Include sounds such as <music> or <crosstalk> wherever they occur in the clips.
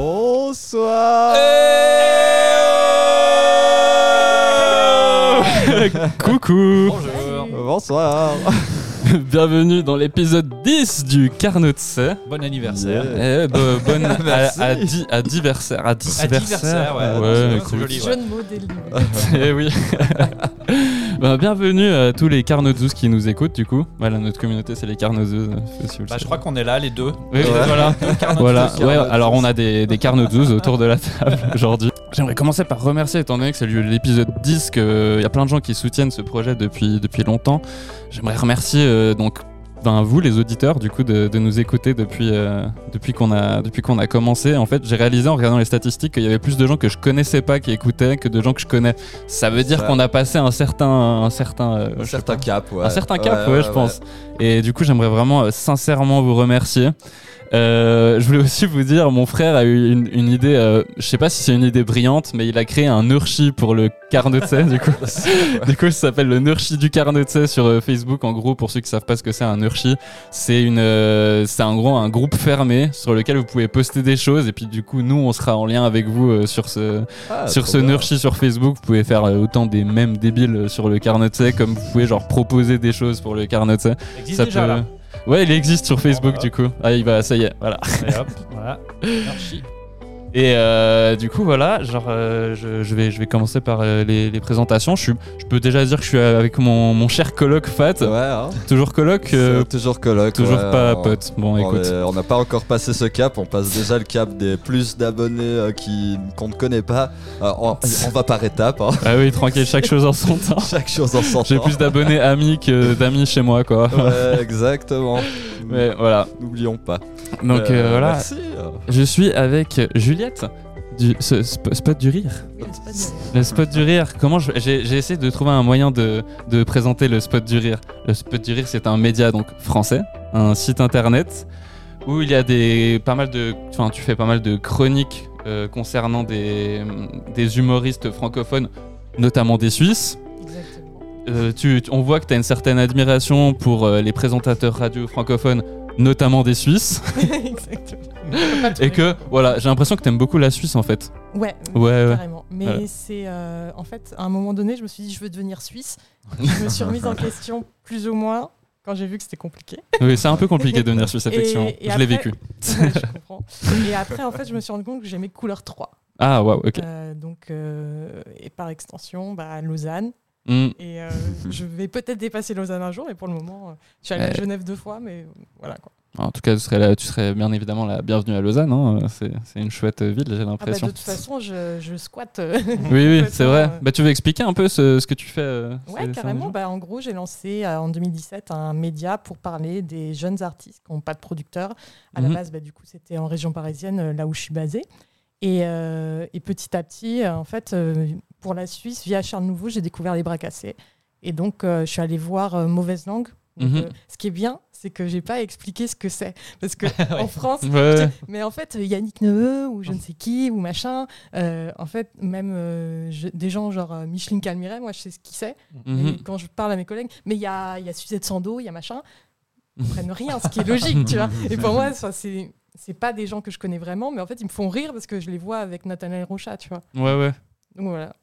Bonsoir oh Coucou Bonjour. Bonsoir <laughs> Bienvenue dans l'épisode 10 du Carnot de C. Bon anniversaire. Eh, ouais, bah, <laughs> bonne à, Merci. à, di- à diversaire, à diversaire. Anniversaire, ouais. Ouais, Ouais, cool. c'est joli, Jeu ouais. de mots d'Eli. <laughs> Eh oui. <laughs> Ben, bienvenue à tous les Carnotzous qui nous écoutent du coup. Voilà, notre communauté c'est les euh, Carnotzous. Bah, je crois qu'on est là, les deux. Oui, Ouais. <laughs> voilà. voilà. Carnotzous. Ouais, alors on a des, des Carnotzous autour de <laughs> la table aujourd'hui. J'aimerais commencer par remercier, étant donné que c'est le- l'épisode 10, qu'il y a plein de gens qui soutiennent ce projet depuis, depuis longtemps. J'aimerais remercier euh, donc ben, vous, les auditeurs, du coup, de, de nous écouter depuis, euh, depuis qu'on a, depuis qu'on a commencé. En fait, j'ai réalisé en regardant les statistiques qu'il y avait plus de gens que je connaissais pas qui écoutaient que de gens que je connais. Ça veut dire Ça. qu'on a passé un certain. Un certain euh, Un je sais certain pas. cap, ouais. Un certain cap, ouais, je pense. Et du coup, j'aimerais vraiment euh, sincèrement vous remercier. Euh, je voulais aussi vous dire, mon frère a eu une, une idée, euh, je sais pas si c'est une idée brillante, mais il a créé un Nurchi pour le Carnotse, du <laughs> coup. du coup, ça s'appelle le Nurchi du Carnotse sur euh, Facebook, en gros, pour ceux qui savent pas ce que c'est un Nurchi. C'est une, euh, c'est en gros un groupe fermé sur lequel vous pouvez poster des choses, et puis du coup, nous, on sera en lien avec vous euh, sur ce, Ah, sur trop ce bien. Nurchi sur Facebook, vous pouvez faire euh, autant des mèmes débiles euh, sur le Carnotsé comme vous pouvez genre proposer des choses pour le Carnotsé. Ça existe <laughs> déjà, là. Oh, Ouais, il existe sur Facebook voilà. du coup. Ah, il va, ça y est, voilà. Et hop, voilà. Merci. Et euh, du coup, voilà, genre, euh, je, je vais, je vais commencer par euh, les, les présentations. Je, suis, je peux déjà dire que je suis avec mon, mon cher coloc Fat. Ouais, hein. Toujours coloc, C'est euh, Oh, Toujours colloque. toujours ouais, pas on- pote. Bon, on écoute. est- on n'a pas encore passé ce cap, on passe déjà le cap des plus d'abonnés euh, qui qu'on ne connaît pas. Euh, on, on va par étapes, hein. <laughs> Ah oui, tranquille, chaque chose en son temps. chaque chose en son J'ai temps. <laughs> plus d'abonnés amis que d'amis chez moi, quoi. Ouais, exactement. Mais voilà. N'oublions pas. Donc Euh, euh, voilà. Merci. Je suis avec Juliette du ce- sp- spot du rire. Oui, c'est pas dur. Le spot du rire, comment je- j'ai j'ai essayé de trouver un moyen de, de présenter le spot du rire. Le spot du rire, c'est un média donc français, un site internet où il y a des pas mal de enfin tu fais pas mal de chroniques euh, concernant des, des humoristes francophones, notamment des Suisses. Exactement. Euh, tu- tu- on voit que tu as une certaine admiration pour euh, les présentateurs radio francophones, notamment des Suisses, Exactement. et que voilà, j'ai l'impression que tu aimes beaucoup la Suisse en fait. Ouais, Ouais, ouais. carrément. Mais Voilà. c'est. euh, en fait, à un moment donné, je me suis dit, je veux devenir <laughs> suisse. Je me suis remise en question, plus ou moins, quand j'ai vu que c'était compliqué. <laughs> Oui, c'est un peu compliqué de devenir suisse, Et- effectivement. et je l'ai après- vécu. Ouais, je comprends. Et après, en fait, je me suis rendu compte que j'aimais couleur 3. Ah, waouh, ok. Euh, donc, euh, et par extension, bah, Lausanne. Hmm. <laughs> Et euh, je vais peut-être dépasser Lausanne un jour, mais pour le moment, euh, je suis allée à Ouais. Genève deux fois, mais voilà quoi. En tout cas, tu serais, là- tu serais bien évidemment la bienvenue à Lausanne. hein. C'est c'est une chouette ville, j'ai Ah bah, de l'impression. toute façon, je, je squatte. euh, oui, oui, complètement, c'est vrai. euh. Bah, tu veux expliquer un peu ce, ce que tu fais euh, ces- ouais, ces carrément. derniers Bah, en gros, j'ai lancé euh, en 2017 un média pour parler des jeunes artistes qui n'ont pas de producteur. À Mhm. la base, bah, du coup, c'était en région parisienne, euh, là où je suis basée. Et, euh, et petit à petit, euh, en fait, euh, pour la Suisse, via Charles Nouveau, j'ai découvert les bras cassés. Et donc, euh, je suis allée voir euh, Mauvaise Langue. Donc, Mhm. euh, ce qui est bien, c'est que j'ai pas expliqué ce que c'est. Parce que en France, jours <laughs> Ouais, Oh. ouais. mais en fait, euh, Yannick Neveu ou je ne sais qui ou machin, euh, en fait, même euh, je- des gens genre euh, Micheline Calmiret, moi je sais ce qui c'est Mhm. mais quand je parle à mes collègues. Mais il y a, il y a Suzette Sando, il y a machin, ils prennent rien, ce qui est logique, tu vois. Et pour moi, ça, c'est c'est pas des gens que je connais vraiment, mais en fait, ils me font rire parce que je les vois avec Nathanaël Rocha, tu vois. Ouais, ouais. Donc voilà.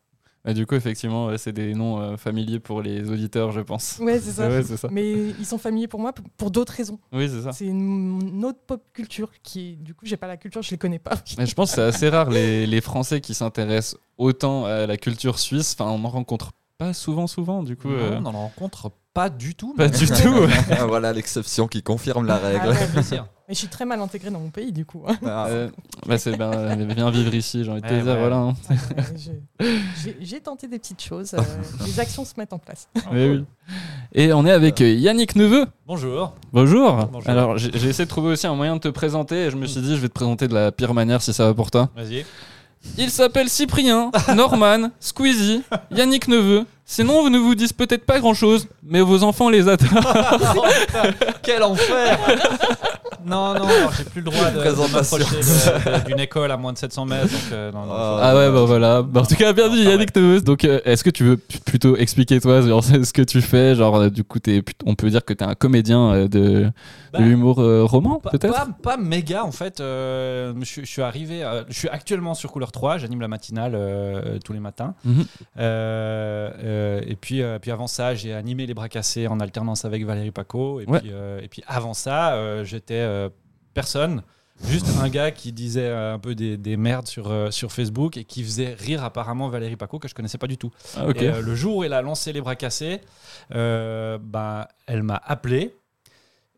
Bah, du coup, effectivement, ouais, c'est des noms euh, familiers pour les auditeurs, je pense. Ouais, c'est ça. Ouais, c'est ça. Mais ils sont familiers pour moi pour- pour d'autres raisons. Oui, c'est ça. C'est une, une autre pop culture qui, est- du coup, j'ai pas la culture, je les <laughs> connais pas. Mais je pense que c'est assez rare les, les Français qui s'intéressent autant à la culture suisse. Enfin, on en rencontre pas souvent, souvent, du coup. euh, Non, on en rencontre pas du tout. Pas mais- <laughs> du tout. Ah, <laughs> voilà l'exception qui confirme la Ah règle. ouais. Plaisir. Mais je suis très mal intégrée dans mon pays, du coup. hein. <laughs> Ah, Euh, bah, c'est bien, euh, bien vivre ici, j'ai envie de te Ouais, dire. Eh ouais. Voilà, hein. Ouais, Euh, je- j'ai- J'ai tenté des petites choses. euh, les actions se mettent en place. Mais oui. Et on est avec euh, Yannick Neveu. Bonjour. Bonjour. Bonjour. Alors, <laughs> j'ai j'ai essayé de trouver aussi un moyen de te présenter et je me suis dit, je vais te présenter de la pire manière si ça va pour toi. Vas-y. Ils s'appellent <laughs> Cyprien, Norman, Squeezie, Yannick Neveu. Sinon, vous ne vous disent peut-être pas grand-chose, mais vos enfants les adorent. Quel enfer <laughs> Non, non, alors, j'ai plus le droit de, de Présentation. m'approcher de- de- d'une école à moins de 700 mètres. Donc, euh, non, non, Ah. Ah ouais, bah voilà. Bah, en tout cas, bien dit, Ah ouais. Yannick Neveu. Donc, euh, est-ce que tu veux p- plutôt expliquer, toi, genre, <laughs> ce que tu fais Genre, euh, du coup, t'es plut- on peut dire que t'es un comédien euh, de, Bah, de l'humour euh, roman, Pas- peut-être pas, pas méga en fait. Euh, je, je suis arrivé, euh, je suis actuellement sur Couleur 3, j'anime la matinale euh, tous les matins. Mhm. Euh, euh, et puis, euh, puis avant ça, j'ai animé Les Bras Cassés en alternance avec Valérie Paco. Et, Ouais. puis, euh, et puis avant ça, euh, j'étais euh, personne. Juste un gars qui disait euh, un peu des, des merdes sur, euh, sur Facebook et qui faisait rire apparemment Valérie Paco que je connaissais pas du tout. Ah, ok. Et, euh, le jour où elle a lancé les bras cassés, euh, ben, elle m'a appelé.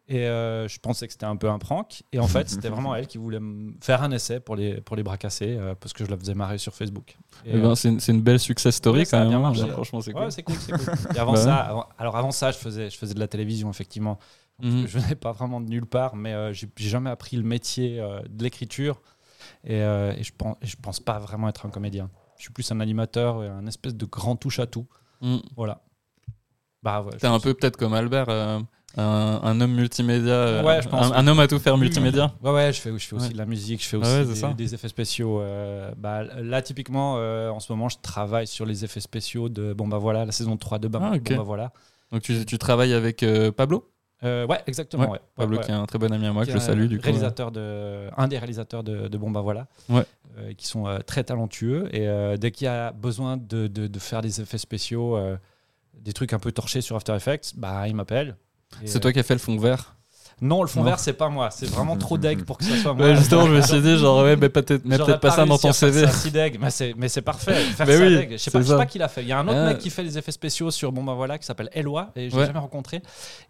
Et euh, je pensais que c'était un peu un prank. Et en fait, c'était vraiment elle qui voulait me faire un essai pour les, pour les bras cassés, euh, parce que je la faisais marrer sur Facebook. Et, Eh ben, c'est une, c'est une belle success story ouais, ça quand a même. bien hein. marché. Ouais, Franchement, c'est euh, ouais, cool. c'est cool, c'est <laughs> cool. Et avant Bah ça, avant- alors avant ça, je faisais, je faisais de la télévision, effectivement. Mhm. Je venais pas vraiment de nulle part, mais euh, j'ai j'ai jamais appris le métier euh, de l'écriture. Et, euh, et je pense, et je pense pas vraiment être un comédien. Je suis plus un animateur, et un espèce de grand touche à tout. Mhm. Voilà. Bah ouais. je T'es un pense- peu peut-être comme Albert, euh, un, un homme multimédia. euh, Ouais, je pense. Un, un homme à tout faire multimédia. Ouais, ouais, je fais, je fais aussi Ouais. de la musique, je fais Ah aussi ouais, c'est ça. des, des effets spéciaux. euh, bah, là, typiquement, euh, en ce moment, je travaille sur les effets spéciaux de Bon bah voilà, la saison 3 de Bam, Ah, ok. Bon bah voilà. Donc tu, tu travailles avec euh, Pablo Euh, ouais, exactement. Ouais, Pablo ouais, qui est un très bon ami à moi, ouais. que Qui je est un salue du coup. réalisateur de, un des réalisateurs de, de Bon bah voilà, Ouais. euh, qui sont euh, très talentueux et euh, dès qu'il y a besoin de, de- de faire des effets spéciaux, euh, des trucs un peu torchés sur After Effects, bah il m'appelle. Et, euh, C'est toi qui as fait le fond vert Non, le fond Non. vert, c'est pas moi. C'est vraiment trop deg pour que ça <laughs> soit moi. Ouais, justement, je me suis dit, genre, ouais, mais peut-être mais J'aurais peut-être pas ça dans réussi ton à faire CV. ça si deg. Mais c'est, mais c'est <laughs> parfait. Faire Mais ça oui, deg. Je c'est sais pas, je sais ça. pas qui l'a fait. Il y a un autre Ah. mec qui fait les effets spéciaux sur Bon bah voilà qui s'appelle Eloi et je l'ai Ouais. jamais rencontré.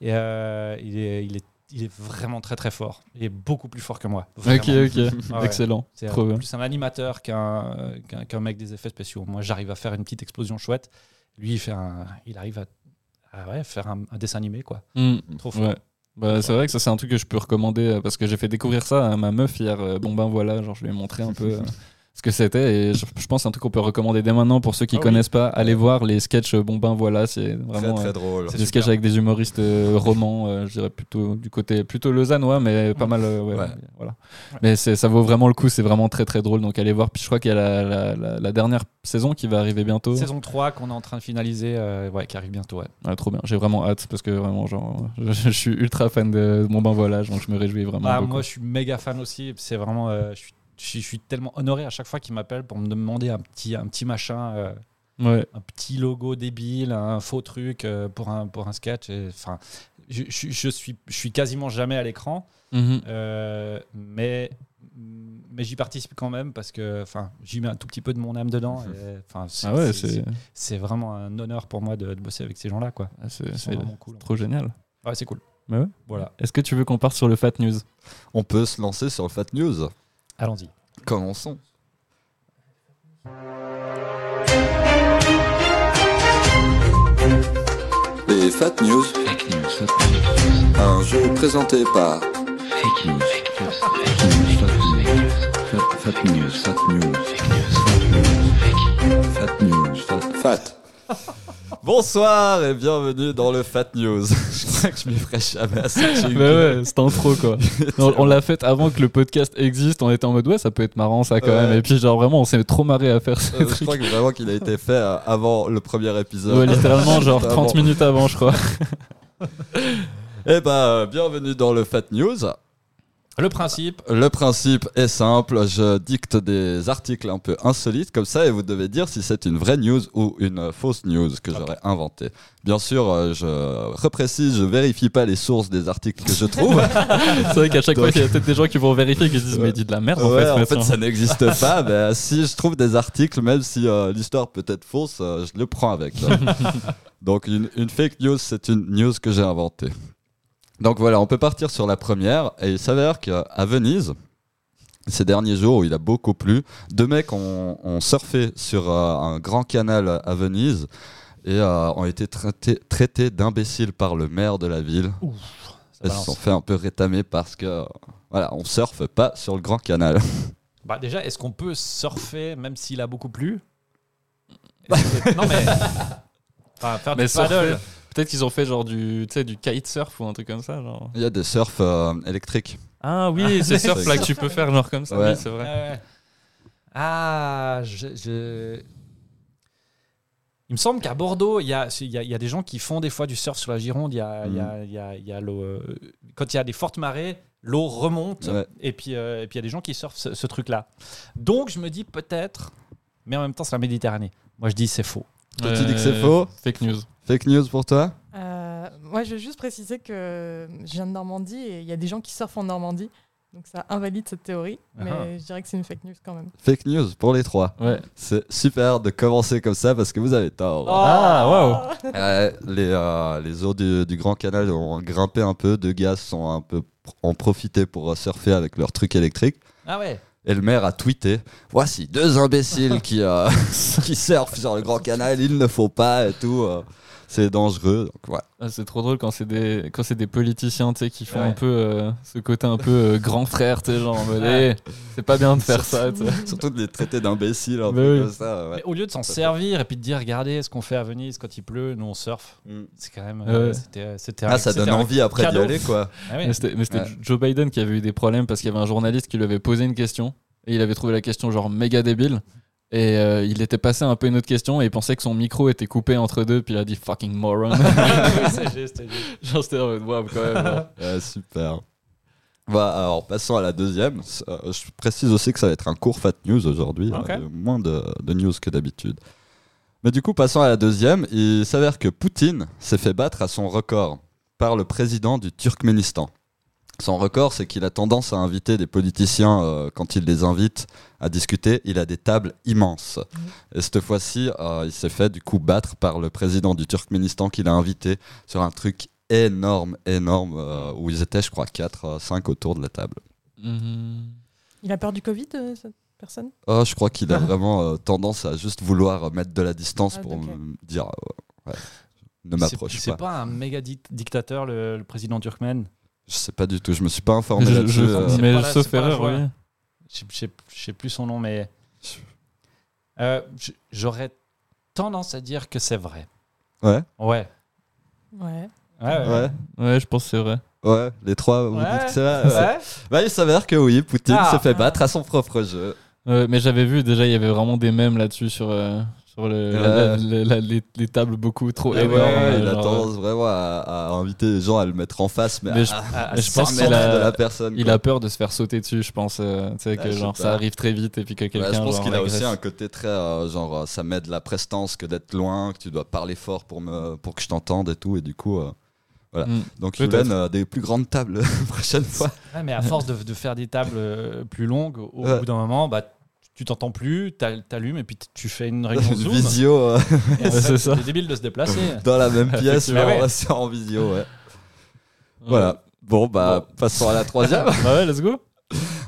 Et euh, il, est, il, est, il est vraiment très très fort. Il est beaucoup plus fort que moi. Vraiment. Ok, ok, Ah ouais. excellent. C'est Trop euh, bien. plus un animateur qu'un, euh, qu'un, qu'un mec des effets spéciaux. Moi, j'arrive à faire une petite explosion chouette. Lui, il, fait un, il arrive à, à, ouais, faire un, un dessin animé quoi. Hmm. Trop fort. Ouais. Bah, c'est vrai que ça c'est un truc que je peux recommander euh, parce que j'ai fait découvrir ça à ma meuf hier. euh, Bon ben voilà, genre je lui ai montré un peu euh, ce que c'était et je, je pense que c'est un truc qu'on peut recommander dès maintenant pour ceux qui Ah oui. connaissent pas. Allez voir les sketchs euh, Bon ben voilà, c'est <laughs> vraiment très euh, très drôle. c'est C'est des sketchs super. avec des humoristes euh, romans, euh, je dirais plutôt du côté plutôt lausannois, mais pas mal. euh, ouais, Ouais. Voilà. Ouais. Mais c'est- ça vaut vraiment le coup, c'est vraiment très très drôle. Donc allez voir. Puis je crois qu'il y a la, la- la- la dernière saison qui va arriver bientôt. Saison 3 qu'on est en train de finaliser, euh, ouais, qui arrive bientôt. ouais. Ouais, Ah, trop bien. J'ai vraiment hâte parce que vraiment, genre, je, je suis ultra fan de mon bain voilà, donc je me réjouis vraiment. Ah, beaucoup. moi, je suis méga fan aussi. C'est vraiment, euh, je, suis, je suis- je suis tellement honoré à chaque fois qu'il m'appelle pour me demander un petit, un petit machin, euh, Ouais. un petit logo débile, un faux truc euh, pour un pour un sketch. Et, Enfin, je, je- je suis, je suis quasiment jamais à l'écran, Mhm. euh, mais mais j'y participe quand même parce que, enfin, j'y mets un tout petit peu de mon <laughs> âme dedans. et, Enfin, c'est- Ah ouais, c'est- c'est c'est- c'est vraiment un honneur pour moi de, de bosser avec ces gens-là, quoi. ah, c'est- Ils sont c'est vraiment cool. trop génial. Ouais, c'est cool. Bah ouais. Voilà, Est-ce que tu veux qu'on parte sur le Fat News On peut se lancer sur le Fat News. allons-y. Commençons. Les Fat News. Un jeu présenté par Fake news. Fake news. Fake news. Fake news. Fake news. Fake news. Fake news. Fat. Bonsoir et bienvenue dans le Fat News. <laughs> je crois que je m'y ferai jamais assez. J'ai eu Bah ouais, c'est un trop <laughs> quoi. on on l'a fait avant que le podcast existe. On était en mode ouais, ça peut être marrant ça quand Ouais. même. Et puis genre vraiment, on s'est trop marré à faire ça. Euh, je crois que vraiment qu'il a été fait euh, avant le premier épisode. <laughs> Ouais, littéralement genre Vraiment. 30 minutes avant, <laughs> je crois. Eh ben, euh, bienvenue dans le Fat News. Bah, Le principe, Le principe est simple, je dicte des articles un peu insolites comme ça et vous devez dire si c'est une vraie news ou une euh, fausse news que j'aurais inventée. Bien sûr, euh, je reprécise, je vérifie pas les sources des articles que je trouve. c'est vrai qu'à chaque Donc- fois, il y a peut-être des gens qui vont vérifier et qui se disent Ouais. mais dis de la merde en Ouais, fait. en maintenant. fait, ça n'existe <laughs> pas. mais euh, si je trouve des articles, même si euh, l'histoire peut être fausse, euh, je le prends avec. <laughs> Donc, une, une fake news, c'est une news que j'ai inventée. Donc voilà, on peut partir sur la première. Et il s'avère qu'à Venise, ces derniers jours où il a beaucoup plu, deux mecs ont, ont surfé sur euh, un grand canal à Venise et euh, ont été traités, traités d'imbéciles par le maire de la ville. ça Ils se balance. sont fait un peu rétamer parce que euh, voilà, on surfe pas sur le grand canal. Bah déjà, est-ce qu'on peut surfer même s'il a beaucoup plu Est-ce que- Non mais. Enfin, faire Mais du paddle. surfer. Peut-être qu'ils ont fait genre du, tu sais, du kitesurf ou un truc comme ça. Genre. Il y a des surfs euh, électriques. Ah oui, c'est surf là que tu surfer, peux ouais. faire genre comme ça. Ouais. Oui, c'est vrai. Ouais, ouais. Ah, je, je- Il me semble qu'à Bordeaux, il y a, il y, a, il y a des gens qui font des fois du surf sur la Gironde. Il y a, il y a- il y a- il y a l'eau, euh, quand il y a des fortes marées, l'eau remonte. Ouais. Et puis, euh, et puis il y a des gens qui surfent ce, ce truc-là. Donc je me dis peut-être, mais en même temps c'est la Méditerranée. Moi je dis c'est faux. Toi, tu dis que c'est Euh, faux Fake news. Fake news pour toi Euh, moi, je veux juste préciser que je viens de Normandie et il y a des gens qui surfent en Normandie. Donc ça invalide cette théorie. Ah. Mais je dirais que c'est une fake news quand même. Fake news pour les trois. Ouais. C'est super de commencer comme ça parce que vous avez tort. <laughs> Ah, waouh. Euh, les, euh, les eaux du, du Grand Canal ont grimpé un peu, deux gars sont un peu ont profité pour euh, surfer avec leur truc électrique. Ah ouais. Et le maire a tweeté Voici deux imbéciles qui, euh, <laughs> qui surfent sur le Grand Canal, il ne faut pas et tout. euh, c'est dangereux. Donc, ouais. Ah, c'est trop drôle quand c'est des quand c'est des politiciens tu sais qui font Ouais. un peu euh, ce côté un peu euh, grand frère tu sais genre en mode, Eh, c'est pas bien de faire ça tu sais. <laughs> Surtout de les traiter d'imbéciles, un Mais peu oui. comme ça. ouais. Mais au lieu de s'en Tout à fait. servir et puis de dire regardez ce qu'on fait à Venise quand il pleut, nous on surfe. C'est quand même. Ouais. euh, c'était, c'était Ah, un- ça c'était donne un- envie après d'y cadeau. aller, quoi. <laughs> Ah ouais. mais c'était mais c'était Ouais. Joe Biden qui avait eu des problèmes parce qu'il y avait un journaliste qui lui avait posé une question et il avait trouvé la question genre méga débile et euh, il était passé un peu une autre question et il pensait que son micro était coupé entre deux puis il a dit fucking moron <laughs> ah C'est juste, c'est juste. genre c'était en mode waouh quand même hein. genre. <laughs> Ouais, super. Bah, alors, passons à la deuxième. S- euh, Je précise aussi que ça va être un court fat news aujourd'hui. Ok. hein, il y a moins de, de news que d'habitude. Mais du coup, passons à la deuxième. Il s'avère que Poutine s'est fait battre à son record par le président du Turkménistan. Son record, c'est qu'il a tendance à inviter des politiciens, euh, quand il les invite à discuter, il a des tables immenses. Mmh. Et cette fois-ci, euh, il s'est fait du coup battre par le président du Turkménistan qu'il a invité sur un truc énorme, énorme, euh, où ils étaient, je crois, 4, 5 autour de la table. Mhm. Il a peur du Covid, euh, cette personne Oh, je crois <laughs> qu'il a vraiment euh, tendance à juste vouloir euh, mettre de la distance Ah, pour ok. me dire euh, ouais, ne C'est- m'approche C'est pas. pas. un méga dic- dictateur, le, le président turkmène. Je sais pas du tout, je me suis pas informé Je- là-dessus. je- euh, c'est mais pas la- sauf c'est pas la erreur joie. oui. Je sais- je sais- je sais plus son nom, mais. Euh, j- J'aurais tendance à dire que c'est vrai. Ouais, Ouais. Ouais. Ouais, ouais. ouais, ouais je pense que c'est vrai ouais, les trois, vous Ouais. dites que c'est vrai. ouais. Ouais. Bah, il s'avère que oui, Poutine Ah. se fait battre à son propre jeu. Ouais, mais j'avais vu déjà, il y avait vraiment des mèmes là-dessus sur, euh, sur le, la- Ouais. la- la- les, les tables beaucoup trop Et Ah ouais, énormes. euh, il a genre, tendance vraiment à, à inviter les gens à le mettre en face, mais, Mais je- à, Ah, mais je pense qu'il qu'il a- de la personne. il quoi. a peur de se faire sauter dessus, je pense. euh, tu sais, Ah, que je sais genre ça arrive très vite et puis que quelqu'un. Ouais, je pense genre, qu'il a aussi l'agresse. un côté très euh, genre euh, ça met de la prestance que d'être loin, que tu dois parler fort pour me pour que je t'entende et tout et du coup euh, voilà. Mm. donc il Peut-être. donne euh, des plus grandes tables <laughs> la prochaine fois. Ouais, mais à force de, de faire des tables euh, plus longues, au Ouais. bout d'un moment, bah, tu t'entends plus, t'al- t'allumes et puis t- tu fais une réunion <laughs> Une Zoom. visio euh, Et en <laughs> fait, c'est ça. C'est débile de se déplacer. dans la <laughs> même pièce mais Effectivement. on va se faire en visio ouais. Ouais. Voilà. Bon bah passons à la troisième. Ah Bah ouais, let's go.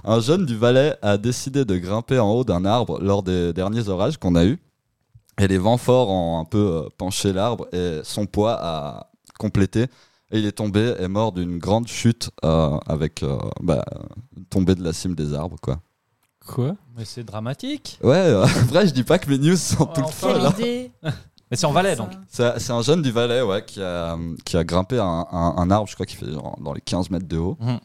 un jeune du Valais a décidé de grimper en haut d'un arbre lors des derniers orages qu'on a eu et les vents forts ont un peu euh, penché l'arbre et son poids a complété Et il est tombé et mort d'une grande chute euh, avec euh, bah, une tombée de la cime des arbres quoi. Quoi Mais c'est dramatique. Ouais, euh, <laughs> après je dis pas que mes news sont Ouais, Oh, tout le enfin, temps Quelle là. idée Mais c'est en Valais, donc. C'est c'est un jeune du Valais ouais, qui, a, qui a grimpé un, un- un arbre, je crois qu'il fait genre dans les 15 mètres de haut, Mhm.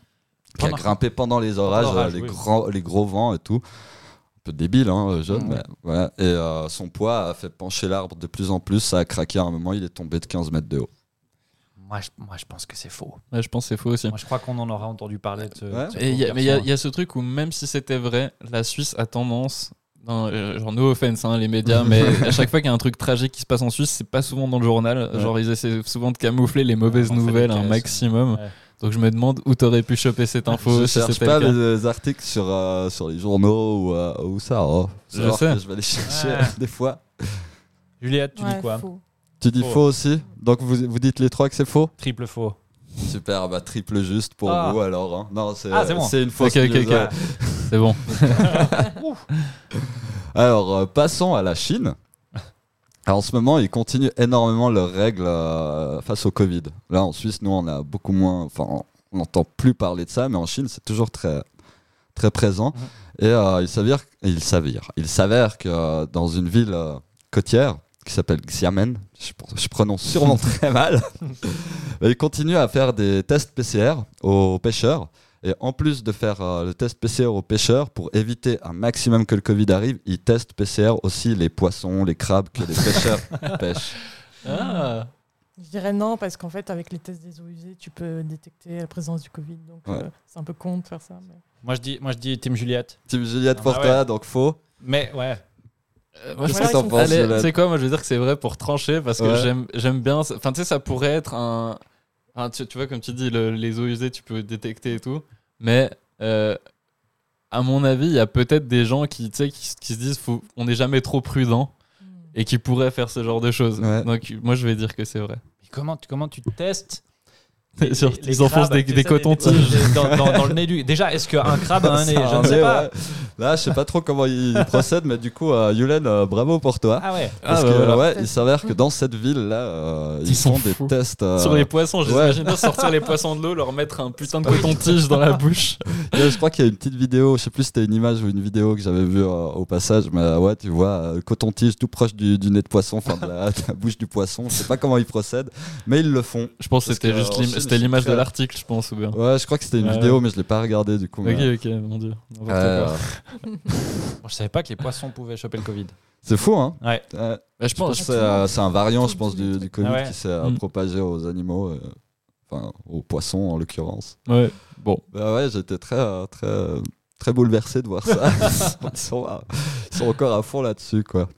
qui a Pendant- grimpé pendant les orages, l'orage, euh, les, oui. grands, les gros vents et tout. Un peu débile, hein, jeune, Mhm. mais voilà. Et euh, son poids a fait pencher l'arbre de plus en plus, ça a craqué à un moment, il est tombé de 15 mètres de haut. Moi je, moi, je pense que c'est faux. Ouais, Je pense que c'est faux aussi. Moi, je crois qu'on en aura entendu parler de ce. Ouais. de ce Et il y a- pauvre mais il y, a- garçon. il y a ce truc où même si c'était vrai, la Suisse a tendance, non, euh, genre no offense hein, les médias, <laughs> mais à chaque fois qu'il y a un truc tragique qui se passe en Suisse, c'est pas souvent dans le journal. Ouais. Genre ils essaient souvent de camoufler les mauvaises on fait des nouvelles un caisses. maximum. Ouais. Donc je me demande où t'aurais pu choper cette info. je si cherche c'était pas le cas. les articles sur, euh, sur les journaux ou, euh, ou ça. oh. Je Alors sais. que je vais les chercher Ouais. <laughs> des fois. Juliette, tu Ouais, dis quoi faux. Tu dis Faux. faux aussi Donc vous, vous dites les trois que c'est faux Triple faux. Super, bah triple juste pour Ah. vous alors. hein. Non, c'est Ah, c'est bon. c'est une fausse Ok, ok, news, ok. ouais. <laughs> C'est bon. Alors euh, passons à la <laughs> Chine. Alors, en ce moment, ils continuent énormément leurs règles euh, face au Covid. Là, en Suisse, nous, on a beaucoup moins. Enfin, on n'entend plus parler de ça, mais en Chine, c'est toujours très, très présent. Mhm. Et euh, il s'avère, il s'avère, il s'avère que euh, dans une ville euh, côtière qui s'appelle Xiamen, je, pr- je prononce sûrement très <laughs> mal, <laughs> mais il continue à faire des tests PCR aux pêcheurs. Et en plus de faire euh, le test PCR aux pêcheurs, pour éviter un maximum que le Covid arrive, il teste PCR aussi les poissons, les crabes <laughs> que les pêcheurs pêchent. Ah. Je dirais non, parce qu'en fait, avec les tests des eaux usées, tu peux détecter la présence du Covid. Donc, Ouais. euh, c'est un peu con de faire ça. mais- Moi je dis, moi je dis Team Juliette. Team Juliette Ah bah Forta, ouais. donc faux. Mais ouais. Euh, moi, je Qu'est-ce Ouais, que ils t'en sont- penses, Allez, Juliette tu sais quoi, moi je veux dire que c'est vrai pour trancher parce que Ouais. j'aime- j'aime bien. ça. Enfin, tu sais, ça pourrait être un. un- tu, tu vois, comme tu dis, le- les eaux usées, tu peux détecter et tout. Mais euh, à mon avis, il y a peut-être des gens qui, tu sais, qui, s- qui se disent faut, on n'est jamais trop prudent et qui pourraient faire ce genre de choses. Ouais. Donc, moi je vais dire que c'est vrai. Mais comment, tu- comment tu testes Ils sur- les ils enfoncent crabes, des, tu des sais, cotons-tiges. des- dans, dans- dans le nez du. Déjà, est-ce qu'un crabe a un nez Ça, Je ne Ah, sais ouais, pas. ouais. Là, je sais pas trop comment il procède, mais du coup, euh, Yulen, euh, bravo pour toi. Ah ouais. Parce Ah, que, bah, voilà. ouais, il s'avère que dans cette ville-là, euh, ils, Ils font sont des fous. tests. euh, Sur les poissons, ouais. j'imagine bien sortir les poissons de l'eau, leur mettre un <laughs> putain de coton-tige dans la bouche. Je crois qu'il y a une petite vidéo, je sais plus si c'était une image ou une vidéo que j'avais vue euh, au passage, mais euh, ouais, tu vois, euh, le coton-tige tout proche du, du nez de poisson, enfin de la, <laughs> de la bouche du poisson. Je sais pas comment ils procèdent, mais ils le font. Je pense que Parce c'était que, euh, juste en l'im- Chine, c'était ils sont l'image de très- l'article, je pense, ou bien. Ouais, je crois que c'était une Ah Ouais, vidéo, mais je l'ai pas regardé du coup. mais, Ok, ok, mon dieu. N'importe euh, quoi. Bon, je savais pas que les poissons pouvaient choper le Covid. c'est fou, hein Ouais. Euh, Bah, je Je pense pense. que c'est euh, c'est un variant, je pense, du, du Covid Ah ouais. qui s'est euh, Mm. propagé aux animaux, euh, enfin aux poissons en l'occurrence. Ouais. Bon. Bah ouais, j'étais très, euh, très, euh, très bouleversé de voir ça. <laughs> ils, sont, euh, ils sont encore à fond là-dessus, quoi.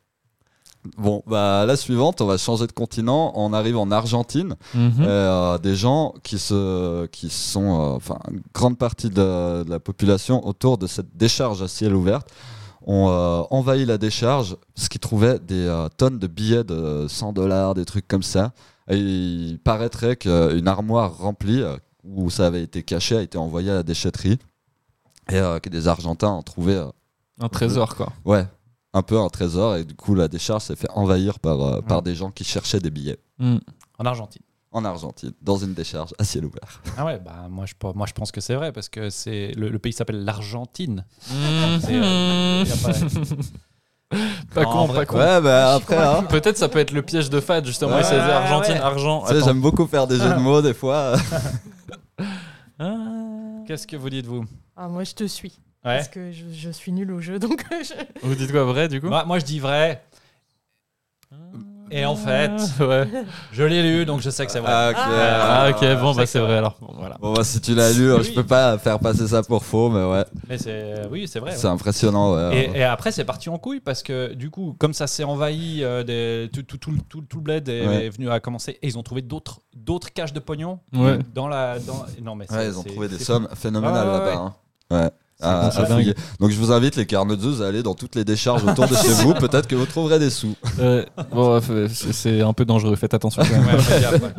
Bon, bah la suivante, on va changer de continent. On arrive en Argentine. Mhm. Mmh. Et, euh, des gens qui, se, qui sont, euh, enfin, une grande partie de, de la population autour de cette décharge à ciel ouvert ont euh, envahi la décharge, ce qui trouvait des euh, tonnes de billets de 100 dollars, des trucs comme ça. Et il paraîtrait qu'une armoire remplie euh, où ça avait été caché a été envoyée à la déchetterie et euh, que des Argentins ont trouvé euh, Un trésor, quoi. ouais, un peu un trésor et du coup la décharge s'est fait envahir par, euh, par des gens qui cherchaient des billets Mm. En Argentine. en Argentine, dans une décharge à ciel ouvert. Ah ouais, bah moi je, pense- moi, je pense que c'est vrai parce que c'est le, le pays s'appelle l'Argentine. C'est, euh, <laughs> Y a pas- Mm. Pas Non, con, en vrai, pas con. Ouais, bah après, hein. Peut-être ça peut être le piège de Fad, justement. Ouais, essayer de dire ouais, Argentine, Ah, ouais. argent. Tu sais, Attends. j'aime beaucoup faire des jeux de mots des fois. Ah. Qu'est-ce que vous dites vous Ah, moi, je te suis. Ouais. Parce que je, je suis nulle au jeu. <laughs> Donc, je- Vous dites quoi, vrai, du coup Moi, moi, je dis vrai. Et en fait, Ouais. je l'ai lu donc je sais que <laughs> c'est vrai. Ah, ok. Ah, ok, bon, je bah, sais c'est que- vrai alors. Bon, voilà. Bon, bah, si tu l'as lu, Oui. je peux pas faire passer ça pour faux, mais ouais, Mais c'est euh, oui, c'est vrai. ouais. c'est impressionnant. Ouais. Et, et après, c'est parti en couille parce que du coup, comme ça s'est envahi, euh, des- tout, tout, tout, le- tout- tout le bled est, Ouais. est venu à commencer et ils ont trouvé d'autres d'autres caches de pognon Ouais. dans la. Dans... Non, mais c'est- Ouais, ils ont c'est- trouvé des c'est- sommes phénoménales Ah, ouais, là-bas. hein. Ouais. Ah, c'est à dingue. fouiller. Donc je vous invite les carnezeuses à aller dans toutes les décharges autour de <laughs> chez vous, peut-être que vous trouverez des sous. Euh, bon, f- c'est c'est un peu dangereux, faites attention. quand <laughs> Ouais, même. faut dire,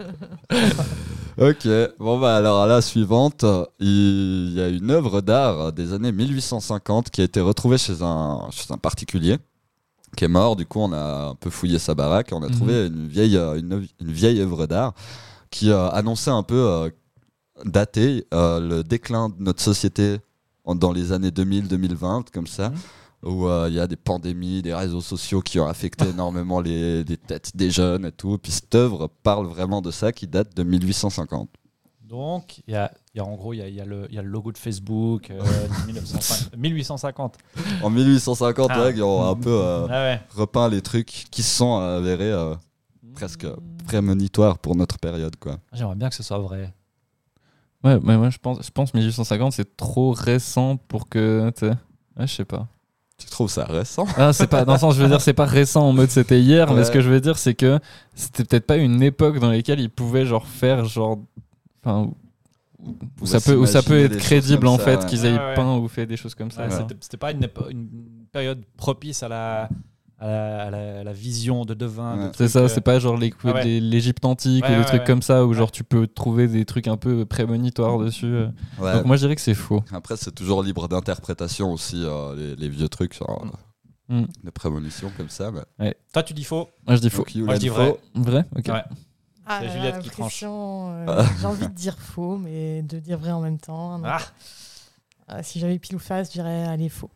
ouais. Ok, bon bah alors à la suivante, euh, il y a une œuvre d'art euh, des années 1850 qui a été retrouvée chez un, chez un particulier qui est mort. Du coup, on a un peu fouillé sa baraque et on a Mhm. trouvé une vieille, euh, une, œuvre- une vieille œuvre d'art qui euh, annonçait un peu, euh, daté, euh, le déclin de notre société en- dans les années 2000-2020, comme ça. Où euh, il y a des pandémies, des réseaux sociaux qui ont affecté énormément les, les têtes des jeunes et tout. Puis cette œuvre parle vraiment de ça qui date de 1850. Donc, il y a, il y a- en gros, il y a, il y a le il y a le logo de Facebook euh, <laughs> 1950 1850. En 1850, Ah. ouais, ils ont un peu euh, Ah ouais. repeint les trucs qui se sont avérés euh, <laughs> presque prémonitoires pour notre période, quoi. J'aimerais bien que ce soit vrai. Ouais, mais moi je pense, je pense 1850 c'est trop récent pour que. tu sais. Ouais, je sais pas. Tu trouves ça récent Ah, c'est pas, dans le sens, je veux dire, c'est pas récent en mode c'était hier, Ouais. mais ce que je veux dire, c'est que c'était peut-être pas une époque dans laquelle ils pouvaient genre faire genre. Enfin, où ça peut, où ça peut s'imaginer être des choses crédible comme en ça, fait ouais. qu'ils Ouais, aient Ah ouais. peint ou fait des choses comme ça. Ouais, quoi. C'était c'était pas une, épo- une période propice à la, à la, à la- à la vision de Devin. de Ouais. C'est trucs, ça, euh, c'est pas genre les- ouais. les- l'Égypte antique Ouais, ou des ouais, trucs ouais. comme ça où genre tu peux trouver des trucs un peu prémonitoires dessus. euh. Ouais. Bah, Donc moi je dirais que c'est faux. Après, c'est toujours libre d'interprétation aussi, euh, les, les vieux trucs, genre, euh, Mm. de prémonition comme ça. mais- Toi, tu dis faux. Moi je dis faux. Donc, you Moi, je let dis go. vrai. Vrai Ok. Ouais. Ah, C'est là, Juliette la qui tranche. Ah. pression, euh, J'ai envie de dire faux, mais de dire vrai en même temps. donc- Ah. Euh, si j'avais pile ou face, je dirais allez faux.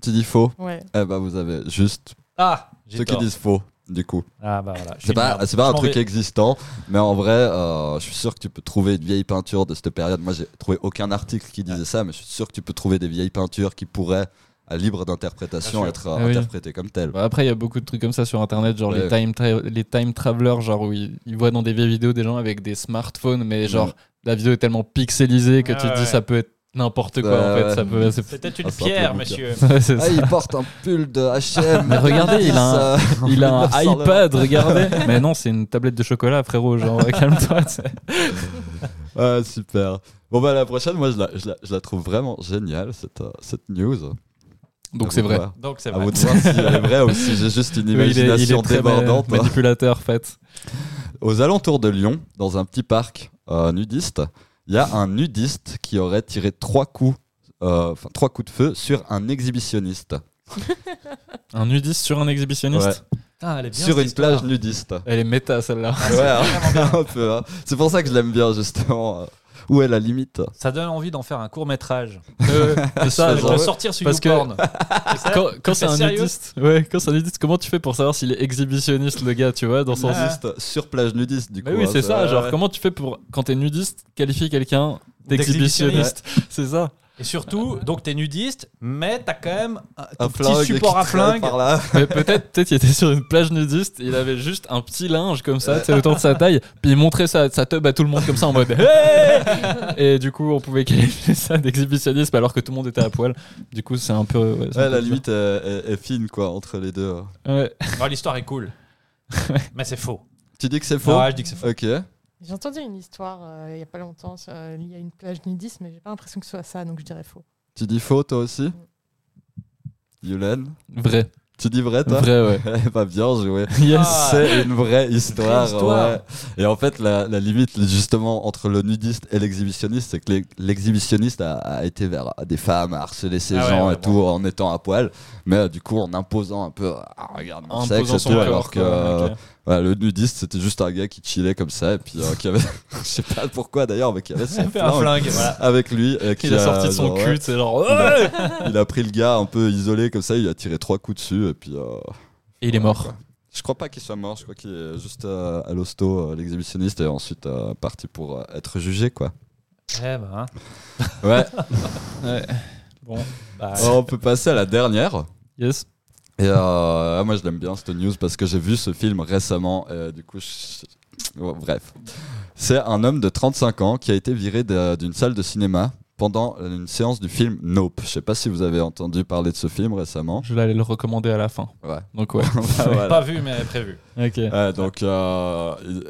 Tu dis faux Ouais. Eh ben, vous avez juste Ah, j'ai ceux qui tort. disent faux, du coup. Ah bah voilà. je suis C'est une pas, merde. c'est pas un Je m'en truc vais. existant, mais en vrai, euh, je suis sûr que tu peux trouver une vieille peinture de cette période. Moi, j'ai trouvé aucun article qui disait ça, mais je suis sûr que tu peux trouver des vieilles peintures qui pourraient, à libre d'interprétation, Bien sûr. être euh, Ah oui. interprétées comme telles. Bah, après, il y a beaucoup de trucs comme ça sur internet, genre les, Ouais. time tra- les time travelers, genre où ils, ils voient dans des vieilles vidéos des gens avec des smartphones, mais genre Mm. la vidéo est tellement pixelisée que Ah tu te dis ouais. ça peut être n'importe quoi en Ouais, Bah, fait. ouais. Ça peut, c'est- C'est peut-être une Ah, c'est un peu pierre, bouquin. monsieur. Ouais, <laughs> c'est Ah, ça. il porte un pull de HM. <laughs> Mais regardez, il a un. <laughs> Il a un 1900 <laughs> iPad, regardez. mais non, c'est une tablette de chocolat, frérot. Genre, <laughs> calme-toi. tu sais. Ah, super. Bon, bah, la prochaine, moi, je la, je la, je la trouve vraiment géniale, cette, euh, cette news. Donc, c'est vrai. Donc c'est À vrai. vous de voir si elle est vraie ou si j'ai juste une Ouais, il, est, il imagination est très débordante. hein. ma- manipulateur, en fait. Aux alentours de Lyon, dans un petit parc euh, nudiste, il y a un nudiste qui aurait tiré trois coups, euh, enfin trois coups de feu sur un exhibitionniste Un nudiste sur un exhibitionniste. Ouais. Putain, elle est bien, sur cette une plage histoire. nudiste. Elle est méta, celle-là. Ouais, <laughs> un peu, hein. C'est pour ça que je l'aime bien justement. euh, Où est la limite Ça donne envie d'en faire un <laughs> court métrage. C'est ça, je genre, vois. sortir sur Parce <laughs> que- YouPorn. quand, quand c'est Mais un sérieux nudiste, ouais, quand c'est un nudiste, comment tu fais pour savoir s'il est exhibitionniste, le gars, tu vois, dans son sens. Nudiste sur plage nudiste du coup. Mais Bah oui, hein, c'est ça. ouais, Genre, ouais. comment tu fais pour, quand t'es nudiste, qualifier quelqu'un D'exhibitionniste. d'exhibitionniste C'est <laughs> ça. Et surtout, donc t'es nudiste, mais t'as quand même un, ton un petit flingue support qui à traîne flingue. par là. Mais peut-être, peut-être, il était sur une plage nudiste, il avait juste un petit linge comme ça, tu sais, autour de sa taille, puis il montrait sa, sa teub à tout le monde comme ça <laughs> en mode Hey Et du coup, on pouvait qualifier ça d'exhibitionnisme alors que tout le monde était à poil. Du coup, c'est un peu. ouais, <laughs> c'est Ouais, un peu la bizarre. limite euh, est, est fine quoi entre les deux. hein. Ouais. Ouais, L'histoire est <laughs> cool. mais c'est faux. Tu dis que c'est faux Ouais, je dis que c'est faux. Ok. J'ai entendu une histoire euh, il y a pas longtemps sur- euh, liée à une plage nudiste, mais j'ai pas l'impression que ce soit ça, donc je dirais faux. Tu dis faux toi aussi Yulen Vrai. Tu dis vrai toi Vrai, ouais. Eh ben, bien joué. <laughs> Yes. Ah. C'est une vraie histoire. histoire. ouais. Et en fait, la, la limite, justement, entre le nudiste et l'exhibitionniste, c'est que l'ex- l'exhibitionniste a, a été vers des femmes, à harceler ces Ah ouais, gens ouais, et tout, en étant à poil. Mais euh, du coup, en imposant un peu, ah, regarde mon En sexe posant et son tout, corps, alors que quoi, euh, ok. voilà, le nudiste, c'était juste un gars qui chillait comme ça. Et puis, euh, qui avait, <laughs> je sais pas pourquoi d'ailleurs, mais qui <laughs> avait son Il fait un flingue flingue, voilà. avec lui. et qui Il a sorti de son genre, ouais, cul, c'est genre. il Ah <laughs> a- il a pris le gars un peu isolé comme ça, il lui a tiré trois coups dessus. Et puis. euh, Et il est mort. je crois pas qu'il soit mort, je crois qu'il est juste euh, à l'hosto, euh, l'exhibitionniste, et ensuite euh, parti pour euh, être jugé, quoi. Eh ben, hein. <laughs> Ouais, bon. Bah, on peut passer à la dernière. Yes. Et euh, moi, je l'aime bien, cette news, parce que j'ai vu ce film récemment, et euh, du coup, je- Ouais, bref. C'est un homme de 35 ans qui a été viré de- d'une salle de cinéma pendant une séance du film Nope. Je sais pas si vous avez entendu parler de ce film récemment. Je l'allais le recommander à la fin. Ouais. Donc, ouais. <laughs> Voilà. Pas vu, mais prévu. ok. Ouais, donc, euh, il,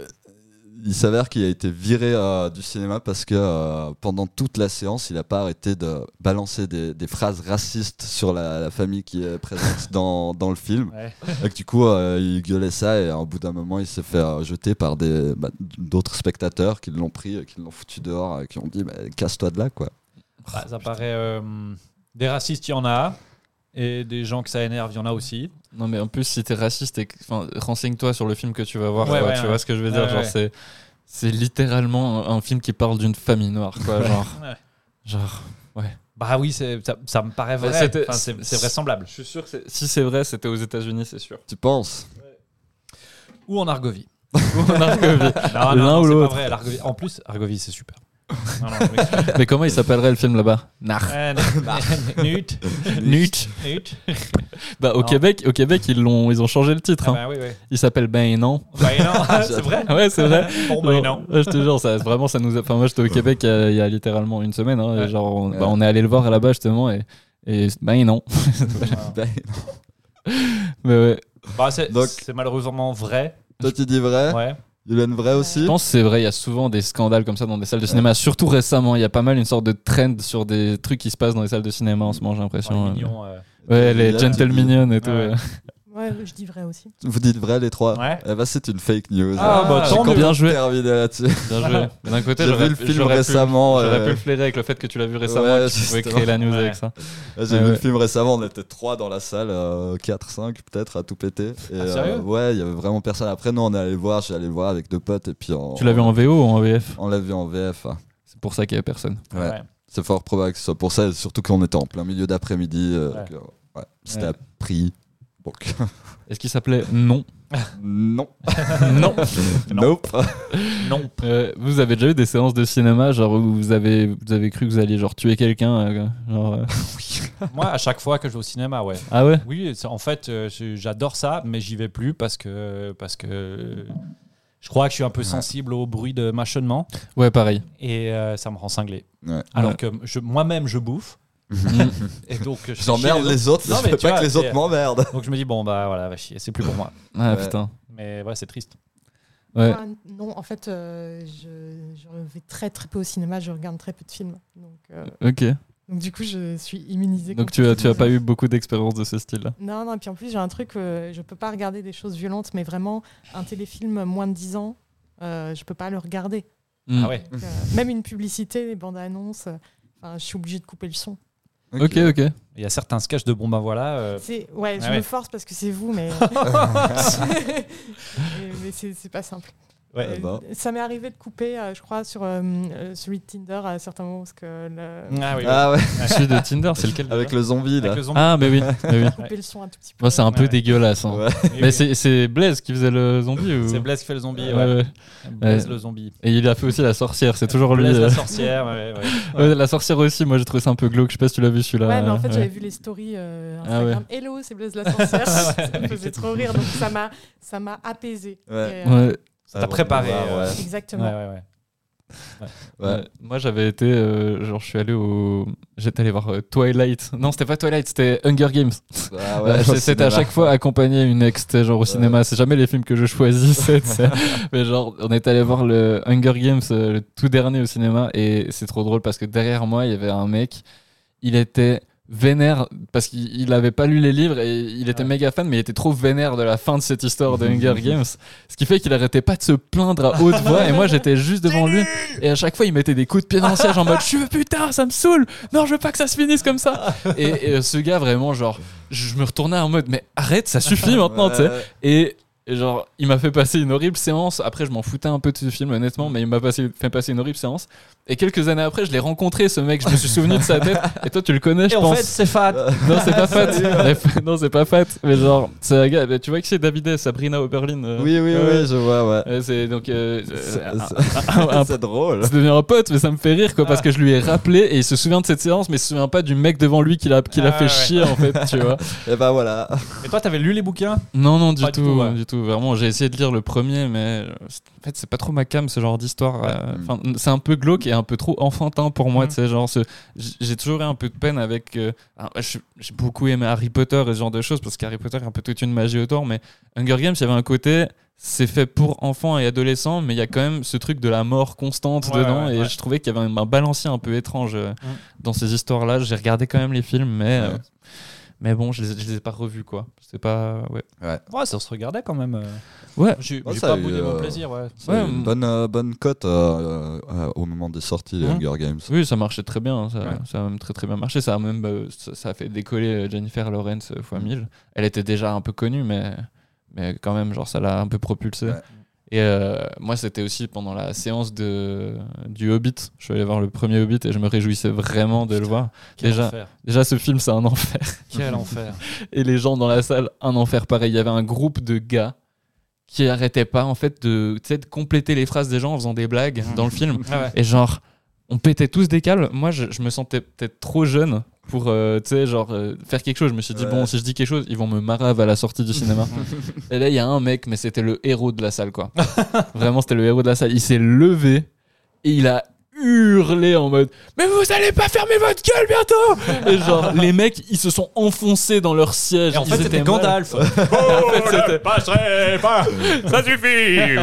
il s'avère qu'il a été viré euh, du cinéma parce que euh, pendant toute la séance, il n'a pas arrêté de balancer des, des phrases racistes sur la, la famille qui est <laughs> présente dans, dans le film. Ouais. Et que du coup, euh, il gueulait ça et au bout d'un moment, il s'est fait euh, jeter par des- bah, d'autres spectateurs qui l'ont pris, et qui l'ont foutu dehors, et qui ont dit Mais casse-toi de là, quoi. Bah, ça paraît. euh, des racistes, il y en a. Et des gens que ça énerve, il y en a aussi. Non mais en plus si t'es raciste, et que- enfin, renseigne-toi sur le film que tu vas voir. Ouais, quoi, ouais, tu ouais. vois ce que je veux dire Ouais, Genre ouais. c'est c'est littéralement un un film qui parle d'une famille noire quoi. Genre Ouais. genre. Bah oui, c'est- ça, ça me paraît Ouais, vrai. c'était- Enfin, c'est c'est vraisemblable. Je suis sûr que si c'est vrai c'était aux États-Unis c'est sûr. Tu penses <laughs> Ou en Argovie. Ou en Argovie. <laughs> Non, non, L'un non, ou c'est pas l'autre. vrai, l'Argovie- En plus, Argovie, c'est super. Non, non, je <laughs> m'excuse. <laughs> mais comment il s'appellerait le film là-bas Nar. Euh, non. <laughs> Nut. Nut. Nut. Bah au Non. Québec au Québec ils l'ont ils ont changé le titre. Ah hein. bah oui, oui. Il s'appelle Ben non. <laughs> Bah et non, <laughs> c'est vrai. Ouais c'est vrai. Bon, bah et Genre, <laughs> non. ouais, je te jure, ça, vraiment, ça nous a... Enfin, moi, j'étais au Québec euh, il y a littéralement une semaine. hein, et Ouais. Genre, on, bah, Ouais. on est allé le voir là-bas, justement, et, et ben non. Ben, Mais ouais, Bah, c'est Donc- c'est malheureusement vrai. Toi, tu dis vrai Hein Ouais. Yulen, vrai Je aussi pense que c'est vrai, il y a souvent des scandales comme ça dans des salles de cinéma, surtout récemment. Il y a pas mal une sorte de trend sur des trucs qui se passent dans les salles de cinéma en ce moment, j'ai l'impression. Enfin, euh. mignon, euh. Ouais, les Yulen, gentle tu dis- mignonnes et tout. Ouais. euh. Ouais, je dis vrai aussi. Vous dites vrai, les trois Ouais. Eh ben, c'est une fake news. Ah, bah, J'ai tant compris mieux. Bien joué. terminer là-dessus. Bien <laughs> joué. Mais d'un côté, J'ai vu j'aurais le film j'aurais pu- récemment. J'aurais euh, pu le flairer avec le fait que tu l'as vu récemment Ouais, et que tu pouvais justement. créer la news Ouais. avec ça. J'ai Ouais, vu ouais. le film récemment, on était trois dans la salle, 4-5 peut-être, à tout péter. Et, euh, Ah, sérieux Ouais, il y avait vraiment personne. Après, nous, on est allé le voir, j'ai allé le voir avec deux potes et puis on, Tu l'as vu en VO ou en VF on l'a vu en VF. hein. C'est pour ça qu'il y avait personne. Ouais. Ouais. C'est fort probable que ce soit pour ça, surtout qu'on était en plein milieu d'après-midi. euh, Ouais. que, ouais, C'était Ouais. appris. Donc, Est-ce qu'il s'appelait Non non. Non Nope. Non. Euh, Vous avez déjà eu des séances de cinéma genre où vous avez, vous avez cru que vous alliez genre tuer quelqu'un euh, genre, euh, Moi, à chaque fois que je vais au cinéma, ouais. Ah ouais Oui, c'est- en fait, euh, je- j'adore ça, mais j'y vais plus parce que, parce que je crois que je suis un peu sensible au bruit de mâchonnement <laughs> Ouais, pareil. et euh, ça me rend cinglé. Ouais. Alors Ouais. que je- moi-même, je bouffe. et donc, <laughs> je fais chier J'emmerde autres. les autres, Non, je mais veux tu pas vois, que les c'est- autres m'emmerdent. Donc je me dis, bon, bah voilà, va chier, c'est plus pour moi. Ah Ouais. putain. Mais ouais, c'est triste. Ouais. Ah, non, en fait, euh, je, je vais très très peu au cinéma, je regarde très peu de films. Donc, euh, Ok. donc du coup, je suis immunisée. Donc contre tu as, ces tu as pas choses. eu beaucoup d'expériences de ce style-là. Non, non, et puis en plus, j'ai un truc, euh, je peux pas regarder des choses violentes, mais vraiment, un téléfilm moins de 10 ans, euh, je peux pas le regarder. Mm. Ah ouais. Donc, euh, <laughs> même une publicité, les bandes annonces, euh, enfin, je suis obligée de couper le son. Ok, ok. Il y a certains sketchs de bon, bah voilà. euh, C'est- Ouais, je Ah me ouais. force parce que c'est <laughs> vous, mais. <laughs> mais mais c'est c'est pas simple. Euh, Eh ouais. bah. ben. Ça m'est arrivé de couper, euh, je crois, sur euh, euh, celui de Tinder à certains moments, parce que le- Ah oui, Ah ouais, Celui de Tinder, c'est lequel <laughs> avec le zombie avec là. le zombie. Ah, mais oui. mais oui. couper le son un tout petit peu. Moi, c'est un peu Ouais. dégueulasse. hein. Ouais. Oui, Mais oui. c'est- c'est Blaise qui faisait le zombie ou... C'est Blaise qui fait le zombie. Ouais, ouais. ouais. Blaise Ouais. le zombie. Et il a fait aussi la sorcière, c'est toujours lui. Blaise euh. la sorcière. ouais, <laughs> ouais. Ouais, la sorcière aussi, moi j'ai trouvé ça un peu glauque, je sais pas si tu l'as vu celui-là. Ouais, mais en fait, Ouais. Ah j'avais vu les stories euh, Instagram. Hello, c'est Blaise la <laughs> sorcière. ça me faisait trop rire, donc ça m'a, ça m'a apaisé. euh, Ouais. Ouais. Ça t'a préparé, euh, ouais. Exactement. Ouais, ouais, ouais. Ouais. Ouais. Moi j'avais été, euh, genre je suis allé au. J'étais allé voir euh, Twilight. Non, c'était pas Twilight, c'était Hunger Games. Ah Euh, ouais, c'est- au c'était cinéma. à chaque fois accompagné une ex, c'était genre au cinéma. C'est jamais les films que <laughs> je choisis. c'est- c'est- Mais genre, on est allé voir le Hunger Games, euh, le tout dernier au cinéma, et c'est trop drôle parce que derrière moi, il y avait un mec. Il était vénère parce qu'il il avait pas lu les livres et il était Ouais. méga fan, mais il était trop vénère de la fin de cette <laughs> histoire de Hunger Games. Ce qui fait qu'il arrêtait pas de se plaindre à haute voix, et moi j'étais juste devant lui. Et à chaque fois, il mettait des coups de pied dans le siège en mode Je veux putain, ça me saoule Non, je veux pas que ça se finisse comme ça Et, et, euh, ce gars, vraiment, genre, je me retournais en mode Mais arrête, ça suffit maintenant, tu sais Ouais. et, et genre, il m'a fait passer une horrible séance. Après, je m'en foutais un peu de ce film, honnêtement, mais il m'a passé- fait passer une horrible séance. Et quelques années après, je l'ai rencontré, ce mec, je me suis souvenu de sa tête. Et toi, tu le connais, je Et en pense. fait, c'est fat. Non, c'est pas fat. Mais- non, c'est pas fat. Mais genre, c'est un gars, tu vois que c'est David, Sabrina Oberlin. euh, Oui, oui, ouais. oui, je vois, ouais. Euh, c'est donc. euh, C'est- euh, <laughs> un- un- C'est c'est drôle. c'est devenu un pote, mais ça me fait rire quoi, parce Ah. que je lui ai rappelé et il se souvient de cette séance, mais il se souvient pas du mec devant lui qui l'a qui l'a Ah, fait ouais. chier en fait, tu vois. Et bah voilà. Euh. Et toi, t'avais lu les bouquins Non, non, du Pas tout, du tout, ouais. du tout. Vraiment, j'ai essayé de lire le premier, mais euh, c'est- en fait, c'est pas trop ma cam ce genre d'histoire. euh, Mm. enfin, c'est un peu glauque et un peu trop enfantin pour moi, Mm. tu sais. Genre, ce- j- j'ai toujours eu un peu de peine avec. euh, ah, je- j'ai beaucoup aimé Harry Potter et ce genre de choses parce qu'Harry Potter est un peu toute une magie autour, mais Hunger Games, il y avait un côté. C'est fait pour enfants et adolescents, mais il y a quand même ce truc de la mort constante Ouais, dedans. ouais, et ouais. Mm. je trouvais qu'il y avait un, un balancier un peu étrange euh, dans ces histoires-là. J'ai regardé quand même les films, mais, Ouais. euh, mais bon, je les, je les ai pas revus, quoi. C'était pas. Ouais. Ouais, ça se regardait quand même. euh. Ouais. J'ai Ouais, j'ai ça pas a eu, boudé mon euh, plaisir, ouais. C'est Ouais, une mm. bonne, euh, bonne cote euh, euh, au moment des sorties de Mhm. Hunger <laughs> Games. Oui, ça marchait très bien. hein, Ça, Ouais. ça a même très très bien marché. Ça a même euh, ça, ça a fait décoller euh, Jennifer Lawrence euh, fois 1000. Elle était déjà un peu connue, mais mais quand même, genre ça l'a un peu propulsée. Ouais. Et euh, moi, c'était aussi pendant la séance de du Hobbit. Je suis allé voir le premier Hobbit et je me réjouissais vraiment de le voir. Quel déjà- enfer. Déjà, ce film, c'est un enfer. <laughs> Quel enfer. Et les gens dans la salle, un enfer pareil. Il y avait un groupe de gars qui arrêtaient pas en fait de, tu sais, de compléter les phrases des gens en faisant des blagues dans le film. Ah ouais. Et genre, on pétait tous des câbles. Moi, je, je me sentais peut-être trop jeune pour, euh, tu sais, genre, euh, faire quelque chose. Je me suis dit, Ouais. bon, si je dis quelque chose, ils vont me marave à la sortie du <laughs> cinéma. et là, il y a un mec, mais c'était le héros de la salle, quoi. Vraiment, c'était le héros de la salle. Il s'est levé et il a hurlé en mode mais vous allez pas fermer votre gueule bientôt et genre les mecs ils se sont enfoncés dans leur siège Et en Ils fait, c'était étaient mal. Gandalf. en fait, c'était- passerai pas Ça suffit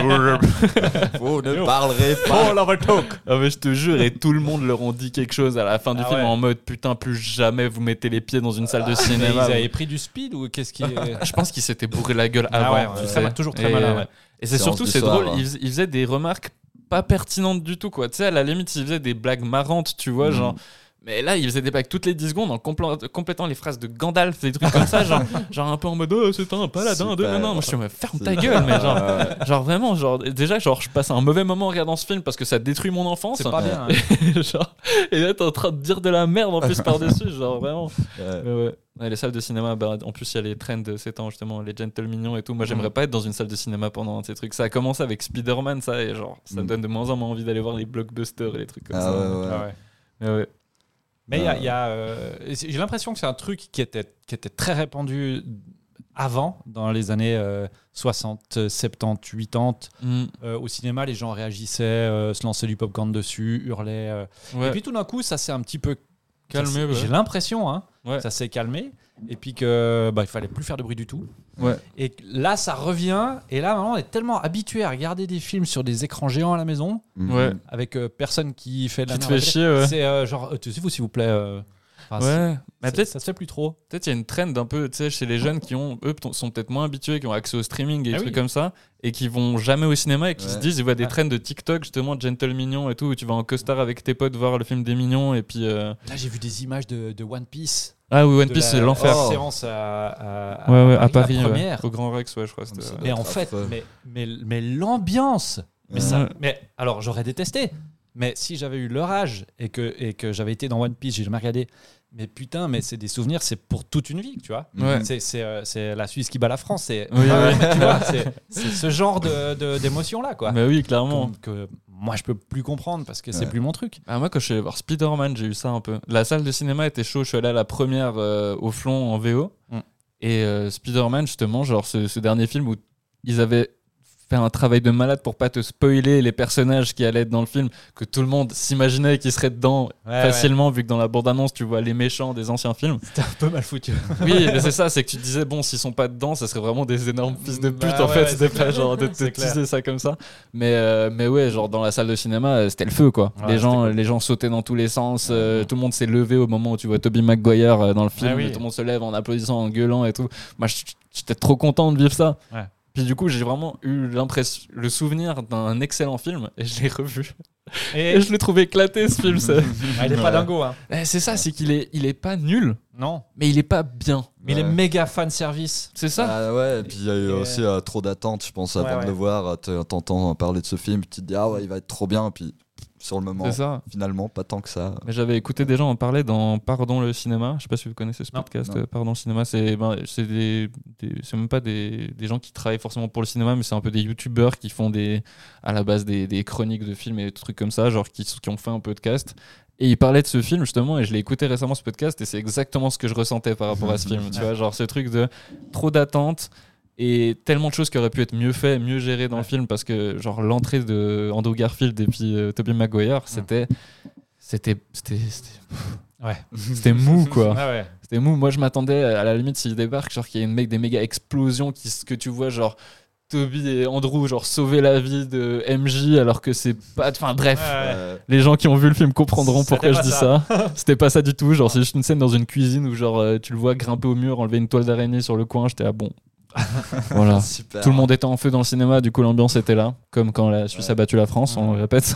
Vous ne parlerez Oh la retoque Ah mais je te jure, et tout le monde leur ont dit quelque chose à la fin du Ah film ouais. Ah. en mode putain, plus jamais vous mettez les pieds dans une salle de Mais ils cinéma. avaient pris du speed ou <laughs> qu'est-ce qui. Ah, Je pense qu'ils s'étaient bourré la gueule Ah avant. ouais, ouais, tu ça sais. m'a toujours très et, malin, ouais. Et c'est Séance surtout, du c'est soir, drôle, hein. ils, fais- ils faisaient des remarques pas pertinentes du tout, quoi. Tu sais, à la limite, ils faisaient des blagues marrantes, tu vois, Mhm. genre. Mais là, il faisait des blagues toutes les 10 secondes en compla- complétant les phrases de Gandalf, des trucs comme ça, <laughs> genre, genre un peu en mode oh, c'est un paladin de. Super. Non, non, moi je suis en mode, ferme ta gueule, mais <laughs> genre, genre vraiment, genre, déjà, genre, je passe un mauvais moment en regardant ce film parce que ça détruit mon enfance. C'est pas bien. hein. <laughs> Genre, et là, t'es en train de dire de la merde en plus <laughs> par-dessus, genre vraiment. Ouais. Mais ouais. Ouais, les salles de cinéma, bah, en plus, il y a les trends de ces temps, justement, les gentle mignons et tout. Moi, Mm. j'aimerais pas être dans une salle de cinéma pendant un de ces trucs. Ça a commencé avec Spider-Man, ça, et genre, ça me Mm. donne de moins en moins envie d'aller voir les blockbusters et les trucs comme Ah ça. ouais, Ah ouais. Ah ouais. Mais ouais. Mais il y a- il y a, euh, et c'est- j'ai l'impression que c'est un truc qui était, qui était très répandu avant, dans les années euh, 60, 70, 80. Mm. Euh, au cinéma, les gens réagissaient, euh, se lançaient du popcorn dessus, hurlaient. euh. Ouais. Et puis tout d'un coup, ça s'est un petit peu ça Calmé, s'est- ouais. J'ai l'impression, hein, Ouais. ça s'est calmé. Et puis que bah, il fallait plus faire de bruit du tout. Ouais. Et que là, ça revient. Et là, maintenant, on est tellement habitué à regarder des films sur des écrans géants à la maison, Mhm. Ouais. avec euh, personne qui fait de la Qui te merde. fait chier, ouais. C'est euh, genre, euh, taisez-vous s'il vous plaît. euh. Enfin, c'est- Ouais. Mais ça- peut-être ça se fait plus trop. Peut-être il y a une trend un peu, tu sais, chez les jeunes qui ont, eux, p- sont peut-être moins habitués, qui ont accès au streaming et des Ah trucs oui. comme ça, et qui vont jamais au cinéma et qui Ouais. se disent, ils voient des Ah. trends de TikTok, justement, Gentle Mignon et tout, où tu vas en costard avec tes potes voir le film des mignons, et puis. euh, Là, j'ai vu des images de, de One Piece. Ah oui, One de Piece, la- c'est l'enfer. la séance à, à- à Ouais, ouais, à Paris, Paris, la ouais. première. au Grand Rex, ouais, je crois. c'était- Ça doit Et être en fait, affreux. mais, mais, mais l'ambiance. Mais, Ouais. Euh. ça, mais alors, j'aurais détesté. Mais si j'avais eu leur âge et que, et que j'avais été dans One Piece, j'ai jamais regardé. Mais putain, mais c'est des souvenirs, c'est pour toute une vie, tu vois. Ouais. C'est- C'est euh, c'est la Suisse qui bat la France. C'est Oui, oui. <laughs> tu vois, c'est- c'est ce genre d'émotion de, d'émotion-là, quoi. Bah oui, clairement. Que, que moi, je peux plus comprendre parce que c'est Ouais. plus mon truc. Ah, moi, quand je suis allé voir Spider-Man, j'ai eu ça un peu. La salle de cinéma était chaud. Je suis allé à la première euh, au flon en VO. Mm. Et euh, Spider-Man, justement, genre ce, ce dernier film où ils avaient fait un travail de malade pour pas te spoiler les personnages qui allaient être dans le film, que tout le monde s'imaginait qu'ils seraient dedans Ah Ouais, facilement, vu que dans la bande-annonce, tu vois les méchants des anciens films. ouais. C'était un peu mal foutu. Oui, mais c'est ça, c'est que tu te disais, bon, s'ils sont pas dedans, ça serait vraiment des énormes fils de pute, Bah en ouais, fait. ouais, C'était c'est pas genre de te <laughs> C'est clair. teaser ça comme ça. Mais, euh, mais ouais, genre dans la salle de cinéma, euh, c'était le feu, quoi. Ouais, les, gens, c'était les gens sautaient dans tous les sens. euh, tout le monde s'est levé au moment où tu vois Toby Maguire euh, dans le film. Ah oui. Tout le monde se lève en applaudissant, en gueulant et tout. Moi, j- j'étais trop content de vivre ça. Ouais. Puis du coup, j'ai vraiment eu l'impression, le souvenir d'un excellent film et je l'ai revu. Et, Et <laughs> je l'ai trouvé éclaté ce <laughs> film. ça. Ah, il est pas Ouais. dingo, hein. Eh, C'est ça, c'est qu'il est, il est pas nul, Non. mais il est pas bien. Mais il est Ouais. méga fan service. C'est ça. Ah ouais, et puis il y a eu Et- aussi euh, trop d'attentes, je pense, avant Ouais, ouais. de le voir. T- T'entends parler de ce film, tu te dis, ah ouais, il va être trop bien, et puis sur le moment, c'est ça. finalement, pas tant que ça. Mais j'avais écouté des gens en parler dans Pardon le cinéma. Je sais pas si vous connaissez ce Non. podcast. Non. euh, Pardon le cinéma, c'est ben, c'est des, des- c'est même pas des, des gens qui travaillent forcément pour le cinéma, mais c'est un peu des youtubeurs qui font des à la base des, des chroniques de films et des trucs comme ça, genre qui, qui ont fait un podcast. Et ils parlaient de ce film justement, et je l'ai écouté récemment ce podcast, et c'est exactement ce que je ressentais par rapport à <laughs> ce film. Tu vois, genre ce truc de trop d'attentes et tellement de choses qui auraient pu être mieux faites, mieux gérées dans le film, parce que genre l'entrée de Andrew Garfield et puis euh, Tobey Maguire, c'était c'était c'était c'était Ouais. c'était mou quoi Ah <laughs> ouais. c'était mou moi je m'attendais à la limite s'il débarque genre qu'il y ait une mec des méga explosions qui que tu vois genre Toby et Andrew genre sauver la vie de MJ alors que c'est pas enfin bref Ouais. Euh, les gens qui ont vu le film comprendront C'était pourquoi je pas dis ça. <laughs> C'était pas ça du tout. Genre, c'est juste une scène dans une cuisine où, genre, euh, tu le vois grimper au mur, enlever une toile d'araignée sur le coin. J'étais ah bon. voilà. Super. Ah. Tout le monde était en feu dans le cinéma, du coup, l'ambiance était là. Comme quand la Suisse a battu la France, on le répète.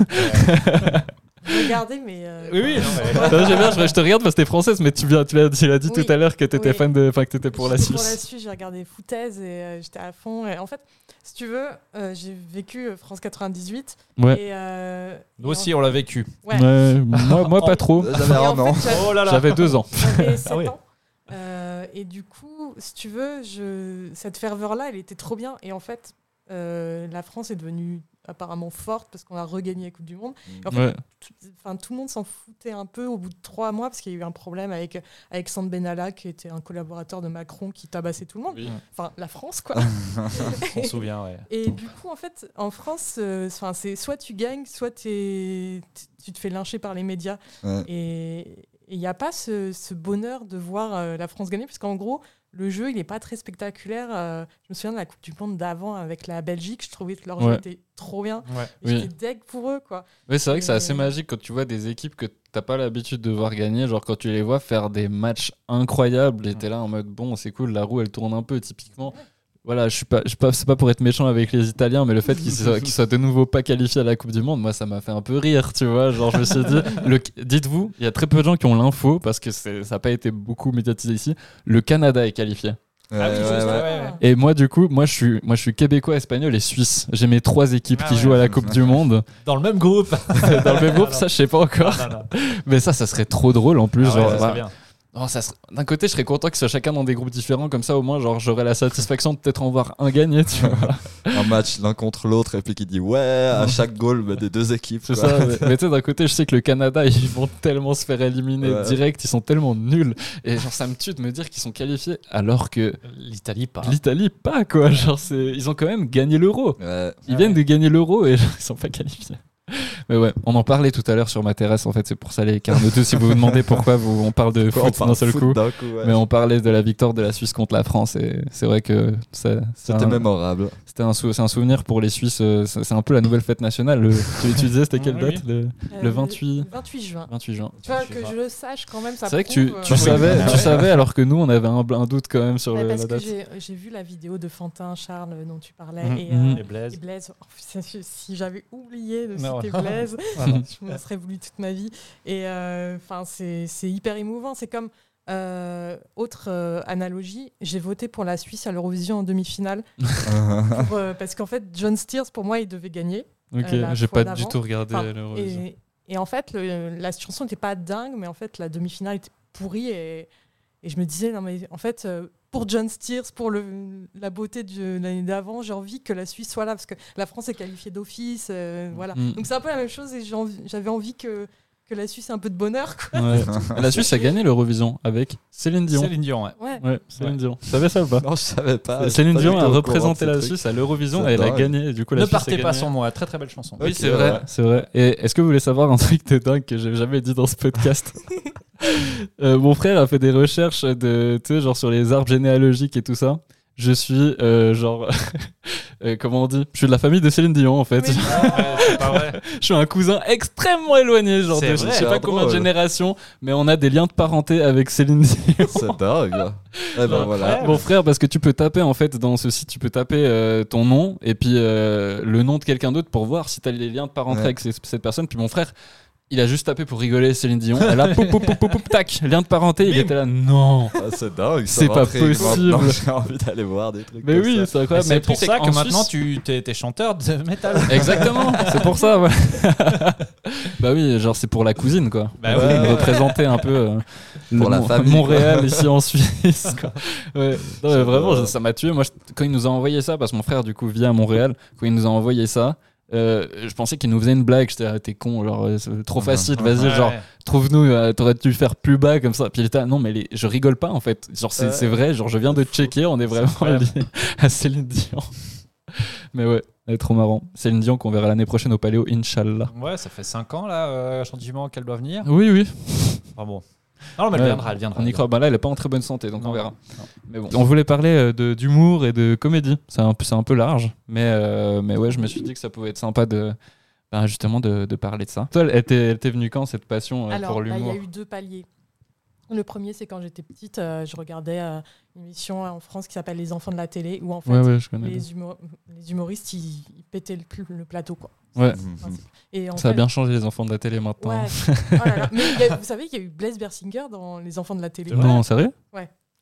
Regardez, mais. euh, Oui, oui, non, mais- Non, j'aime bien, je, je te regarde parce que t'es française, mais tu, viens- tu l'as tu l'as dit Oui. tout à l'heure que t'étais Oui. fan de. Enfin, que t'étais pour la J'étais Suisse. Pour la Suisse, j'ai regardé Foutaise et euh, j'étais à fond. Et en fait, si tu veux, euh, j'ai vécu euh, France 98. Ouais. Et, euh, <laughs> Nous et aussi, on l'a vécu. en- ouais. Ouais, moi, moi, pas trop. J'avais Et un en an. fait, j'avais- là J'avais deux ans. <laughs> j'avais Ah 7 oui. ans. Euh, et du coup, si tu veux, je... cette ferveur-là, elle était trop bien. Et en fait, euh, la France est devenue apparemment forte parce qu'on a regagné la Coupe du Monde. Et en fait, Ouais. tout, enfin, tout le monde s'en foutait un peu au bout de trois mois parce qu'il y a eu un problème avec Alexandre Benalla, qui était un collaborateur de Macron qui tabassait tout le monde. Oui. Enfin, la France, quoi. On se souvient, ouais. Et du coup, en fait, en France, euh, 'fin, c'est soit tu gagnes, soit t'es- t- tu te fais lyncher par les médias. Ouais. Et il n'y a pas ce, ce bonheur de voir euh, la France gagner, parce qu'en gros, le jeu, il n'est pas très spectaculaire. Euh, je me souviens de la Coupe du Monde d'avant avec la Belgique, je trouvais que leur jeu Ouais. était trop bien. Ouais. Et Oui. J'étais deg pour eux, quoi. Oui, c'est vrai que c'est assez Euh, magique quand tu vois des équipes que t'as pas l'habitude de voir gagner. Genre, quand tu les vois faire des matchs incroyables, et t'es là en mode bon, c'est cool, la roue elle tourne un peu. Typiquement, voilà, je suis pas, je suis pas- c'est pas pour être méchant avec les Italiens, mais le fait qu'ils soient, qu'ils soient de nouveau pas qualifiés à la Coupe du Monde, moi, ça m'a fait un peu rire, tu vois. Genre, je me suis dit, le- dites-vous, il y a très peu de gens qui ont l'info parce que c'est- ça n'a pas été beaucoup médiatisé ici. Le Canada est qualifié. Ah oui, Ouais, c'est ouais, ça, ouais. ouais, ouais. Et moi, du coup, moi, je suis, moi, je suis québécois, espagnol et suisse. J'ai mes trois équipes Ah qui ouais. jouent à la Coupe du Monde. Dans le même groupe. <laughs> Dans le même groupe, ça, je sais pas encore. Non, non. <laughs> Mais ça, ça serait trop drôle en plus. Ah ouais, genre, ça bah, serait bien. non, ça serait- D'un côté, je serais content que ce soit chacun dans des groupes différents. Comme ça, au moins, genre, j'aurais la satisfaction de peut-être en voir un gagner, tu vois. <laughs> Un match l'un contre l'autre et puis qui dit ouais à chaque goal mais des deux équipes. C'est quoi. ça. Mais, mais tu sais, d'un côté, je sais que le Canada, ils vont tellement se faire éliminer Ouais. direct. Ils sont tellement nuls. Et genre, ça me tue de me dire qu'ils sont qualifiés alors que L'Italie, pas. l'Italie, pas quoi. Genre, c'est- ils ont quand même gagné l'euro. Ah Ouais. Ils viennent de gagner l'euro et <laughs> genre, ils sont pas qualifiés. Mais ouais, on en parlait tout à l'heure sur ma terrasse, en fait, c'est pour ça les carnes deux. si vous vous demandez pourquoi vous- on parle de On foot parle d'un seul foot coup. d'un coup, ouais. Mais on parlait de la victoire de la Suisse contre la France et c'est vrai que ça- c'est C'était un, mémorable. c'était un sou- c'est un souvenir pour les Suisses. euh, C'est c'est un peu la nouvelle fête nationale. Le- tu, tu disais, Ah c'était quelle Oui, date le, Euh, le 28, 28 juin. 28 juin. Tu vois, Je que sais pas. je le sache quand même, ça C'est vrai que tu, prouve, tu euh, savais, Ah tu ouais. savais alors que nous on avait un, un doute quand même sur Ouais, le- parce la que date. j'ai j'ai vu la vidéo de Fantin, Charles, euh, dont tu parlais, Hum, Mhm. et, Mhm. euh, Les <laughs> et Blaise. Blaise. Oh, putain, si- si j'avais oublié de Non, citer voilà. <laughs> Blaise, Voilà. je m'en serais voulu toute ma vie. Et euh, enfin, c'est c'est hyper émouvant. C'est comme, euh, autre euh, analogie, j'ai voté pour la Suisse à l'Eurovision <laughs> en demi-finale, pour, euh, parce qu'en fait, John Steers, pour moi, il devait gagner. Ok, euh, la j'ai fois pas du d'avant. tout regardé Enfin, l'Eurovision. et, et en fait, le- la chanson n'était pas dingue, mais en fait, la demi-finale était pourrie. Et, et je me disais, non, mais en fait, euh, pour John Steers, pour le, la beauté de l'année d'avant, j'ai envie que la Suisse soit là, parce que la France est qualifiée d'office. euh, voilà. Mm. Donc c'est un peu la même chose, et j'ai envie- j'avais envie que, que la Suisse ait un peu de bonheur. Quoi. <laughs> Ouais. La Suisse a gagné l'Eurovision avec Céline Dion. Céline Dion, ouais. Ouais. Ouais, Céline Ouais. Dion. Tu savais ça ou pas Non, je savais pas. Céline Ah, Pas du Dion tout a au courant représenté de ce la truc. Suisse à l'Eurovision C'est et elle a dingue. gagné. Et du coup, la Ne Suisse a partez pas gagné. sans moi, très très belle chanson. euh, Oui, Ok, c'est vrai, ouais. c'est vrai. Et est-ce que vous voulez savoir un truc de dingue que j'ai jamais dit dans ce <laughs> podcast Euh, Mon frère a fait des recherches de, tu sais, genre sur les arbres généalogiques et tout ça. Je suis euh, genre, <laughs> euh, comment on dit Je suis de la famille de Céline Dion en fait. Mais- Ah, Ouais, c'est pas <laughs> vrai. Je suis un cousin extrêmement éloigné, genre C'est de, vrai, je sais pas c'est combien de drôle. générations, mais on a des liens de parenté avec Céline Dion. C'est dingue. Eh ben voilà. Mon frère, parce que tu peux taper en fait dans ce site, tu peux taper euh, ton nom et puis euh, le nom de quelqu'un d'autre pour voir si t'as les liens de parenté Ouais. avec ces- cette personne. Puis mon frère, il a juste tapé pour rigoler Céline Dion. Elle a poup, poup, poup, poup, poup, tac, lien de parenté. Il Bim. était là, non. Ah, c'est dingue. ça C'est pas m'intrigue possible. maintenant. <laughs> J'ai envie d'aller voir des trucs. Mais comme oui, ça. c'est Mais incroyable. Mais c'est le pire, pour ça qu'en que maintenant Suisse- tu t'es t'es chanteur de métal. <laughs> Exactement, c'est pour ça. voilà. <laughs> bah oui, genre c'est pour la cousine quoi. Bah ouais, ouais. Représenter un peu euh, Pour le la Mon- famille, Montréal ici en Suisse. quoi. Ouais. Non, mais C'est vraiment, vrai. ça- ça m'a tué. Moi, je- quand il nous a envoyé ça, parce que mon frère du coup vit à Montréal, quand il nous a envoyé ça. euh, je pensais qu'il nous faisait une blague, j'étais ah, t'es con, genre euh, c'est trop facile, vas-y, Ouais, genre ouais. trouve-nous, euh, t'aurais dû faire plus bas comme ça. Puis il était ah, non, mais les- je rigole pas en fait, genre c'est Ouais. c'est vrai, genre je viens de checker, on est vraiment incroyable. lié à Céline Dion. <laughs> mais ouais, elle est trop marrant. Céline Dion qu'on verra l'année prochaine au Paléo, Inch'Allah. Ouais, ça fait 5 ans là, euh, gentiment qu'elle doit venir. Oui, oui, Enfin bon. Non, mais elle Ouais. viendra, elle viendra. on y croit. Bah là, elle est pas en très bonne santé, donc Non, on verra. non. Mais bon. On voulait parler euh, de- d'humour et de comédie. C'est un, peu- c'est un peu large, mais, euh, mais ouais, je me suis dit que ça pouvait être sympa de ben, justement de, de parler de ça. Toi, elle t'est elle t'est venue quand cette passion euh, Alors, pour bah, il y l'humour a eu deux paliers. Le premier, c'est quand j'étais petite, euh, je regardais euh, une émission en France qui s'appelle Les Enfants de la télé, où en fait, Ouais, ouais, je connais. les, humo- les humoristes, ils, ils pétaient le, pl- le plateau. Quoi. Ouais. Mhm. Et en Ça a fait- bien changé les enfants de la télé maintenant. Ouais. Oh là <laughs> là. Mais il y a- vous savez qu'il y a eu Blaise Bersinger dans Les Enfants de la télé. Non, sérieux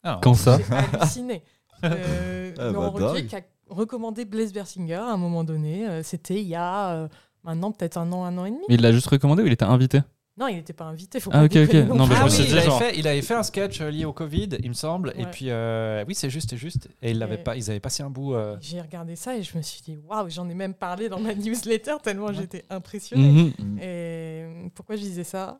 Ah, Quand ça J'ai <laughs> halluciné. Euh, Ah, Laurent bah, Ruquier dingue. qui a recommandé Blaise Bersinger à un moment donné. euh, C'était il y a euh, maintenant peut-être un an, un an et demi. Mais il l'a juste recommandé ou il était invité Non, il n'était pas invité. Faut Ah, pas ok, déconner ok. non Non, mais plus. je Ah me oui, suis dit, il avait, genre- fait, il avait fait un sketch euh, lié au Covid, il me semble. Et Ouais. puis, euh, oui, c'est juste, c'est juste. Et il l'avait Et- pas, ils avaient passé un bout. euh, J'ai regardé ça et je me suis dit, waouh, j'en ai même parlé dans ma <laughs> newsletter tellement j'étais impressionnée. Mhm. Et euh, pourquoi je disais ça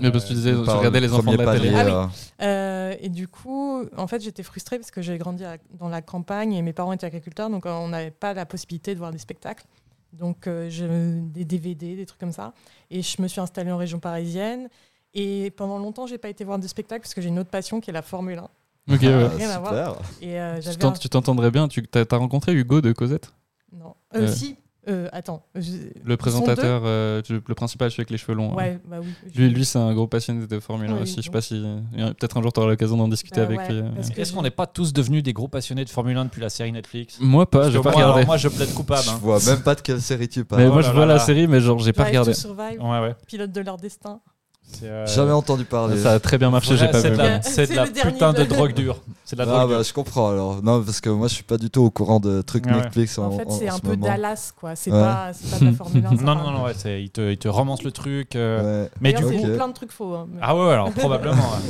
Mais parce que tu disais, tu Par regardais le les enfants de premier la télé. palier, Ah oui. euh, Euh, et du coup, en fait, j'étais frustrée parce que j'ai grandi à- dans la campagne et mes parents étaient agriculteurs, donc euh, on n'avait pas la possibilité de voir des spectacles. Donc, euh, je- des DVD, des trucs comme ça. Et je me suis installée en région parisienne. Et pendant longtemps, j'ai pas été voir de spectacle parce que j'ai une autre passion qui est la Formule 1. Ok, ouais. ah, Rien à voir. super. Et euh, Tu j'avais. t'ent- un- tu t'entendrais bien, tu t'as t'as rencontré Hugo de Cosette Non. Euh, Euh. Si, Euh, attends. je- Le présentateur, euh, tu- le principal, celui avec les cheveux longs. hein. Ouais, bah oui. je- Lui, lui c'est un gros passionné de Formule 1 Oui, aussi. Je sais donc. pas si. Peut-être un jour, tu auras l'occasion d'en discuter Bah avec ouais, lui. euh. parce que- Est-ce qu'on n'est pas tous devenus des gros passionnés de Formule 1 depuis la série Netflix Moi, pas, Parce j'ai que pas moi, alors, regardé. moi, je plaide coupable. Je hein. vois même pas de quelle série tu Ah, Mais parles. moi, Oh je là vois la là là. série, mais genre, j'ai pas Drive regardé. to Survive, Ouais, ouais. pilote de leur destin. C'est, euh, Jamais entendu parler. Ça a très bien marché, j'ai Faudrait- pas c'est vu. de la, mais- c'est de C'est la le dernier putain de de- drogue dure. C'est de la drogue Ah dure. bah je comprends alors. Non parce que moi je suis pas du tout au courant de trucs Ouais, ouais. Netflix en, En fait, en- c'est en un ce peu moment. Dallas, quoi. C'est Ouais. pas, c'est pas de la <laughs> Formule 1. ça Non, va. non, non, ouais, c'est- il, te, il te romance le truc. euh, Ouais. Mais du D'ailleurs, coup- c'est Ok. plein de trucs faux. hein, mais- Ah ouais, alors probablement. <laughs>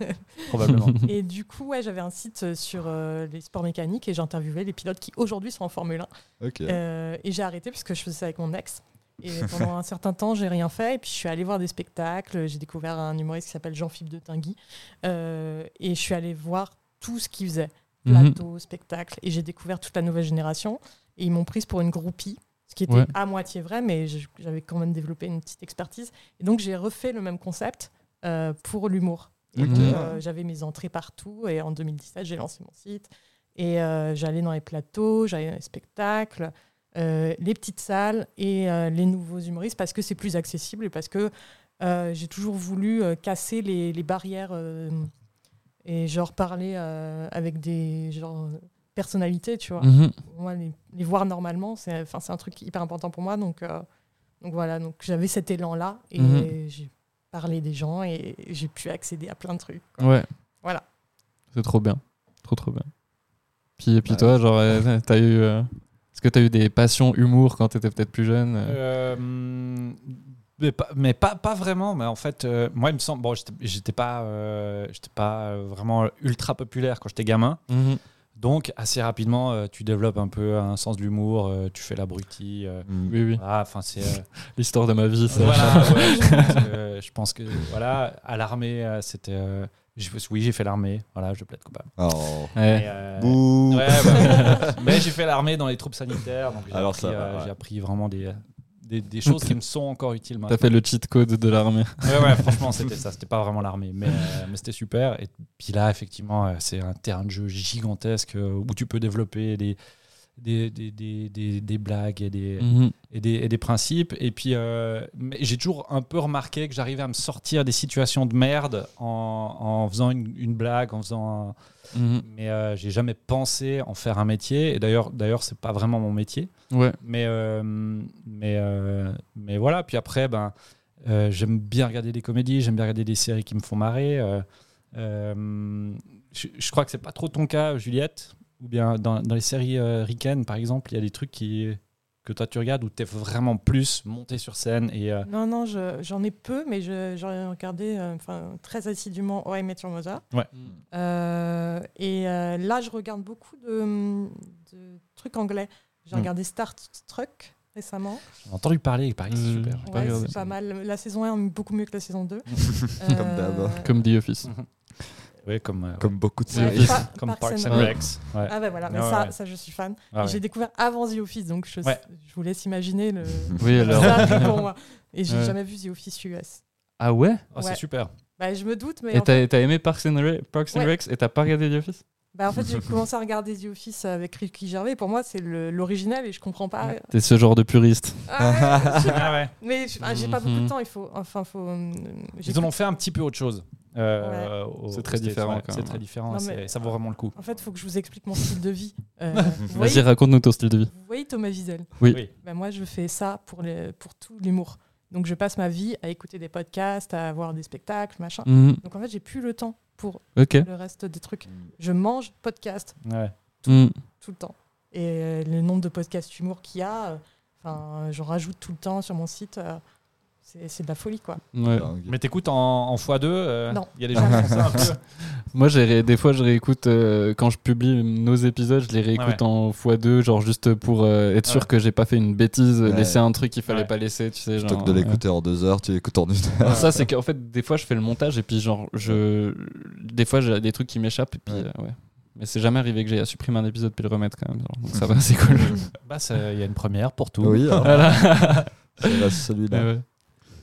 ouais. probablement. Et du coup, ouais, j'avais un site sur euh, les sports mécaniques et j'interviewais les pilotes qui aujourd'hui sont en Formule 1. Ok. Euh, et j'ai arrêté parce que je faisais ça avec mon ex. Et pendant un certain temps, j'ai rien fait. Et puis, je suis allée voir des spectacles. J'ai découvert un humoriste qui s'appelle Jean-Philippe de Tinguy. Euh, et je suis allée voir tout ce qu'il faisait Mhm. plateau, spectacle. Et j'ai découvert toute la nouvelle génération. Et ils m'ont prise pour une groupie, ce qui était Ouais. à moitié vrai, mais je- j'avais quand même développé une petite expertise. Et donc, j'ai refait le même concept euh, pour l'humour. Et Ok. donc, euh, j'avais mes entrées partout. Et en 2017, j'ai lancé mon site. Et euh, j'allais dans les plateaux, j'allais dans les spectacles, euh, les petites salles et euh, les nouveaux humoristes parce que c'est plus accessible et parce que euh, j'ai toujours voulu euh, casser les, les barrières euh, et genre parler euh, avec des genre, euh, personnalités, tu vois. Mhm. Moi, les, les voir normalement, c'est enfin, c'est un truc hyper important pour moi. Donc, euh, donc voilà, donc j'avais cet élan-là et Mhm. j'ai parlé des gens et j'ai pu accéder à plein de trucs. Ouais. Voilà. C'est trop bien. Trop, trop bien. Puis, et puis toi, genre, euh, t'as eu. euh, Est-ce que t'as eu des passions humour quand t'étais peut-être plus jeune euh Euh, mais pas, mais pas, pas vraiment. Mais en fait, euh, moi, il me semble. Bon, j'étais- j'étais pas, euh, j'étais pas euh, vraiment ultra populaire quand j'étais gamin. Euh, mm-hmm. Mhm. Donc, assez rapidement, euh, tu développes un peu un sens de l'humour. euh, tu fais l'abruti. euh, Mm. Oui, oui. voilà, enfin, c'est. euh, L'histoire de ma vie, ça. voilà, ouais, je, pense <laughs> que, je pense que, voilà, à l'armée, euh, c'était. euh, j'ai- oui, j'ai fait l'armée. Voilà, je plaide coupable. Oh. Ouais. Mais, euh, Bouh. Ouais, <laughs> bah, mais j'ai fait l'armée dans les troupes sanitaires, donc j'ai Alors appris, ça va, euh, ouais. j'ai appris vraiment des, des, des choses qui me sont encore utiles maintenant. T'as fait le cheat code de l'armée. Ouais, ouais, franchement, c'était ça, c'était pas vraiment l'armée, mais, euh, mais c'était super. Et puis là, effectivement, euh, c'est un terrain de jeu gigantesque euh, où tu peux développer des, des, des, des, des- des blagues et des, Mhm. et des, et des principes. Et puis, euh, mais j'ai toujours un peu remarqué que j'arrivais à me sortir des situations de merde en, en faisant une, une blague, en faisant un, Mhm. mais euh, j'ai jamais pensé en faire un métier. Et d'ailleurs, d'ailleurs, c'est pas vraiment mon métier. Ouais. Mais, euh, mais, euh, mais voilà. Puis après, ben, euh, j'aime bien regarder des comédies, j'aime bien regarder des séries qui me font marrer. euh, euh, je, je crois que c'est pas trop ton cas, Juliette. Ou bien dans, dans les séries euh, Riken, par exemple, il y a des trucs qui que toi tu regardes où t'es vraiment plus monté sur scène et euh, Non, non, je- j'en ai peu, mais je- j'en ai regardé euh, enfin, très assidûment How I Met Your Mother. Ouais. Euh, et euh, là, je regarde beaucoup de, de trucs anglais. J'ai Hmm. Mm. regardé Star Trek récemment. j'ai entendu parler, il paraît que c'est Euh, super. J'ai pas Mmh. Ouais, regardé. c'est pas mal. La saison 1 est beaucoup mieux que la saison Euh, 2. <laughs> Comme d'hab. Comme The Office. Ouais, comme, euh, Comme beaucoup de Ouais. séries. Pa- comme Parks Parks and and Rec. Rec. Ouais. Ah ouais, voilà, mais Ah ouais, ça, ouais. ça, je suis fan. Ah Et ouais. J'ai découvert avant The Office, donc je, Ouais. je vous laisse <laughs> imaginer le. Oui, alors. Ça a pris pour moi. Et j'ai Ouais. jamais vu The Office US. Ah ouais Oh, C'est Ouais. super. Bah, je me doute, mais. Et en fait- t'as t'as aimé Parks and, Re- Parks and Ouais. Recs et t'as pas regardé The Office Bah, en fait, <laughs> j'ai commencé à regarder The Office avec Ricky Gervais. Pour moi, c'est le- l'original et je comprends pas. T'es ce genre de puriste. Ah ouais, je <laughs> sais pas. Ah ouais. Mais je- ah, j'ai pas beaucoup Mhm. de temps. Il faut, enfin, faut. euh, j'ai Ils en ont fait un petit peu autre chose. euh, au- C'est au très States, différent, ouais. quand C'est même. très différent. Non, c'est- mais- Ça vaut vraiment le coup. plus- En fait, il faut que je vous explique mon style de vie. <laughs> Euh, vous, Vas-y, voyez, raconte-nous ton style de vie. vous voyez Thomas Wiesel Oui. Oui. Bah, Moi, je fais ça pour, les, pour tout l'humour. Donc, je passe ma vie à écouter des podcasts, à voir des spectacles, machin. Mm. Mhm. Donc, en fait, j'ai plus le temps pour Ok. le reste des trucs. Je mange podcast Ouais. Mhm. tout le temps. Et euh, le nombre de podcasts humour qu'il y a, euh, enfin, j'en rajoute tout le temps sur mon site. euh, c'est c'est de la folie, quoi. Mm. Ouais. Dingue. Mais t'écoutes en, en x2 euh, Non. Il y a des gens qui font ça un peu. Moi, j'ai ré- des fois, je réécoute euh, quand je publie nos épisodes, je les réécoute Ouais. en x2, genre juste pour euh, être sûr Ouais. que j'ai pas fait une bêtise, Ouais. laisser un truc qu'il fallait Ouais. pas laisser, tu sais. Plutôt genre, euh, que de l'écouter en deux heures, tu l'écoutes en une ouais. heure. <laughs> Alors ça, c'est qu'en fait, des fois, je fais le montage et puis genre, je, des fois, j'ai des trucs qui m'échappent et puis Ouais. euh, ouais. Mais c'est jamais arrivé que j'aie à supprimer un épisode puis le remettre quand même. genre. Donc <laughs> ça va, c'est cool. Bah, ça- il y a une première pour tout. Oui, hein. Voilà. <laughs> c'est là, Ah, celui-là. Ouais, ouais.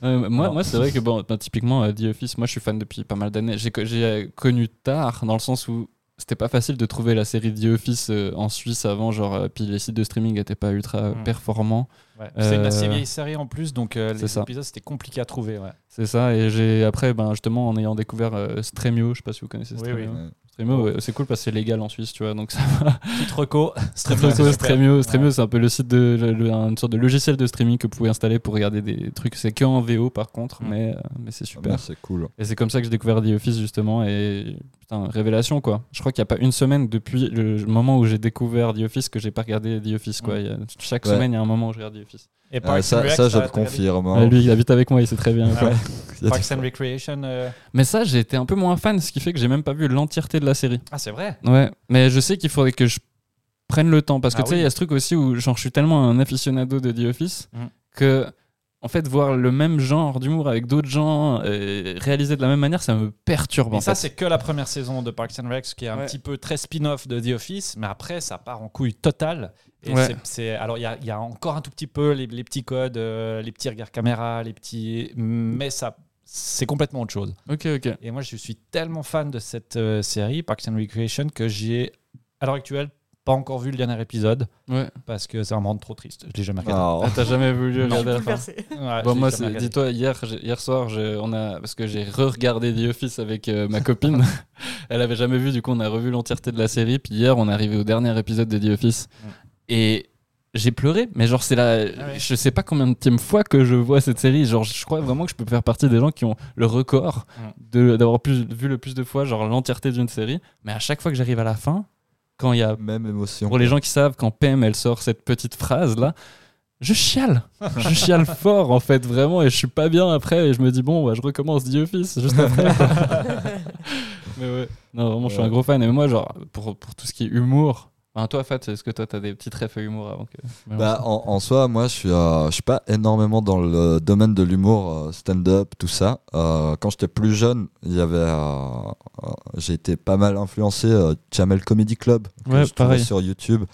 Euh, moi, Alors. moi c'est vrai que bon, bah, typiquement, euh, The Office, moi je suis fan depuis pas mal d'années. J'ai co- j'ai, euh, connu tard, dans le sens où c'était pas facile de trouver la série The Office euh, en Suisse avant, genre, euh, puis les sites de streaming n'étaient pas ultra euh, Hmm. performants. Ouais. C'est une assez Euh, vieille série en plus, donc euh, c'est les ça. épisodes c'était compliqué à trouver. Ouais. C'est ça, et j'ai après, ben, justement, en ayant découvert euh, Stremio, je sais pas si vous connaissez Oui, Stremio. oui. Ouais. Stremio, ouais, c'est cool parce que c'est légal en Suisse, tu vois, donc ça <laughs> Petite reco, Stremio, c'est super. Stremio, Ouais. Stremio, c'est un peu le site de le- le- une sorte de logiciel de streaming que vous pouvez installer pour regarder des trucs. C'est que en VO par contre, Mm. mais, euh, mais c'est Ah, super. mais C'est cool. Et c'est comme ça que j'ai découvert The Office justement. Et putain, révélation quoi. Je crois qu'il n'y a pas une semaine depuis le moment où j'ai découvert The Office que j'ai pas regardé The Office quoi. Mm. Il y a- chaque Ouais. semaine, il y a un moment où je regarde The Office. Et Ah, Parks and ça, Rec, ça, je t'as- le t'as regardé confirme. hein. Ah, lui, il habite avec moi, il sait très bien. Ah quoi. ouais. Il y a des- Parks and Recreation. euh, Mais ça, j'ai été un peu moins fan, ce qui fait que j'ai même pas vu l'entièreté de la série. Ah, c'est vrai. Ouais, mais je sais qu'il faudrait que je prenne le temps parce que Ah tu sais, il y a ce truc aussi où genre, je suis tellement un aficionado de The Office Mm. que en fait, voir le même genre d'humour avec d'autres gens euh, réalisé de la même manière, ça me perturbe. Mais en ça, fait. c'est que la première saison de Parks and Rec, qui est un Ouais. petit peu très spin-off de The Office, mais après, ça part en couille totale. Et Ouais. c'est- c'est- alors, il y a, il y a encore un tout petit peu les, les petits codes, euh, les petits regards caméra, les petits. Mais ça, c'est complètement autre chose. Ok, ok. Et moi, je suis tellement fan de cette euh, série, Parks and Recreation, que j'ai, à l'heure actuelle, pas encore vu le dernier épisode, Ouais. parce que ça me rend trop triste. Je l'ai jamais regardé. Ah, Ah, t'as jamais voulu Je suis regarder la fin. bouleversée. Ouais, Bon, je l'ai moi, jamais c'est- Ah, regardé. dis-toi, hier, j'ai- hier soir, j'ai- on a, parce que j'ai re-regardé The Office avec euh, ma <laughs> copine. Elle avait jamais vu, du coup, on a revu l'entièreté de la série. Puis hier, on est arrivé au dernier épisode de The Office. Mm. Et j'ai pleuré, mais genre, c'est la. Ah ouais. Je sais pas combien de fois que je vois cette série. Genre, je crois vraiment que je peux faire partie des gens qui ont le record de- d'avoir plus- vu le plus de fois, genre, l'entièreté d'une série. Mais à chaque fois que j'arrive à la fin, quand il y a Ah, Même émotion. pour les gens qui savent, quand PM elle sort cette petite phrase là, je chiale. je <laughs> chiale fort en fait, vraiment, et je suis pas bien après. Et je me dis, bon, bah, je recommence The Office juste après. <laughs> mais ouais, non, vraiment, je suis Ouais. un gros fan. Et moi, genre, pour, pour tout ce qui est humour, enfin, toi, Fat, est-ce que toi, t'as des petits traits à humour avant que. Bah, en, en soi, moi, je suis, euh, je suis pas énormément dans le domaine de l'humour, euh, stand-up, tout ça. Euh, quand j'étais plus jeune, il y avait, euh, euh, j'ai été pas mal influencé euh, Jamel Comedy Club que Ouais, je trouvais pareil. sur YouTube.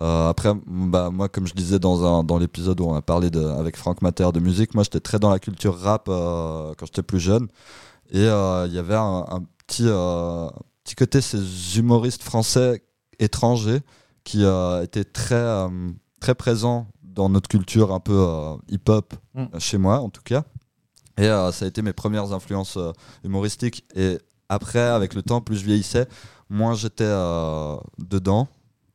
Euh, après, m- bah, moi, comme je disais dans un dans l'épisode où on a parlé de, avec Franck Mater de musique, moi, j'étais très dans la culture rap euh, quand j'étais plus jeune. Et euh, il y avait un, un petit euh, petit côté ces humoristes français étrangers qui euh, étaient très euh, très présent dans notre culture un peu euh, hip-hop, Mm. euh, chez moi en tout cas. Et euh, ça a été mes premières influences euh, humoristiques. Et après, avec le temps, plus je vieillissais, moins j'étais euh, dedans,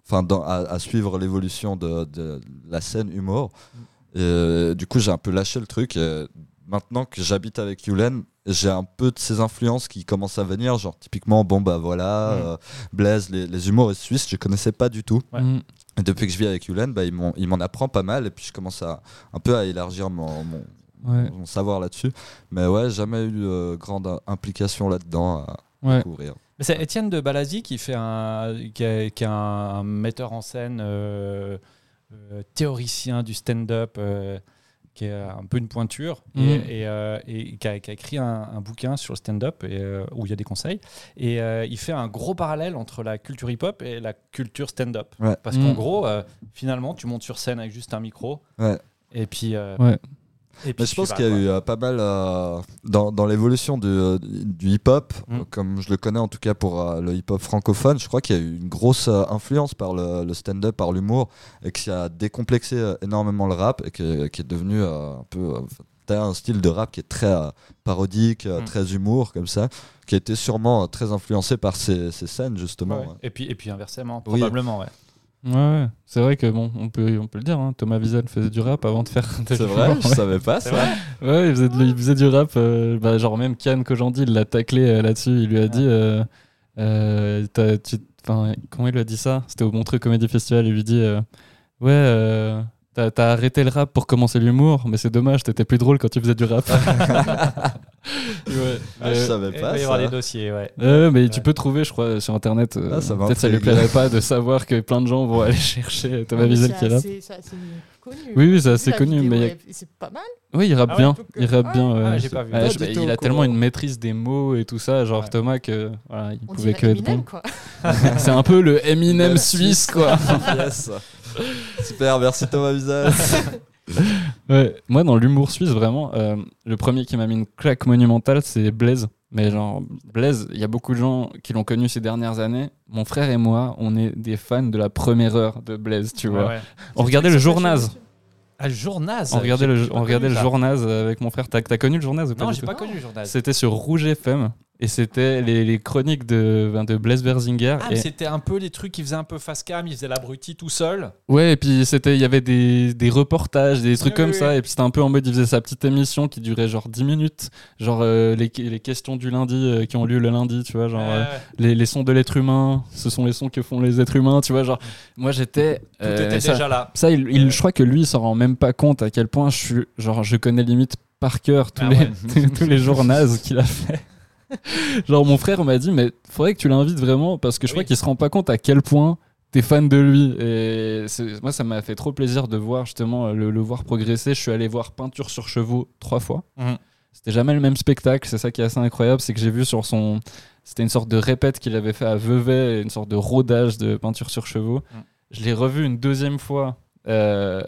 enfin dans- à, à suivre l'évolution de, de la scène humour. Mm. Et, euh, du coup, j'ai un peu lâché le truc. Et maintenant que j'habite avec Yulen, j'ai un peu de ces influences qui commencent à venir, genre typiquement, bon bah voilà, Mm. euh, Blaise, les, les humoristes suisses, je connaissais pas du tout. ouais. Mm. Et depuis que je vis avec Yulen, bah, il m'en il m'en apprend pas mal et puis je commence à, un peu à élargir mon, mon- Ouais. mon savoir là-dessus. Mais ouais, jamais eu euh, grande euh, implication là-dedans à Ouais. couvrir. Mais C'est Étienne de Balazi qui fait un qui est, qui est un metteur en scène euh, euh, théoricien du stand-up euh, qui est un peu une pointure et- Mhm. et, euh, et qui, a, qui a écrit un, un bouquin sur le stand-up et, euh, où il y a des conseils et euh, il fait un gros parallèle entre la culture hip-hop et la culture stand-up Ouais. parce Mhm. qu'en gros euh, finalement tu montes sur scène avec juste un micro Ouais. et puis euh, Ouais. et puis Mais je tu pense vas, qu'il y a quoi. eu euh, pas mal euh, dans, dans l'évolution du, euh, du hip-hop, Mm. euh, comme je le connais en tout cas pour euh, le hip-hop francophone, je crois qu'il y a eu une grosse euh, influence par le, le stand-up, par l'humour, et que ça a décomplexé euh, énormément le rap, et que- qui est devenu euh, un peu... euh, t'as un style de rap qui est très euh, parodique, euh, Mm. très humour, comme ça, qui a été sûrement euh, très influencé par ces, ces scènes, justement. Ouais. ouais. et puis et puis inversement hein. Oui. probablement ouais. Ouais, ouais. C'est vrai que, bon, on peut, on peut le dire, hein, Thomas Wiesel faisait du rap avant de faire. <laughs> de C'est vrai, l'humour, je ouais. savais pas ça. Ouais, il faisait, de- il faisait du rap. euh, bah, genre, même Kian Kojandi, il l'a taclé euh, là-dessus. Il lui a dit. euh, euh, t'as- tu- enfin, comment il lui a dit ça C'était au Montreux Comédie Festival. Il lui dit euh, Ouais, euh, t'as t'as arrêté le rap pour commencer l'humour, mais c'est dommage, t'étais plus drôle quand tu faisais du <laughs> rap. ouais, Ah, je euh, savais il pas va y avoir ça. des dossiers ouais euh, mais tu Ouais. peux trouver, je crois, sur internet. euh, Ah, ça m'a Peut-être ça lui intrigué. plairait pas de savoir que plein de gens vont aller <laughs> chercher euh, Thomas Wiesel qui est Ah, C'est là. assez- c'est assez connu. Oui, oui, c'est J'ai assez vu la connu, vidéo, mais il y a- elle est- c'est pas mal. Oui, il rappe Ah ouais, bien. donc, il rappe ah, bien. ouais. ah, j'ai pas vu Ouais, Pas je- du il tout a au tellement courant. une maîtrise des mots et tout ça, genre Ouais. Thomas que voilà, il On pouvait dirait que être Eminem, bon. quoi. C'est un peu le Eminem Même suisse quoi. <laughs> Yes. Super, merci Thomas <laughs> Wiesel. Ouais. Moi dans l'humour suisse vraiment, euh, le premier qui m'a mis une claque monumentale c'est Blaise. Mais genre, Blaise, il y a beaucoup de gens qui l'ont connu ces dernières années. Mon frère et moi, on est des fans de la première heure de Blaise, tu vois. Ouais, ouais. On regardait le journal. Ah, le journal. On regardait le, on regardait le journal. journal avec mon frère. T'as t'as connu le journal ou pas Non, du j'ai tout pas connu le journal. C'était sur Rouge FM et c'était les, les chroniques de, ben, de Blaise Berzinger. Ah, mais et- c'était un peu les trucs qui faisaient un peu face cam, ils faisaient l'abruti tout seul. ouais, et puis c'était, il y avait des, des reportages, des trucs Oui, comme oui, ça. oui. Et puis c'était un peu en mode, il faisait sa petite émission qui durait genre 10 minutes. Genre euh, les, les questions du lundi euh, qui ont lieu le lundi, tu vois. Genre euh, Ouais, ouais. les, les sons de l'être humain, ce sont les sons que font les êtres humains, tu vois. Genre, moi j'étais. tout euh, était ça- déjà là. Ça, il, Euh, il- je crois que lui, il s'en rend même pas compte à quel point je suis, genre, je connais limite par cœur tous Ah les, ouais. <laughs> tous- tous les jours nazes qu'il a fait. <laughs> genre, mon frère m'a dit, mais faudrait que tu l'invites vraiment parce que je crois Oui. qu'il se rend pas compte à quel point t'es fan de lui. Et c'est- moi, ça m'a fait trop plaisir de voir justement euh, le, le voir progresser. Je suis allé voir Peinture sur chevaux trois fois. Mhm. C'était jamais le même spectacle. C'est ça qui est assez incroyable, c'est que j'ai vu sur son, c'était une sorte de répète qu'il avait fait à Vevey, une sorte de rodage de peinture sur chevaux. Mm. Je l'ai revu une deuxième fois euh,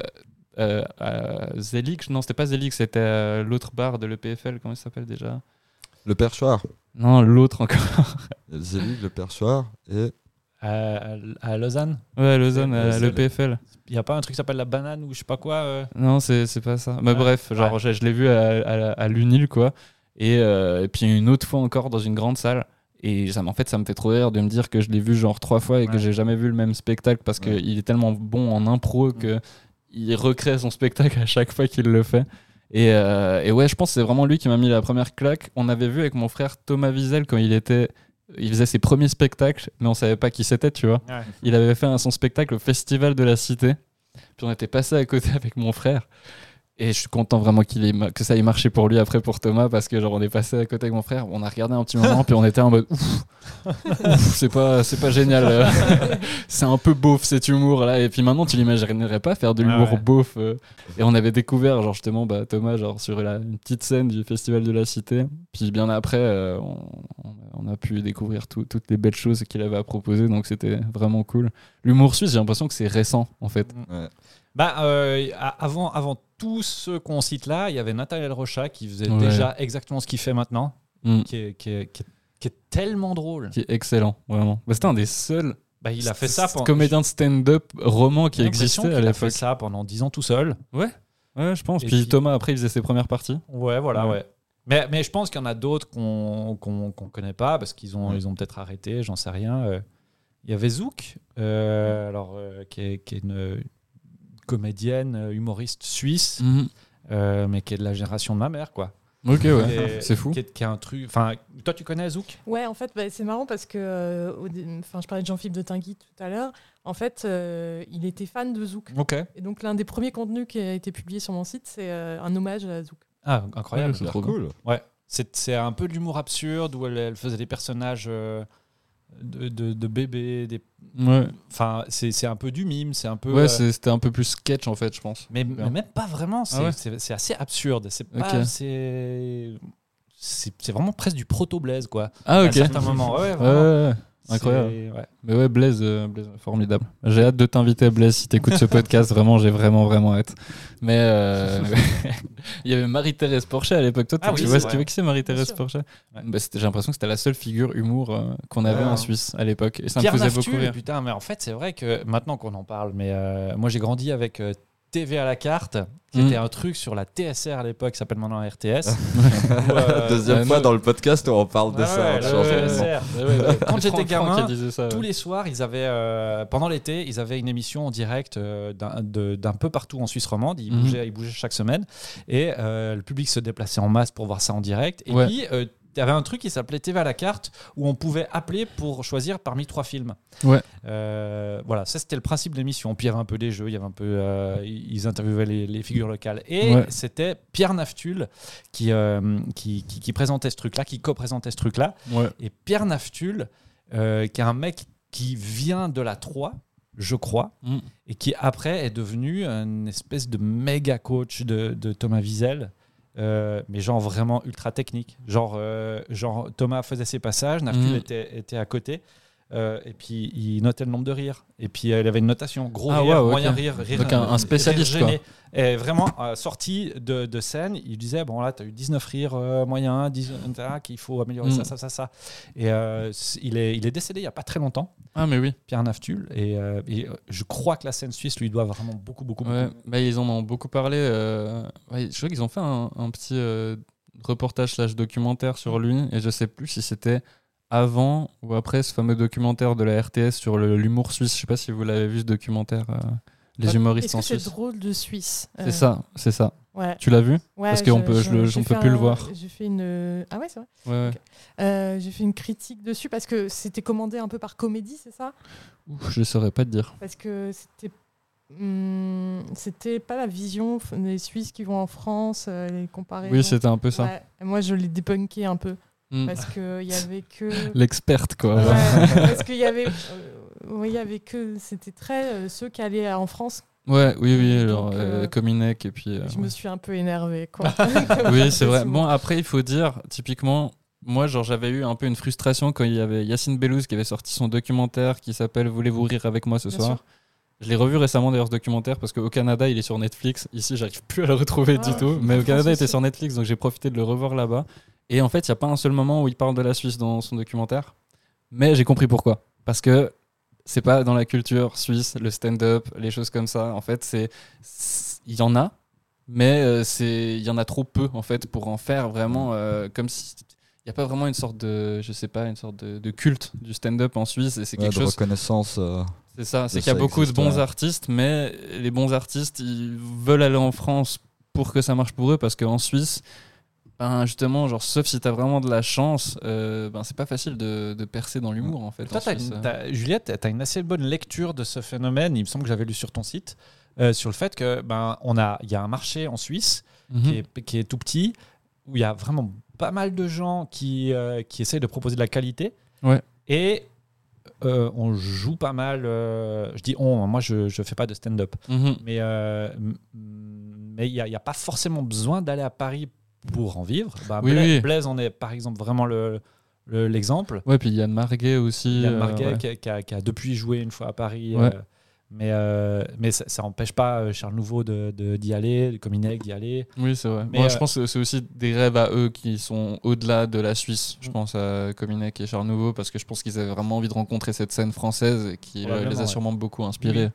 euh, à Zélix. Non, c'était pas Zélix, c'était euh, l'autre bar de l'EPFL. Comment il s'appelle déjà Le perchoir. Non, l'autre encore. Il y a le Zelig, le perchoir et Euh, à à Lausanne, Ouais, euh, Lausanne, C'est- à c'est- l'EPFL. il n'y a pas un truc qui s'appelle la banane ou je sais pas quoi. euh, Non, c'est c'est pas ça. Mais Ah, Ouais. bref, genre, je, je l'ai vu à, à, à l'UNIL, quoi. Et, euh, et puis une autre fois encore dans une grande salle. Et ça, m- en fait, ça me fait trop rire de me dire que je l'ai vu genre trois fois et que Ouais. j'ai jamais vu le même spectacle parce Ouais. qu'il est tellement bon en impro que il recrée son spectacle à chaque fois qu'il le fait. Et, euh, et ouais, je pense que c'est vraiment lui qui m'a mis la première claque. On avait vu avec mon frère Thomas Wiesel quand il était. Il faisait ses premiers spectacles, mais on savait pas qui c'était, tu vois. Ouais. Il avait fait un- son spectacle au Festival de la Cité. Puis on était passé à côté <laughs> avec mon frère. Et je suis content vraiment qu'il ait ma- que ça ait marché pour lui après pour Thomas parce que genre on est passé à côté avec mon frère, on a regardé un petit moment puis on était en mode ouf, <laughs> ouf, c'est pas c'est pas génial, <laughs> euh. c'est un peu beauf cet humour là et puis maintenant tu l'imaginerais pas faire de Ah l'humour ouais. beauf euh. et on avait découvert genre justement bah, Thomas genre sur la, une petite scène du festival de la cité puis bien après euh, on, on a pu découvrir tout- toutes les belles choses qu'il avait à proposer donc c'était vraiment cool l'humour suisse j'ai l'impression que c'est récent en fait Bah, euh, a- avant, avant tout ce qu'on cite là, il y avait Nathalie Rocha qui faisait Ouais. déjà exactement ce qu'il fait maintenant, Mm. qui, est, qui, est, qui est- qui est tellement drôle. qui est excellent vraiment Bah, c'était un des seuls Bah, il a fait ça pendant. Comédien de stand-up roman qui j'ai l'impression existait à qu'il a fait l'époque. ça pendant 10 ans tout seul. Ouais, je pense. Et Puis, puis- Thomas, après, il faisait ses premières parties. Ouais, voilà, Ouais. ouais. Mais, mais je pense qu'il y en a d'autres qu'on qu'on qu'on connaît pas parce qu'ils ont, Ouais. ils ont peut-être arrêté, j'en sais rien. Euh, Il y avait Zouk, euh, alors, euh, qui, est, qui est une comédienne, euh, humoriste suisse, Mm. euh, mais qui est de la génération de ma mère, quoi. Ok, Qui ouais. est- C'est fou. Qui est, qui est un truc. Enfin, toi, tu connais Zouk Ouais, en fait, bah, c'est marrant parce que, euh, au dé- enfin, je parlais de Jean-Philippe de Tinguy tout à l'heure. En fait, euh, il était fan de Zouk. Ok. Et donc, l'un des premiers contenus qui a été publié sur mon site, c'est euh, un hommage à Zouk. Ah, incroyable. Ouais, c'est trop cool. C'est c'est un peu de l'humour absurde où elle, elle faisait des personnages euh, de, de, de bébés. Des... Ouais, Enfin, c'est c'est un peu du mime, c'est un peu. ouais euh, c'est- c'était un peu plus sketch, en fait, je pense. mais, mais même pas vraiment, c'est Ah ouais c'est- c'est assez absurde. C'est pas- Ok. c'est- c'est c'est vraiment presque du proto-blaise, quoi. Ah, À certains moments, ouais, Ouais, vraiment. ouais, ouais. C'est- incroyable. ouais. Mais ouais, Blaise, euh, Blaise, formidable. J'ai hâte de t'inviter, Blaise, si t'écoutes ce podcast. Vraiment, j'ai vraiment, vraiment hâte. Mais euh, <laughs> il y avait Marie-Thérèse Porchet à l'époque. Toi, Ah tu, oui, vois, c'est tu vois vrai. qui c'est Marie-Thérèse sûr. Porchet Ouais. Bah, c'était- J'ai l'impression que c'était la seule figure humour euh, qu'on avait Ouais. en Suisse à l'époque. Et ça Ah. Pierre me faisait Nartu, beaucoup rire. putain, mais en fait, c'est vrai que maintenant qu'on en parle, mais euh, moi j'ai grandi avec euh, TV à la carte, qui Mm. était un truc sur la TSR à l'époque, qui s'appelle maintenant RTS. <laughs> Deuxième euh, fois non. dans le podcast où on parle de ça. on change ouais, de nom. ouais. <laughs> Quand C'est j'étais Franck Franck gamin, qui disait ça, Tous ouais. les soirs, ils avaient, euh, pendant l'été, ils avaient une émission en direct euh, d'un de- d'un peu partout en Suisse romande. Ils, Mhm. bougeaient, ils bougeaient chaque semaine. Et euh, le public se déplaçait en masse pour voir ça en direct. Et Ouais. puis, euh, il y avait un truc qui s'appelait TV à la carte où on pouvait appeler pour choisir parmi trois films. Ouais. Euh, voilà, ça c'était le principe de l'émission. Puis il y avait un peu des jeux, il y avait un peu, euh, ils interviewaient les, les figures locales. Et Ouais. c'était Pierre Naftul qui, euh, qui, qui- qui présentait ce truc-là, qui co-présentait ce truc-là. Ouais. Et Pierre Naftul, euh, qui est un mec qui vient de la 3, je crois, Mm. et qui après est devenu une espèce de méga coach de, de Thomas Wiesel. euh, mais genre vraiment ultra technique. Genre, euh, genre Thomas faisait ses passages, Naftul Mm. était, était à côté. Euh, et puis il notait le nombre de rires. Et puis elle avait une notation gros Ah, rire, waouh, moyen ok. rire, rire. Donc, un- euh, un spécialiste, rire gêné. Et vraiment, euh, sorti de, de scène, il disait Bon, là, t'as eu 19 rires euh, moyens, 10 euh, qu'il faut améliorer Mm. ça, ça, ça, ça. Et euh, c- il, est, il est décédé il n'y a pas très longtemps, Ah, mais oui. Pierre Naftul. Et, euh, et, euh, je crois que la scène suisse lui doit vraiment beaucoup, beaucoup, beaucoup. Ouais, bah, ils en ont beaucoup parlé. euh, ouais, je crois qu'ils ont fait un, un petit euh, reportage slash documentaire sur lui, et je sais plus si c'était avant ou après ce fameux documentaire de la RTS sur le- l'humour suisse. Je sais pas si vous l'avez vu ce documentaire, euh, les Pas- humoristes Est-ce en que c'est Suisse. drôle de Suisse C'est Euh, ça, c'est ça. Ouais. Tu l'as vu Ouais, Parce qu'on peut- je le- j'ai on peut fait plus le un- voir. J'ai fait une. Ah ouais, c'est vrai. Ouais, ouais. Euh, j'ai fait une critique dessus parce que c'était commandé un peu par comédie, c'est ça Ouf, je saurais pas te dire. Parce que c'était. hum, c'était pas la vision f- des Suisses qui vont en France, euh, les comparer. Oui, c'était un peu ça. Moi, je l'ai débunké un peu Hmm. parce qu'il y avait <laughs> que. L'experte, quoi. Ouais, parce qu'il y avait. euh, oui, il y avait que. C'était très euh, ceux qui allaient en France. Ouais, oui, oui, Donc, genre euh, euh, Kominek et puis. euh, Je me suis un peu énervée, quoi. <laughs> <laughs> Oui, c'est vrai. Souvent. Bon, après, il faut dire, typiquement, moi, genre, j'avais eu un peu une frustration quand il y avait Yacine Bellouz qui avait sorti son documentaire qui s'appelle Voulez-vous rire avec moi ce Bien soir sûr. Je l'ai revu récemment d'ailleurs ce documentaire parce qu'au Canada il est sur Netflix. Ici j'arrive plus à le retrouver Ah, du tout. <laughs> Mais au Canada il aussi. était sur Netflix donc j'ai profité de le revoir là-bas. Et en fait il n'y a pas un seul moment où il parle de la Suisse dans son documentaire. Mais j'ai compris pourquoi. Parce que c'est pas dans la culture suisse, le stand-up, les choses comme ça. En fait c'est c'est- il y en a, mais euh, c'est il y en a trop peu en fait pour en faire vraiment euh, comme si il n'y a pas vraiment une sorte de je sais pas une sorte de, de culte du stand-up en Suisse et c'est Ouais, quelque de chose reconnaissance. euh, c'est ça, c'est De qu'il y a ça beaucoup existe, de bons ouais. artistes, mais les bons artistes, ils veulent aller en France pour que ça marche pour eux, parce qu'en Suisse, ben justement, genre, sauf si t'as vraiment de la chance, euh, ben c'est pas facile de, de percer dans l'humour en fait. Toi, en t'as Suisse. une- t'as- Juliette, tu as une assez bonne lecture de ce phénomène, il me semble que j'avais lu sur ton site, euh, sur le fait que ben, on a, il y a un marché en Suisse Mhm. qui, est, qui est tout petit, où il y a vraiment pas mal de gens qui, euh, qui essayent de proposer de la qualité. Ouais. Et euh, on joue pas mal, euh, je dis on, moi je ne fais pas de stand-up, Mhm. mais euh, m- mais il n'y a, il y a pas forcément besoin d'aller à Paris pour en vivre. Ben, Oui, Bla- Blaise, oui. en est par exemple vraiment le- le- l'exemple. Ouais, puis Yann Marguet aussi. Yann euh, Marguet ouais. qui, a- qui a, qui a depuis joué une fois à Paris. Ouais. euh, mais euh, mais ça, ça empêche pas euh, Charles Nouveau d'y de, d'y aller, de Cominec d'y aller. Oui, c'est vrai. Mais, Moi, euh, je pense que c'est aussi des rêves à eux qui sont au-delà de la Suisse. Mm. Je pense à Cominec et Charles Nouveau, parce que je pense qu'ils avaient vraiment envie de rencontrer cette scène française et qui euh, les Probablement, a ouais. sûrement beaucoup inspirés.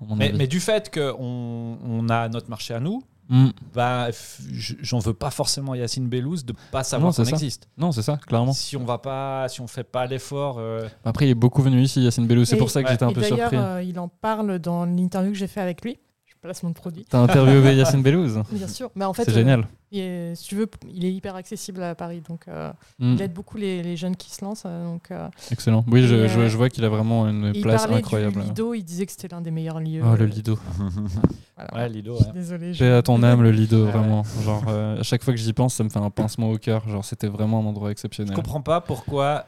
à mon Mais, avis. mais du fait qu'on on a notre marché à nous, Mhm. bah, f- j- j'en veux pas forcément à Yacine Bellouz de pas savoir Non, c'est qu'on ça. existe. Non, c'est ça, clairement. Si on va pas, si on fait pas l'effort, euh, Après, il est beaucoup venu ici, Yacine Bellou. C'est Et- pour ça que ouais. j'étais un Et peu d'ailleurs, surpris. euh, il en parle dans l'interview que j'ai fait avec lui. Je place mon produit, T'as interviewé Yacine Bellouz bien sûr. Mais <laughs> en fait, C'est euh, génial. il est- si tu veux, il est hyper accessible à Paris, donc euh, Mm. il aide beaucoup les, les jeunes qui se lancent. euh, donc, euh, Excellent. Oui, je, Et, euh, je- je vois qu'il a vraiment une et il place parlait incroyable. du Lido, il disait que c'était l'un des meilleurs lieux. Oh, le Lido. Voilà. ouais, Lido. Je ouais. suis Désolée. je- J'ai à ton âme, le Lido, Ouais. vraiment. Genre, euh, à chaque fois que j'y pense, ça me fait un pincement au cœur. Genre, c'était vraiment un endroit Je exceptionnel. comprends pas pourquoi.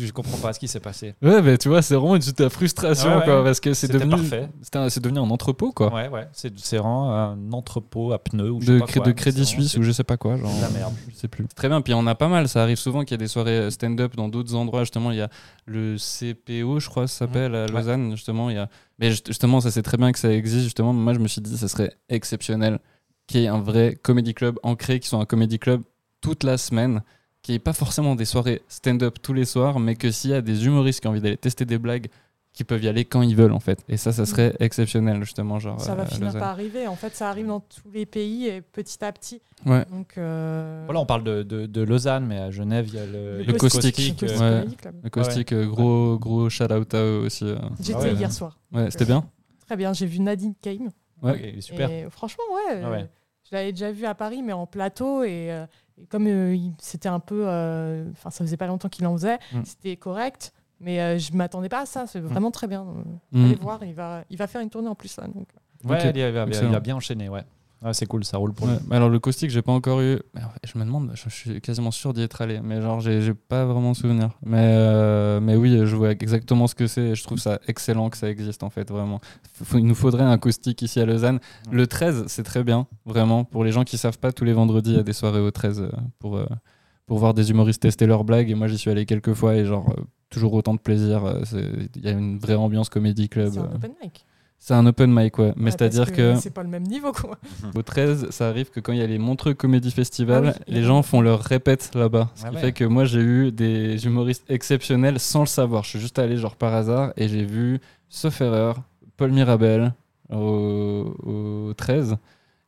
Je comprends pas ce qui s'est passé. Ouais, mais tu vois, c'est vraiment une petite frustration, Ouais, ouais. quoi, parce que c'est C'était devenu, parfait. c'était un- c'est devenu un entrepôt, quoi. Ouais, ouais. C'est c'est vraiment un entrepôt à pneus ou je de, sais pas cré- quoi. de Crédit C'est vraiment- Suisse ou je sais pas quoi. Genre, c'est de la merde. Je sais plus. Très bien, puis on a pas mal. Ça arrive souvent qu'il y a des soirées euh, stand-up dans d'autres endroits. Justement, il y a le CPO, je crois, ça s'appelle à Lausanne. Justement, il y a. Mais ju- justement, ça c'est très bien que ça existe. Justement, moi je me suis dit, ça serait exceptionnel qu'il y ait un vrai comedy club ancré, qui soit un comedy club toute la semaine, qui ait pas forcément des soirées stand-up tous les soirs, mais que s'il y a des humoristes qui ont envie d'aller tester des blagues, qui peuvent y aller quand ils veulent en fait. Et ça, ça serait exceptionnel justement, genre. Mmh. Ça euh, va à finir Lausanne. par arriver. En fait, ça arrive dans tous les pays et petit à petit. Ouais. Donc, euh, Voilà, on parle de, de, de Lausanne, mais à Genève, il y a le, Le caustique. le euh, Caustic Ouais. Comedy Club. Le caustique, euh, gros gros shout out à eux aussi. euh. J'étais Ah ouais. hier soir. Ouais, c'était bien. Très bien, j'ai vu Nadine Kame. Ouais. Ok, il est super. Et franchement, ouais. Ah ouais. euh, Je l'avais déjà vu à Paris, mais en plateau. Et, euh, et comme euh, il- c'était un peu. euh, Enfin, ça faisait pas longtemps qu'il en faisait. Mm. C'était correct. Mais euh, je m'attendais pas à ça. C'est vraiment très bien. Euh, Mm. Allez voir, il va, il va faire une tournée en plus. Là, donc. Ouais, Ok. il, a, il a- il a Excellent. bien enchaîné, ouais. Ouais, c'est cool, ça roule pour Ouais, lui. mais alors le caustique, j'ai pas encore eu. mais en fait, Je me demande, je je suis quasiment sûr d'y être allé, mais genre j'ai j'ai pas vraiment souvenir. Mais euh, mais oui, je vois exactement ce que c'est. et Je trouve ça excellent que ça existe en fait vraiment. Faut- il nous faudrait un caustique ici à Lausanne. Ouais. Le 13, c'est très bien vraiment pour les gens qui savent pas. Tous les vendredis, il y a des soirées au 13 euh, pour euh, pour voir des humoristes tester leurs blagues. Et moi, j'y suis allé quelques fois et genre, euh, toujours autant de plaisir. euh, c'est- Il y a une vraie ambiance comédie club. C'est un euh. open mic. C'est un open mic, ouais. Mais Ouais, c'est-à-dire parce que, C'est pas le même niveau, quoi. Mmh. au 13, ça arrive que quand il y a les Montreux Comédie Festival, Ah oui. les gens font leur répète là-bas. Ce Ah qui ouais. fait que moi, j'ai eu des humoristes exceptionnels sans le savoir. Je suis juste allé genre par hasard et j'ai vu, sauf erreur, Paul Mirabel au, au 13.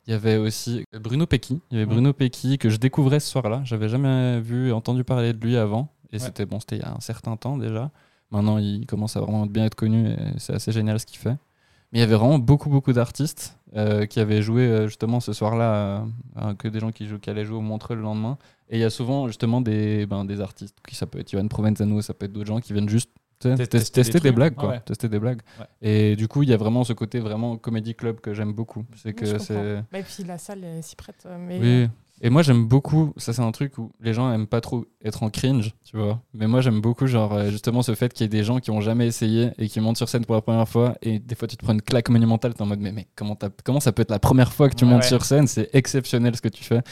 Il y avait aussi Bruno Pecky. Il Mmh. y avait Bruno Pecky que je découvrais ce soir-là. J'avais jamais vu et entendu parler de lui avant. Et Ouais. c'était bon, c'était il y a un certain temps déjà. Maintenant, il commence à vraiment bien être connu et c'est assez génial ce qu'il fait. Mais il y avait vraiment beaucoup, beaucoup d'artistes euh, qui avaient joué euh, justement ce soir-là, euh, euh, que des gens qui, jouent, qui allaient jouer au Montreux le lendemain. Et il y a souvent justement des, ben, des artistes, qui, ça peut être Ivan Provenzano, ça peut être d'autres gens qui viennent juste tu sais, Test- tes- tester tester, des des, trucs. blagues. Ah Quoi. ouais. Tester des blagues. Ouais. Et du coup, il y a vraiment ce côté vraiment comédie club que j'aime beaucoup. C'est Je que comprends. c'est. Bah, Et puis la salle elle s'y prête. euh, Mais Oui. Et moi, j'aime beaucoup, ça c'est un truc où les gens aiment pas trop être en cringe, tu vois. Mais moi, j'aime beaucoup, genre, euh, justement, ce fait qu'il y ait des gens qui ont jamais essayé et qui montent sur scène pour la première fois. Et des fois, tu te prends une claque monumentale, t'es en mode, mais mec, comment, t'as- comment ça peut être la première fois que tu Ouais, montes ouais. sur scène C'est exceptionnel ce que tu fais.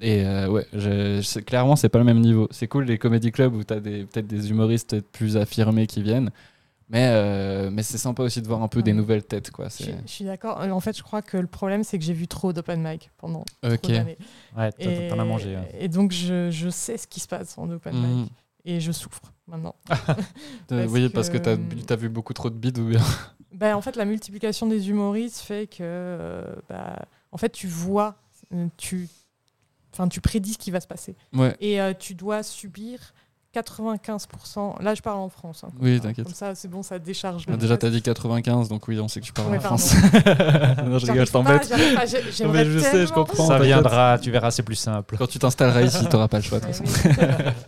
Et euh, ouais, je, je- clairement, c'est pas le même niveau. C'est cool les comédie clubs où t'as des- peut-être des humoristes plus affirmés qui viennent. Mais, euh, mais c'est sympa aussi de voir un peu des Ouais. nouvelles têtes, quoi. Je c'est- suis- je suis d'accord. Euh, En fait, je crois que le problème, c'est que j'ai vu trop d'open mic pendant Ok. trop d'années. Ouais, t'en- Et, t'en as mangé. ouais. et donc, je, je sais ce qui se passe en open Mhm. mic. Et je souffre maintenant. Euh, Parce oui, parce que, que- t'as as vu beaucoup trop de bides ou bien. Ben, en fait, la multiplication des humoristes fait que euh, bah, en fait, tu vois, euh, tu, enfin, tu prédis ce qui va se passer. Ouais. Et euh, tu dois subir 95%. Là, je parle en France. hein, comme Oui, ça. t'inquiète. Comme ça, c'est bon, ça décharge. le Ah, déjà, stress. t'as dit 95, donc oui, on sait que tu parles Ouais, en pardon. France. <laughs> non, je rigole, je J'arrive pas, t'embête. j'arrive pas, j'ai- j'aimerais je sais, je tellement- comprends. Ça t'inquiète. viendra, tu verras, c'est plus simple. Quand tu t'installeras ici, t'auras pas le choix, de Ouais, toute façon. oui, c'est clair. <laughs>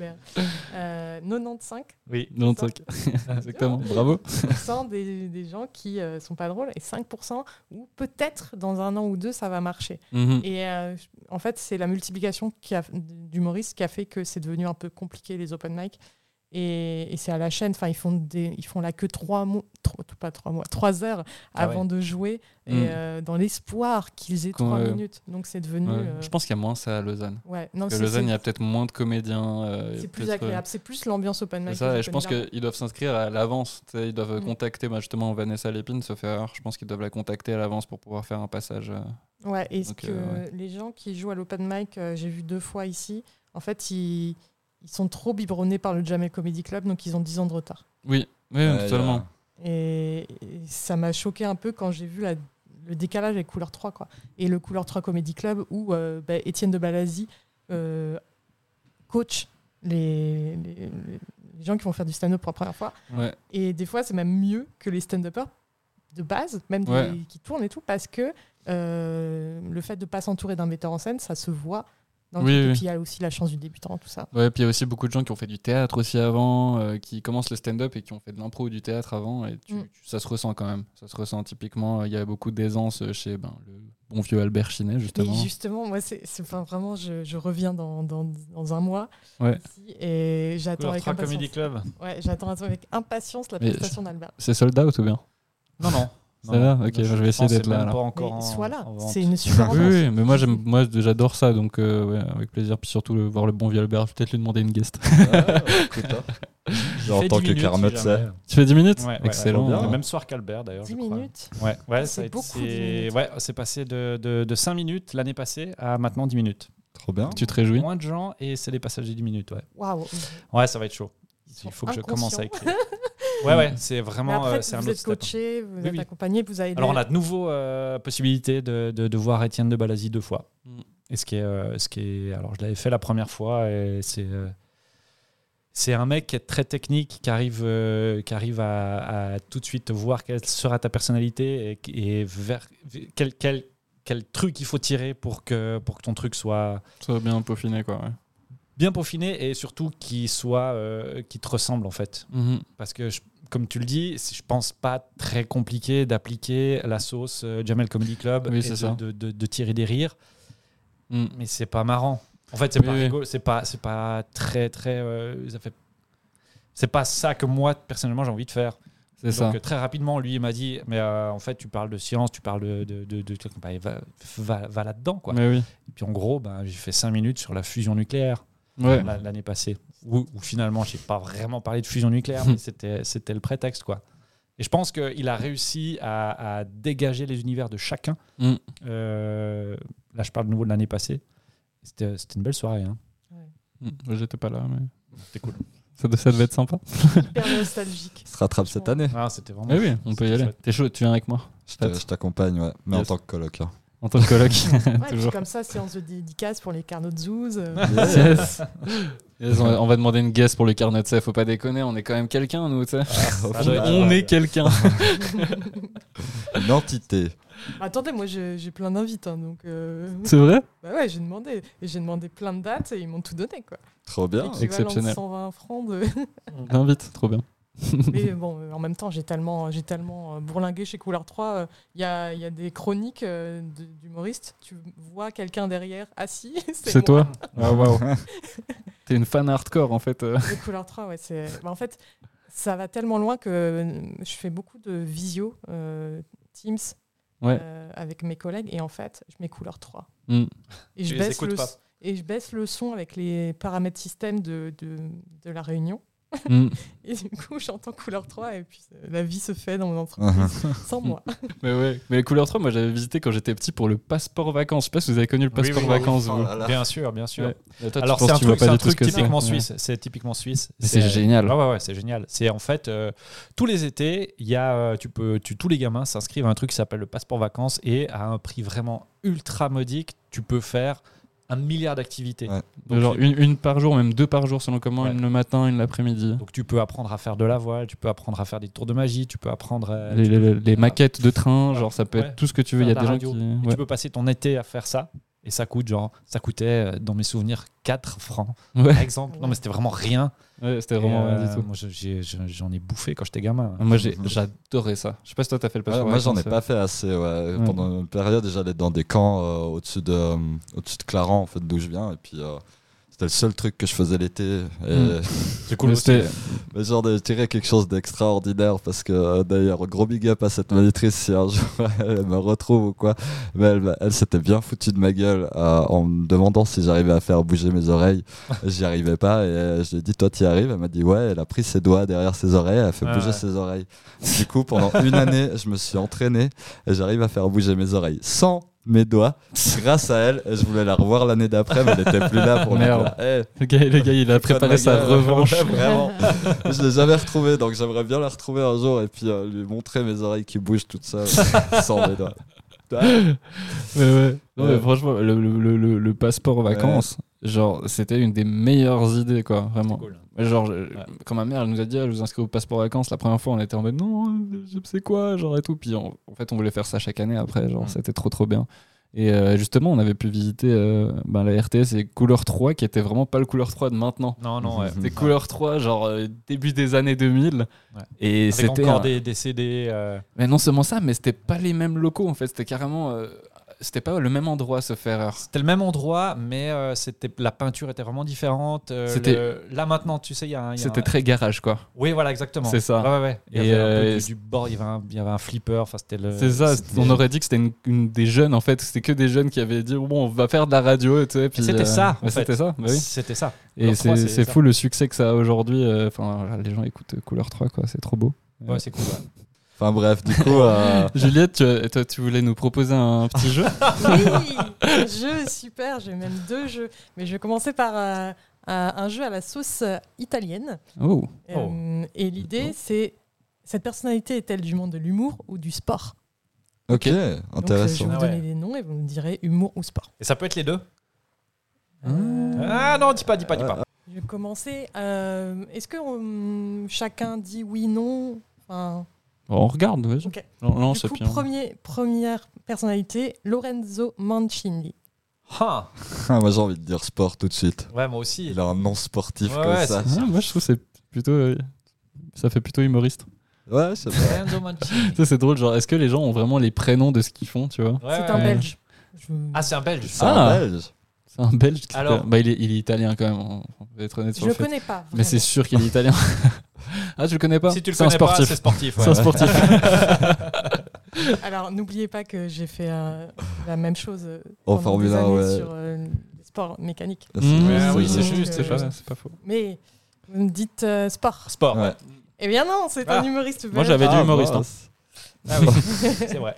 Euh, 95 Oui. Non, t'inquiète. hein. Exactement, bravo. 5% des, des gens qui euh, sont pas drôles et 5% où peut-être dans un an ou deux ça va marcher. Mhm. Et euh, je- en fait, c'est la multiplication qui a- d'humoristes qui a fait que c'est devenu un peu compliqué les open mic. Et, et c'est à la chaîne, enfin ils font des, ils font là que trois mois, trois- pas trois mois, trois heures Ah ouais. avant de jouer, et, Mm. euh, dans l'espoir qu'ils aient Quand, trois euh, minutes. Donc c'est devenu, Ouais. euh, Je pense qu'il y a moins ça à Lausanne. ouais, non, Parce c'est que Lausanne, il y a c'est- peut-être moins de comédiens. euh, c'est plus peut-être, euh, agréable, c'est plus l'ambiance open mic. C'est que ça, et je j'appelle pense là. qu'ils doivent s'inscrire à l'avance. tu sais, Ils doivent Mm. contacter bah, justement Vanessa Lépine, sauf erreur. Je pense qu'ils doivent la contacter à l'avance pour pouvoir faire un passage. euh. Ouais, et ce Donc, que euh, les gens qui jouent à l'open mic, euh, j'ai vu deux fois ici, en fait, ils, ils sont trop biberonnés par le Jamel Comedy Club, donc ils ont 10 ans de retard. Oui, oui, Ouais, totalement. Et, et ça m'a choqué un peu quand j'ai vu la- le décalage avec Couleur 3, quoi. Et le Couleur 3 Comedy Club, où euh, bah, Étienne de Balazi euh, coach les, les- les gens qui vont faire du stand-up pour la première fois. Ouais. Et des fois, c'est même mieux que les stand-uppers de base, même des- Ouais. qui tournent et tout, parce que euh, le fait de ne pas s'entourer d'un metteur en scène, ça se voit. Dans le Oui, truc. oui. Et puis il y a aussi la chance du débutant, tout ça. Ouais, puis il y a aussi beaucoup de gens qui ont fait du théâtre aussi avant, euh, qui commencent le stand-up et qui ont fait de l'impro ou du théâtre avant, et tu- Mm. tu- ça se ressent quand même. Ça se ressent typiquement, euh, il y a beaucoup d'aisance euh, chez ben, le bon vieux Albert Chinet, justement. Mais justement, moi, c'est, c'est- enfin, vraiment, je, je reviens dans, dans, dans un mois. Ouais. ici, et j'attends Couleur avec, 3 impatience. Comedy Club. Ouais, j'attends avec impatience la Mais prestation d'Albert. C'est sold out ou bien Non, non. Ça va Ok, je vais essayer pense d'être c'est là, même alors. pas Mais encore en- sois là, en vente. c'est une super <laughs> Oui, ambiance. oui, mais moi j'aime, moi j'adore ça, donc euh, ouais, avec plaisir. Puis surtout le- voir le bon vieux Albert, je vais peut-être lui demander une guest. <laughs> Ah, écoute, hein. Il Genre, fait en tant 10 que minutes, Kermit, si ça. jamais. tu fais 10 minutes Ouais, ouais, ouais. Excellent. Bien. Le même soir qu'Albert d'ailleurs. 10 je crois. minutes. Ouais, ouais, C'est ça a été- beaucoup, 10 minutes. Ouais, c'est passé de, de, 5 minutes l'année passée à maintenant 10 minutes. Trop bien. Tu te réjouis Moins de gens et c'est les passages des 10 minutes, ouais. Waouh. Ouais, ça va être chaud. sont Il faut que je commence à inconscients. écrire. Ouais, ouais, c'est <laughs> Mais vraiment après, euh, c'est un vous autre êtes step. coaché, vous Oui, êtes oui. accompagné, vous avez. Alors, des- on a de nouveau euh, possibilité de, de, de voir Étienne de Balasie deux fois. Mm. Et ce qui est, euh, ce qui est, alors je l'avais fait la première fois et c'est euh, c'est un mec qui est très technique, qui arrive, euh, qui arrive à, à tout de suite voir quelle sera ta personnalité et qui- et, vers quel, quel, quel truc il faut tirer pour que pour que ton truc soit Ça va bien peaufiner quoi. ouais. bien peaufiné et surtout qui soit euh, qui te ressemble en fait. Mhm. Parce que, je- comme tu le dis, c'est- je pense pas très compliqué d'appliquer la sauce euh, Jamel Comedy Club Oui, et c'est de, ça. de- de- de tirer des rires, Mm. mais c'est pas marrant. En fait, c'est Oui, pas oui. rigolo, c'est pas, c'est pas très, très. euh, ça fait... C'est pas ça que moi, personnellement, j'ai envie de faire. C'est ça. Donc, euh, très rapidement, lui, il m'a dit Mais euh, en fait, tu parles de science, tu parles de. de, de, de trucs. Bah, va va, va là-dedans, quoi. Mais oui. bah, Et puis, en gros, ben j'ai fait 5 minutes sur la fusion nucléaire. Ouais. la- l'année passée, où, où finalement, j'ai pas vraiment parlé de fusion nucléaire, <laughs> mais c'était c'était le prétexte, quoi. Et je pense qu'il a réussi à, à dégager les univers de chacun. Mm. Euh, là, je parle de nouveau de l'année passée. C'était c'était une belle soirée. <laughs> hein. Mm. J'étais pas là, mais C'était cool. ça, ça devait être sympa. hyper <laughs> nostalgique. se rattrape cette année. Ah, C'était vraiment. <laughs> Mais Eh oui, on peut y aller. T'es chaud, tu viens avec moi Je te- je t'accompagne, ouais. mais en Yes. tant que coloc. hein. en tant que coloc. <laughs> <laughs> Ouais, puis Toujours. comme ça, séance de dédicace pour les carnets de <laughs> Zouz. euh, <laughs> Yes. Yes, on, va, on va demander une guest pour le carnet, tu sais, faut pas déconner, on est quand même quelqu'un, nous, tu sais. Au Ah, ça On, final, doit être- on est quelqu'un. Une entité. Attendez, moi je- j'ai plein d'invites, hein, donc euh, <laughs> <laughs> C'est vrai bah ouais, j'ai demandé, et j'ai demandé plein de dates et ils m'ont tout donné quoi. Trop bien. L'équivalent de Exceptionnel. 120 francs de. Invite, trop bien. Mais bon, euh, en même temps, j'ai tellement, j'ai tellement euh, bourlingué chez Couleur 3. euh, Il y, a, il y a des chroniques euh, de- d'humoristes. Tu vois quelqu'un derrière assis. <laughs> C'est moi. toi Ah, waouh. <laughs> T'es une fan hardcore, en fait. euh. Le Couleur 3, ouais, c'est. bah, en fait, ça va tellement loin que euh, je fais beaucoup de visio euh, Teams Ouais. euh, avec mes collègues et en fait, je mets Couleur 3. Mm. Et Tu je les baisse écoutes le pas. s- et je baisse le son avec les paramètres système de, de, de la réunion. Mm. Et du coup, j'entends Couleur 3 et puis euh, la vie se fait dans mon Mhm. <laughs> entreprise sans moi. <laughs> Mais ouais. Mais les couleurs 3, moi, j'avais visité quand j'étais petit pour le passeport vacances. Je sais pas si vous avez connu le Oui, passeport oui, oui. vacances, vous. Oh là là. Bien sûr, bien sûr. Ouais. Mais toi, tu Alors penses c'est un que tu vois truc, c'est pas un du tout ce truc que hein. typiquement Ouais. suisse. C'est typiquement suisse. Mais c'est génial. Ah ouais, ouais, c'est génial. C'est en fait euh, tous les étés, il y a, euh, tu peux, tu, tous les gamins s'inscrivent à un truc qui s'appelle le passeport vacances et à un prix vraiment ultra modique, tu peux faire un milliard d'activités. Ouais. Donc, Genre tu- une, une par jour, même deux par jour, selon comment, Ouais. une le matin, une l'après-midi. donc tu peux apprendre à faire de la voile, tu peux apprendre à faire des tours de magie, tu peux apprendre. euh, Les, tu, les- les maquettes de train, genre ça peut Ouais. être tout ce que tu veux. Il y a Faire des de la gens qui. radio. et Ouais. tu peux passer ton été à faire ça. Et ça coûte genre, ça coûtait euh, dans mes souvenirs 4 francs Ouais. par exemple. Non mais c'était vraiment rien. Ouais, c'était Et, vraiment euh, rien du tout. moi, je- j'ai- je- j'en ai bouffé quand j'étais gamin. Moi j'ai- j'adorais ça. Je sais pas si toi t'as fait le Ouais, passeport. moi j'en ai vacances, pas fait assez. ouais. Ouais. Pendant une période, j'allais dans des camps euh, au-dessus de, euh, au-dessus de Claran, en fait, d'où je viens. Et puis euh, c'était le seul truc que je faisais l'été. Et- Mm. C'est Mais c'était- Mais genre de tirer quelque chose d'extraordinaire parce que euh, d'ailleurs gros big up à cette monitrice si un jour <laughs> elle me retrouve ou quoi mais elle, m'a- elle s'était bien foutue de ma gueule euh, en me demandant si j'arrivais à faire bouger mes <laughs> oreilles j'y arrivais pas et euh, je lui ai dit toi t'y arrives elle m'a dit ouais elle a pris ses doigts derrière ses oreilles elle a fait Ah bouger ouais. ses oreilles du coup pendant une année je me suis entraîné et j'arrive à faire bouger mes oreilles sans mes doigts grâce à elle et je voulais la revoir l'année d'après mais elle était plus là pour le Merde. coup. Eh, <laughs> Le gars, le gars, il a Fred préparé sa Maga, <laughs> revanche. ouais, vraiment. <laughs> je l'ai jamais retrouvé, donc j'aimerais bien la retrouver un jour et puis euh, lui montrer mes oreilles qui bougent toutes seules <laughs> sans mes doigts. Ah, Ouais, ouais. Non, mais Ouais. franchement, le, le- le- le- le passeport vacances, genre c'était une des meilleures idées quoi, vraiment. Genre, je- quand ma mère elle nous a dit, elle vous inscrit au passeport vacances, la première fois on était en mode non, euh, je sais quoi, genre et tout. Puis on- en fait, on voulait faire ça chaque année après, genre Mm. c'était trop trop bien. Et euh, justement, on avait pu visiter euh, ben, la RTS et Couleur 3 qui était vraiment pas le Couleur 3 de maintenant. Non, non, ouais. C'était Couleur 3, genre euh, début des années 2000. Mm. Ouais. Et Avec c'était. encore un- des, des CD. euh, Mais non seulement ça, mais c'était pas les mêmes locaux en fait, c'était carrément. euh, C'était pas le même endroit ce Ferrer. C'était le même endroit, mais euh, c'était la peinture était vraiment différente. euh, C'était- le- Là maintenant, tu sais, il y a un. il y a un- C'était très garage quoi. Oui, voilà, exactement. C'est ça. Ouais, ouais, ouais. Il y Et, avait un peu euh, du, du bord, il y avait un, il y avait un flipper. Enfin, c'était le. C'est ça, Euh, c'était- on aurait dit que c'était une, une des jeunes en fait, c'était que des jeunes qui avaient dit bon, on va faire de la radio et tout. et puis, C'était ça, en mais C'était fait. ça, bah oui. C'était ça. Et Couleur c'est 3, c'est c'est ça. fou le succès que ça a aujourd'hui. euh, Enfin, voilà, les gens écoutent euh, Couleur 3, quoi, c'est trop <laughs> beau. Ouais, c'est cool. ouais. Enfin bref, du coup, euh, Juliette, tu, as- toi, tu voulais nous proposer un <laughs> petit jeu Oui, un jeu super, j'ai même deux jeux. Mais je vais commencer par euh, un un jeu à la sauce euh, italienne. Oh, Euh, et l'idée, c'est cette personnalité est-elle du monde de l'humour ou du sport ok, Donc, euh, je intéressant. vais vous Ah ouais. donner des noms et vous me direz humour ou sport. Et ça peut être les deux. Euh, Ah non, dis pas, dis pas, dis pas. Je vais commencer. euh, Est-ce que hum, chacun dit oui, non Enfin, on regarde, ouais. Ok. on lance du coup, puis on- premier- première personnalité, Lorenzo Mancini. Ah, Ah, moi j'ai envie de dire sport tout de suite. ouais, moi aussi. Il a un nom sportif Ouais, comme ouais, ça. Ah, moi je trouve que c'est plutôt. euh, ça fait plutôt humoriste. Ouais, je sais pas. Lorenzo Mancini. Ça, <laughs> c'est drôle, genre, est-ce que les gens ont vraiment les prénoms de ce qu'ils font, tu vois Ouais, C'est ouais, un ouais. Belge. Je- Ah, c'est un belge. C'est un Ah. belge. C'est un belge qui Alors- s'appelle- bah, il, est, il est italien quand même, on on va être honnête je sur ne le le fait. connais pas. Mais c'est vraiment. sûr qu'il est italien. <laughs> ah, tu le connais pas Si tu le C'est un connais pas, sportif. c'est sportif. ouais. C'est un <laughs> sportif. Alors, n'oubliez pas que j'ai fait euh, la même chose euh, En pendant des Formule un, années ouais. sur euh, les sport mécanique. Mmh, oui, c'est Donc, juste, c'est euh, pas, c'est pas faux. Mais vous me dites euh, sport. Sport. Ouais. Eh bien non, c'est un humoriste. Moi, j'avais Ah, du humoriste. hein. mince. Ah oui, c'est vrai.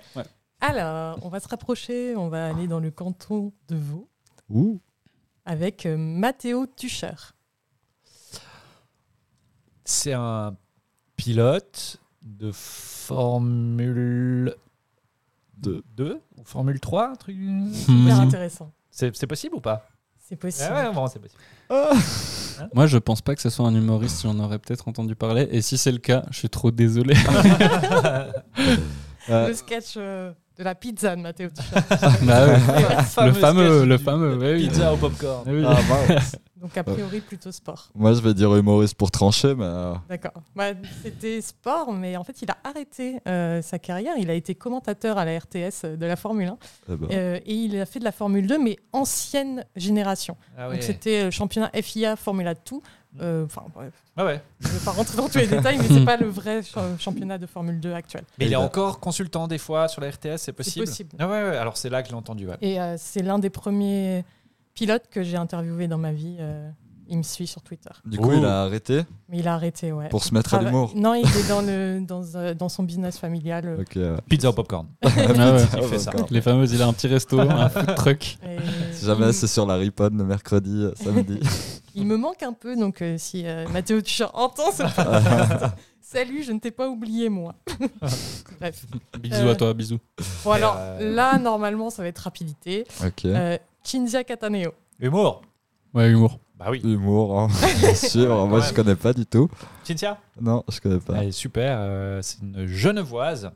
Alors, on va se rapprocher, on va aller dans le canton de Vaud Ouh. avec euh, Mathéo Tucher. C'est un pilote de Formule Deux. 2 ou Formule 3, un truc. Super Mhm. Mmh. intéressant. C'est c'est possible ou pas C'est possible. Eh Ah ouais, bon, c'est possible. Ah, Moi, je pense pas que ce soit un humoriste, j'en aurais peut-être entendu parler. Et si c'est le cas, je suis trop désolé. Le sketch euh, de la pizza de Mathéo Tucher. <laughs> Ah, <laughs> le bah <laughs> fameux fameux, sketch le du- fameux, ouais, oui. Pizza au popcorn. Oui. Ah, mince. Donc a priori plutôt sport. Moi, je vais dire humoriste pour trancher, mais euh, D'accord. Bah, C'était sport, mais en fait, il a arrêté euh, sa carrière. Il a été commentateur à la RTS euh, de la Formule eh 1 ben, euh, et il a fait de la Formule 2, mais ancienne génération. Ah Donc c'était euh, championnat FIA, Formula 2. Euh, Enfin bref, Ah ouais. je ne vais pas rentrer dans tous les détails, mais c'est pas le vrai cha- championnat de Formule 2 actuel. Mais Et il est bah- encore consultant des fois sur la RTS, c'est possible. possible. Ah ouais, ouais, alors c'est là que je l'ai entendu. ouais. Et euh, c'est l'un des premiers pilotes que j'ai interviewé dans ma vie. euh, il me suit sur Twitter. du coup, Ouh. il a arrêté Mais il a arrêté, ouais. pour se mettre à Trava- l'humour. Non, il est dans, le, dans, euh, dans son business familial. euh, Ok. ouais. Ah, bah, Pizza au popcorn. Ah ouais. Il fait ça. Encore. Les fameuses, il a un petit <laughs> resto, un food truck. Et Si <laughs> jamais il- c'est sur la riponne le mercredi, euh, samedi. <laughs> Il me manque un peu, donc euh, si euh, Mathéo Tucher entend <laughs> ce podcast, salut, je ne t'ai pas oublié, moi. Bref. Bisous Euh, à toi, bisous. Bon, alors Euh, là, normalement, ça va être rapidité. Ok. Euh, Cinzia Cataneo. Humour. Ouais, humour. Bah oui. <laughs> Humour, hein. bien sûr. Moi, je connais pas du tout. Cynthia Non, je connais Bah, pas. Elle est super. euh, c'est une genevoise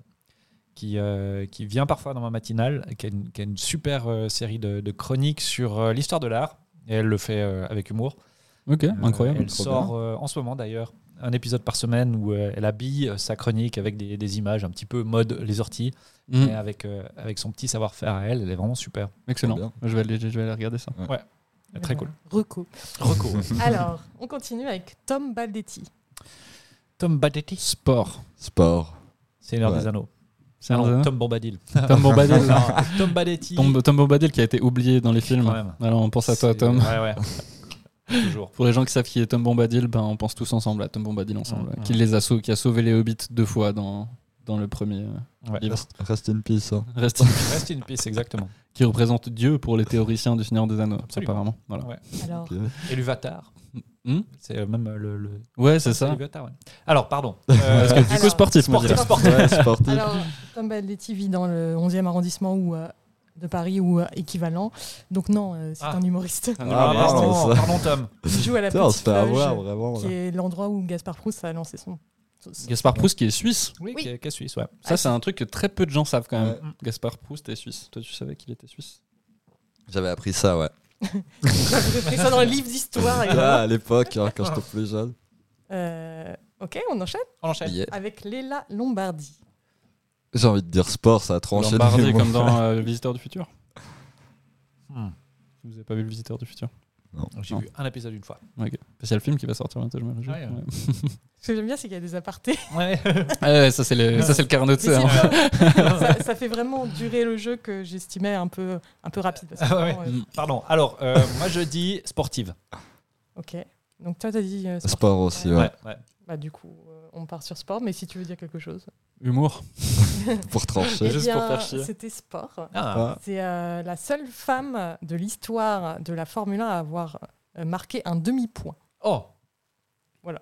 qui, euh, qui vient parfois dans ma matinale, qui a une, qui a une super euh, série de, de chroniques sur euh, l'histoire de l'art. Et elle le fait euh, avec humour. Ok, Ah, incroyable. Euh, Elle sort euh, en ce moment d'ailleurs un épisode par semaine où euh, elle habille euh, sa chronique avec des, des images un petit peu mode les orties, Mm, mais avec, euh, avec son petit savoir-faire à elle. Elle est vraiment super. excellent. Bien. Je vais, aller, je vais aller regarder ça. Elle est Ah, très cool. Reco. Reco. <laughs> Alors, on continue avec Tom Baldetti. Tom Badetti. Sport. Sport. C'est l'heure Ouais. des anneaux. C'est Ah non, un Tom Bombadil. Tom Bombadil. Non, Tom Badetti. <laughs> Tom, Tom Bombadil qui a été oublié dans les films. Quand même. Alors on pense à toi, C'est- Tom. Ouais, <laughs> ouais. Toujours. Pour les gens qui savent qui est Tom Bombadil, ben, on pense tous ensemble à Tom Bombadil ensemble, Mm, qui les a sau- qui a sauvé les Hobbits deux fois dans dans le premier euh, Ouais. livre. Rest, rest in peace. hein. Reste- <laughs> Reste une piste, exactement. qui représente Dieu pour les théoriciens du Seigneur des Anneaux, Absolument. apparemment. Voilà. Ouais. Alors, Ok. Et l'Uvatar. Hmm c'est euh, même euh, le. le... Ouais, c'est ça. l'Uvatar, ouais. Alors, pardon. Euh, Parce que <laughs> du coup, Alors, sportif, moi, je sportif, dirais. sportif. Ouais, sportif. alors, Tom Baldetti vit dans le 11e arrondissement ou euh, de Paris ou euh, équivalent. Donc non, euh, c'est Ah. un humoriste. Ah, Ah, pardon, non, ça- pardon, Tom. Il joue à la Putain, on se petite fait avoir loge, vraiment. qui là. est l'endroit où Gaspard Proust a lancé son. son- Gaspard Proust qui est suisse. Oui, Oui. qui est- qui est suisse, ouais. Ça, Ah, c'est un truc que très peu de gens savent quand même. Ouais. Gaspard Proust est suisse. Toi, tu savais qu'il était suisse J'avais appris ça, ouais. J'ai pris ça dans le livre d'histoire. et voilà. Ah, à l'époque, hein, quand j'étais Oh. plus jeune. Euh, ok, on enchaîne On enchaîne. Yeah. avec Léla Lombardi. J'ai envie de dire sport, ça a tranché. de Lombardi, l'humour. comme dans euh, Le Visiteur du Futur. Hmm. Vous avez pas vu Le Visiteur du Futur J'ai Non. vu un épisode une fois. Ok. Parce qu'il y a le film qui va sortir bientôt, je m'imagine. Ah ouais. Ouais. Ce que j'aime bien, c'est qu'il y a des apartés. Ouais. <laughs> Ah ouais, ça, c'est le, ça, c'est le carnot de Mais ça. hein. c'est bien. <laughs> ça, ça fait vraiment durer le jeu que j'estimais un peu, un peu rapide. parce que Ah ouais. vraiment, euh, pardon. Alors, euh, moi, je dis sportive. euh, ok. Donc toi, t'as dit euh, sport. Sport aussi, ouais. ouais. Bah, du coup, euh, on part sur sport. Mais si tu veux dire quelque chose. Humour. Pour trancher. juste Eh bien, pour faire chier. C'était sport. Ah, Ah, C'est euh, la seule femme de l'histoire de la Formule 1 à avoir euh, marqué un demi-point Oh. Voilà.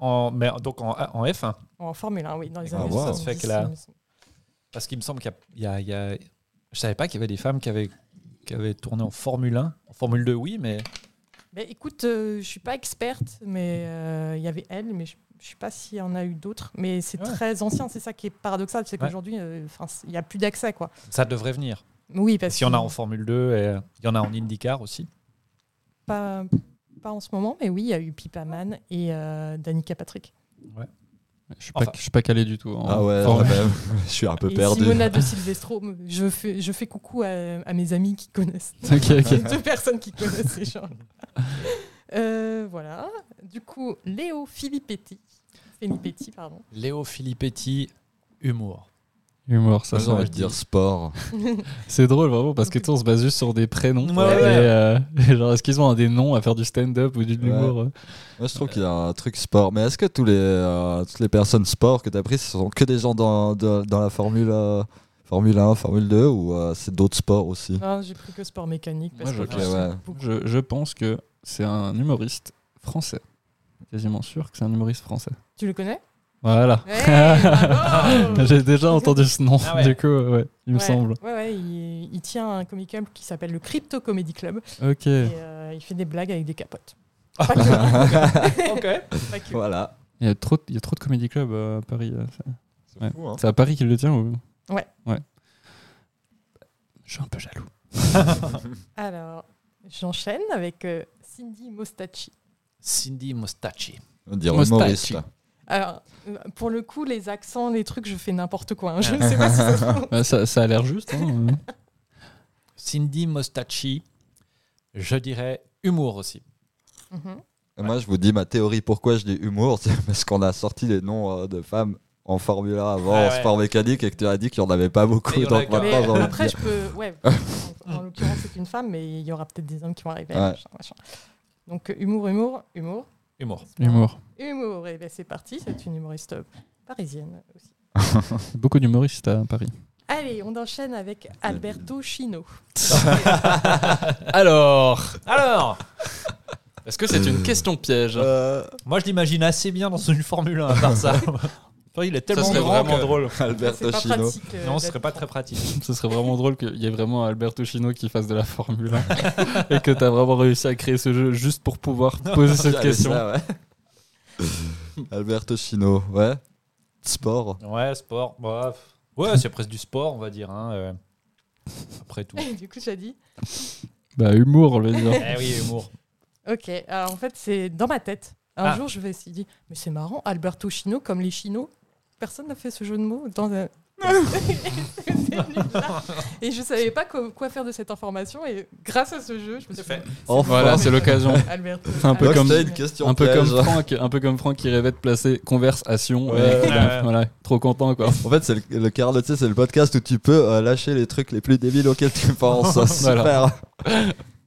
En, mais, donc, en, en F1. en Formule 1. Oui, dans les Ah, années wow. Ça se fait 70, que la- il me semble. Parce qu'il me semble qu'il y a, il y a- il y a- Je savais pas qu'il y avait des femmes qui avaient, qui avaient tourné en Formule 1. En Formule 2, oui, mais. Ben, écoute, euh, je suis pas experte, mais euh, il y avait elle, mais je je sais pas s'il y en a eu d'autres. Mais c'est Ah Ouais. très ancien, c'est ça qui est paradoxal, c'est Ouais. qu'aujourd'hui, euh, 'fin, c- il n'y a plus d'accès, quoi. Ça devrait venir. Oui, parce S'il y en a que- en Formule 2 et euh, il y en a en IndyCar aussi. pas, pas en ce moment, mais oui, il y a eu Pipaman et euh, Danica Patrick. Je suis pas, Enfin. je suis pas calé du tout. en Ah ouais, forme. quand même. <laughs> Je suis un peu et perdu. Simona de Silvestro. Je fais, je fais coucou à, à mes amis qui connaissent. Ok, <laughs> ok. Les <laughs> deux personnes qui connaissent ces gens. Euh, voilà. Du coup, Léo Filippetti. Filippetti, pardon. Léo Filippetti, humour. Humour, ça, J'ai ça envie va. de dire sport. C'est drôle vraiment parce que tu sais, on se base juste sur des prénoms. Ouais, ouais. Et, euh, <laughs> et genre, est-ce qu'ils ont des noms à faire du stand-up ou du de Ouais. l'humour euh Moi, je trouve qu'il y a un truc sport. Mais est-ce que tous les, euh, toutes les personnes sport que tu as prises, ce sont que des gens dans, de- dans la Formule, euh, Formule 1, Formule 2 ou euh, c'est d'autres sports <laughs> aussi Ah, J'ai pris que sport mécanique. Parce Moi, que Ok, je- ouais. Je, je pense que c'est un humoriste français. Quasiment sûr que c'est un humoriste français. Tu le connais Voilà. Hey, <laughs> Eh, bravo J'ai déjà entendu ce nom, Ah ouais. du coup, euh, ouais, il me Ouais, semble. Ouais, ouais, il, il tient un comic club qui s'appelle le Crypto Comedy Club. Ok. Et euh, il fait des blagues avec <laughs> des capotes. Pas que. Ok. Pas que. Voilà. Il y, a trop, de- il y a trop de comédie club euh, à Paris. euh, ça- Ouais. fou, hein. C'est à Paris qu'il le tient ou... Ouais. Ouais. Je suis un peu jaloux. Alors, j'enchaîne avec euh, Cindy Mostachi. Cindy Mostachi. On dirait Moustache. humoriste. Alors, euh, pour le coup, les accents, les trucs, je fais n'importe quoi. hein. Je ne sais pas si ça se trouve. Bah, ça, ça a l'air juste. <laughs> hein, euh. Cindy Mostachi, je dirais humour aussi. Mhm. Et Moi, je vous dis ma théorie pourquoi je dis humour, <laughs> c'est parce qu'on a sorti les noms euh, de femmes en Formule 1 avant, Ah en ouais. sport mécanique, et que tu as dit qu'il n'y en avait pas beaucoup. Et il y en a Donc qu'un. maintenant, j'ai Mais envie de après, dire- je peux. <laughs> Ouais, en, en l'occurrence, c'est une femme, mais il y aura peut-être des hommes qui vont arriver. Ouais. machin, machin. Donc, euh, humour, humour, humour. Humour. Humour. Humour. Et bien, c'est parti. C'est une humoriste euh, parisienne aussi. Beaucoup d'humoristes à Paris. Allez, on enchaîne avec Alberto Chino. Alors, Alors, est-ce que c'est une question piège euh, moi je l'imagine assez bien dans une Formule 1 à part ça. <laughs> Enfin, Il est tellement serait grand vraiment que- drôle. Alberto C'est pas Chino. pratique. euh, Non, ce d'être serait pas très pratique. <laughs> Ce serait vraiment drôle qu'il y ait vraiment Alberto Chino qui fasse de la Formule <laughs> 1 et que tu as vraiment réussi à créer ce jeu juste pour <laughs> pouvoir poser cette Ah, question. ça, ouais. <laughs> Alberto Chino, ouais. Sport. Ouais, sport. bref. Ouais, c'est presque du sport, on va dire. hein, euh, Après tout. <laughs> du coup, j'ai dit. Bah, humour, on va dire. Eh oui, humour. Ok, alors en fait, c'est dans ma tête. Un Ah. jour, je vais essayer de dire Mais c'est marrant, Alberto Chino, comme les Chinos. Personne n'a fait ce jeu de mots dans un. Ah <laughs> C'est nul, là. et je savais pas quoi, quoi faire de cette information. Et grâce à ce jeu, je me suis fait. dit Enfin. Voilà, c'est l'occasion. Alberto. Un peu Donc, comme- c'était une question Un peu, piège. comme Franck, un peu comme Franck qui rêvait de placer conversation. Ouais. et, Ouais. voilà, trop content <laughs> quoi. En fait, c'est le, le Carlo, tu sais, c'est le podcast où tu peux euh, lâcher les trucs les plus débiles auxquels tu <laughs> penses. Super. Voilà.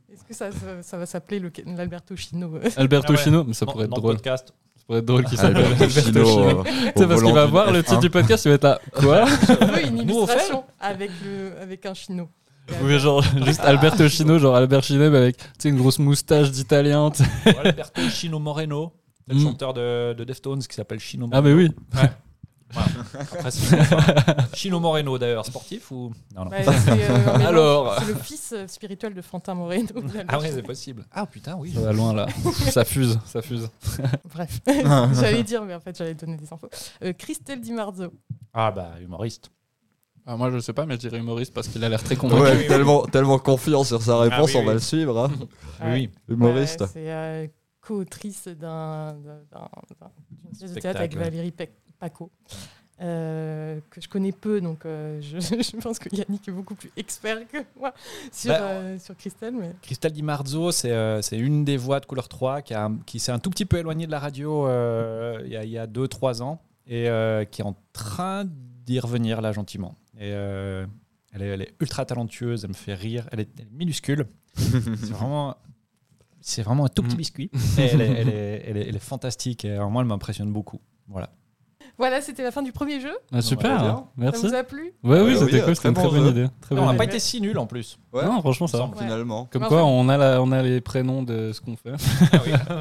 Est-ce que ça, ça, ça va s'appeler le- l'Alberto Chino euh, Alberto Ah ouais. Chino, mais ça Dans- pourrait être dans le drôle. podcast. Ça pourrait être drôle qu'il s'appelle <laughs> Alberto Alberto Chino. Chino. euh, Tu sais, au parce volant qu'il va d'une voir le titre F1. du podcast, il va <laughs> être là. Quoi Je veux <laughs> une Nous, on fait. illustration avec, le, avec un Chino. Et Ou bien genre, juste Alberto Chino, genre Albert Chino, mais avec tu sais, une grosse moustache d'italien. tu sais. <laughs> Alberto Chino Moreno, le Mm. chanteur de, de Deftones qui s'appelle Chino Ah, Moreno. mais oui. Après, c'est- Chino Moreno d'ailleurs, sportif ou Non, non. Bah, <laughs> c'est, euh, un mélange. Alors. C'est le fils euh, spirituel de Fantin Moreno. Ah ouais, c'est possible. Ah putain, oui. Ça va loin là. ça fuse, ça fuse. <laughs> Bref, j'allais dire, mais en fait, j'allais donner des infos. Euh, Christelle Di Marzo. Ah bah, humoriste. Ah, moi je sais pas, mais je dirais humoriste parce qu'il a l'air très Ouais, convaincu. oui, <laughs> oui. Tellement, tellement confiant sur sa réponse, Ah, oui, on va oui. le suivre. hein. Oui. Humoriste. Ouais, c'est euh, co-autrice d'un, d'un- d'un- d'un- d'une pièce de théâtre avec Spectacle. Valérie Pe- Paco. euh, que je connais peu, donc euh, je, <laughs> je pense que Yannick est beaucoup plus expert que moi sur, Bah, euh, sur Christelle. Mais... Christelle Di Marzo, c'est euh, c'est une des voix de couleur 3 qui, a- qui s'est un tout petit peu éloignée de la radio euh, il y a- il y a 2-3 ans et euh, qui est en train d'y revenir là gentiment. Et euh, elle, est, elle est ultra talentueuse, elle me fait rire, elle est, elle est <laughs> minuscule. c'est vraiment. C'est vraiment un tout petit Mm. biscuit. Et elle, est, elle est- elle est- elle est fantastique. Et alors moi, elle m'impressionne beaucoup. Voilà. Voilà, c'était la fin du premier jeu. Ah, super, Ouais, bien. Ça merci. vous a plu Ouais, oui, Ouais, oui, c'était euh, cool, c'était une très très bon bonne jeu. idée. Très Non, bonne on n'a idée. pas été si nul en plus. Ouais. Non, franchement, ça va. Ensemble. Finalement, Comme Mais quoi, enfin- on a, la- on a les prénoms de ce qu'on fait.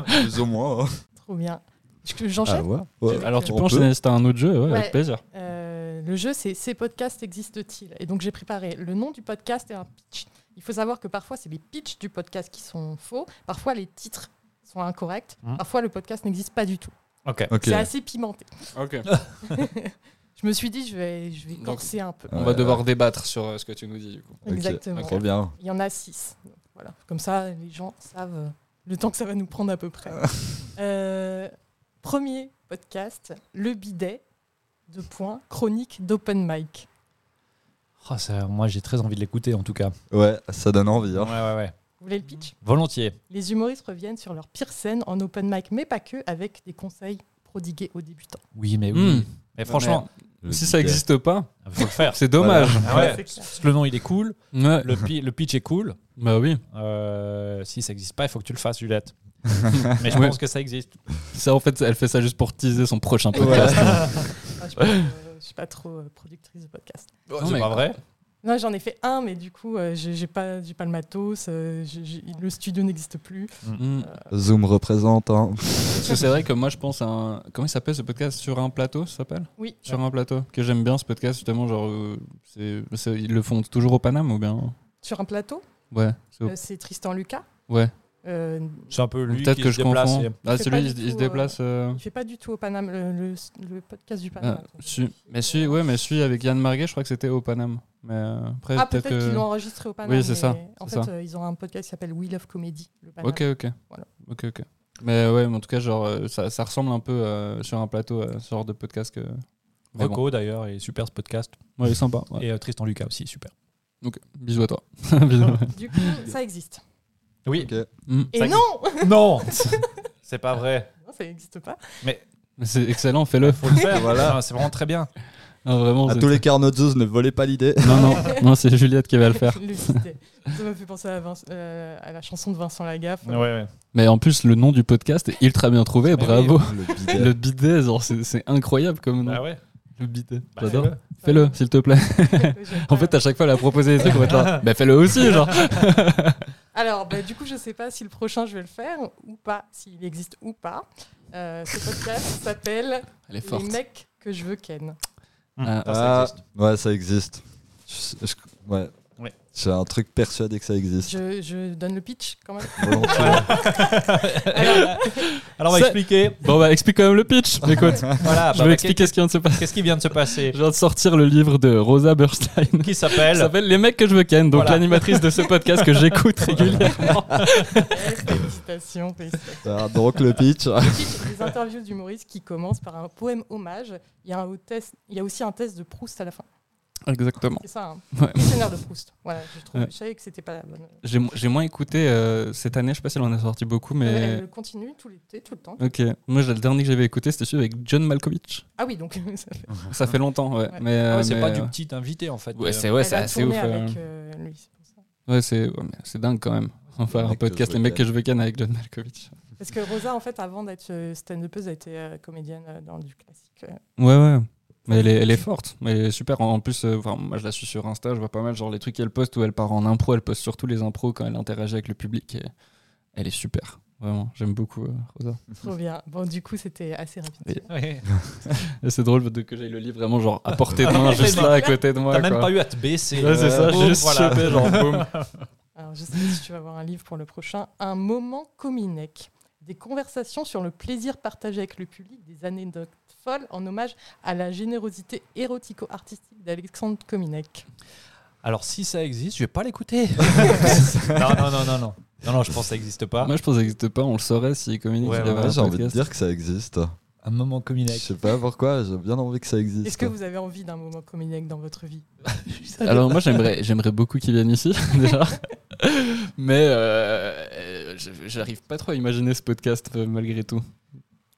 plus ou moins. hein. Trop bien. Je- J'enchaîne. ouais. Ouais. Euh, Alors, tu On peux peut. enchaîner si t'as un autre jeu, ouais, Ouais. avec plaisir. Euh, le jeu, c'est Ces podcasts existent-ils Et donc, j'ai préparé le nom du podcast et un pitch. Il faut savoir que parfois, c'est les pitchs du podcast qui sont faux. Parfois, les titres sont incorrects. Mhm. Parfois, le podcast n'existe pas du tout. Ok. Ok. C'est assez pimenté. Ok. Je me suis dit, je vais, je vais corser un peu. On Ouais, va devoir débattre sur euh, ce que tu nous dis, du coup. ah, ok. Exactement. Trop bien. Il y en a six. Donc, voilà. Comme ça, les gens savent euh, le temps que ça va nous prendre à <laughs> peu près. Euh, premier podcast, Le Bidet, de points, chronique d'open mic. Oh, ça, moi, j'ai très envie de l'écouter en tout cas. Ouais, ça donne envie. Ouais, hein. ouais, ouais. Vous voulez le pitch Volontiers. Les humoristes reviennent sur leur pire scène en open mic, mais pas que, avec des conseils prodigués aux débutants. Oui, mais oui. oui. Mais franchement, Je Si dis ça que- n'existe pas, Faut <laughs> le faire. c'est dommage. Ah ouais. C'est <laughs> clair. Le nom, il est cool. Ouais. Le, pi- le pitch est cool. Bah oui. Euh, si ça n'existe pas, il faut que tu le fasses, Juliette. <laughs> Mais je Ouais. pense que ça existe. Ça, en fait, elle fait ça juste pour teaser son prochain Voilà. podcast. Ah, <laughs> je, suis pas, euh, je suis pas trop euh, productrice de podcast. Non, Oh, c'est mais- pas vrai. Non, j'en ai fait un, mais du coup, euh, j'ai j'ai pas, j'ai pas le matos, euh, j'ai- j'ai- le studio n'existe plus. Mm. Zoom représente. hein. Parce que c'est vrai que moi, je pense à un. Comment il s'appelle ce podcast Sur un plateau, ça s'appelle Oui. Sur un plateau. Que j'aime bien ce podcast, justement. Genre, euh, c'est- c'est- ils le font toujours au Paname ou bien Sur un plateau, Ouais. c'est au- euh, c'est Tristan Lucas. Oh. Ouais. Euh, C'est un peu lui Peut-être qui que se je déplace confonds. et- Ah, C'est celui, pas du il, il se tout, déplace. euh, il fait pas du tout au Paname, le, le- le podcast du euh. Paname. ah, si. Mais si, ouais, mais si, avec Yann Marguet, je crois que c'était au Paname. Mais euh, après, Ah, peut-être peut-être que. qu'ils l'ont enregistré au Paname. Oui, c'est mais ça, En c'est fait, ça. euh, ils ont un podcast qui s'appelle We Love Comedy. Le Paname. Ok, ok. Voilà. Ok, ok. Mais ouais, mais en tout cas, genre, euh, ça, ça ressemble un peu euh, sur un plateau, euh, ce genre de podcast que. Vraiment. Reco d'ailleurs, et super ce podcast. Ouais, il est sympa. ouais. Et euh, Tristan Lucas aussi, super. Donc, bisous à toi. Bisous. Du <laughs> coup, ça existe. Oui. Ok. Mm. Et Ça non <laughs> <laughs> Non C'est pas vrai. Non, ça n'existe pas. Mais C'est excellent, fais-le. Faut le faire. Voilà. Enfin, C'est vraiment très bien. Non, vraiment. À c'est- tous les carnotous, ne volez pas l'idée. <laughs> Non, non, non c'est Juliette qui va le faire. <laughs> Le citer. ça m'a fait penser à, Vince- euh, à la chanson de Vincent Lagaffe. Mais en plus, le nom du podcast est ultra bien trouvé, Mais bravo. Le bidet. Oh. Le bidet, genre, c'est c'est incroyable comme nom. Bah ouais. Le bidet, Bah, j'adore. fais-le. <laughs> Fais-le, s'il te plaît. En fait, à chaque fois, elle a proposé des trucs, on va être <laughs> là. Bah, fais-le aussi, genre. Alors, bah, du coup, je ne sais pas si le prochain, je vais le faire ou pas, s'il existe ou pas. Euh, ce podcast s'appelle <laughs> Elle est <laughs> Les forte. mecs que je veux ken. Ah, Ah, ça Ah, existe. Ouais, ça existe. Je- je- ouais. Ouais. J'ai un truc persuadé que ça existe. Je, je donne le pitch quand <laughs> même. Volontiers. Alors, Alors on va C'est- expliquer. Bon, bah, explique quand même le pitch. Écoute, Voilà, je <laughs> bah, vais bah, expliquer ce qui vient de se passer. Qu'est-ce qui vient de <laughs> se passer Je viens de sortir le livre de Rosa Burstein. Qui Elle s'appelle s'appelle Les mecs que je veux ken, donc Voilà. l'animatrice de ce podcast que j'écoute régulièrement. félicitations, félicitations. Ah, Donc le pitch. Le pitch, des interviews d'humoristes qui commencent par un poème hommage. Il y, a un au- test- il y a aussi un test de Proust à la fin. Exactement. C'est ça, hein. Ouais. questionnaire de Proust. Voilà, je, trouve, Ouais. je savais que c'était pas la bonne. J'ai mo- j'ai moins écouté euh, cette année, je sais pas si elle en a sorti beaucoup, mais. Elle continue tout l'été, tout le temps. Ok, moi j'ai- le dernier que j'avais écouté c'était celui avec John Malkovich. Ah oui, donc <laughs> ça fait. Ça fait longtemps, ouais. Ouais. Mais, euh, Ah ouais, C'est mais, pas euh, du petit invité en fait. Ouais, Euh, c'est ouais, Elle c'est a assez tourné ouf. euh, avec euh, lui, c'est pour ça. Ouais, c'est ouais, mais c'est dingue quand même. Enfin, Les un mecs que podcast, je les veux mecs que ken. je veux ken avec John Malkovich. Parce que Rosa, en fait, avant d'être euh, stand-upeuse, a été euh, comédienne euh, dans du classique. euh. <laughs> Ouais, ouais. Mais elle est, elle est forte, mais elle est super. En en plus, euh, enfin, moi je la suis sur Insta, je vois pas mal genre les trucs qu'elle poste où elle part en impro, elle poste surtout les impros quand elle interagit avec le public. et elle est super, vraiment. J'aime beaucoup euh, Rosa. Trop bien. Bon, du coup, c'était assez rapide. Oui. ouais. Et c'est drôle de que j'aille le livre vraiment genre à portée de main, juste là à côté de moi. <laughs> T'as même quoi. pas eu à te baisser. Ouais, c'est ça, Euh, j'ai juste voilà. chopé, genre boum. Alors, je sais pas si tu vas avoir un livre pour le prochain. Un moment cominec. Des conversations sur le plaisir partagé avec le public, des anecdotes folles en hommage à la générosité érotico-artistique d'Alexandre Cominec. Alors si ça existe, je vais <laughs> pas l'écouter. non, non, non, non, non. Non, non, je pense que ça n'existe <laughs> pas. Moi je pense que ça n'existe pas, on le saurait s'il communique. Ouais, s'il ouais, avait Ouais, un J'ai envie de podcast. dire que ça existe. Un moment Je communal. sais pas pourquoi, j'ai bien envie que ça existe. Est-ce que vous avez envie d'un moment cominec dans votre vie Alors moi j'aimerais j'aimerais beaucoup qu'il vienne ici <laughs> déjà, mais euh, euh, je- j'arrive pas trop à imaginer ce podcast euh, malgré tout.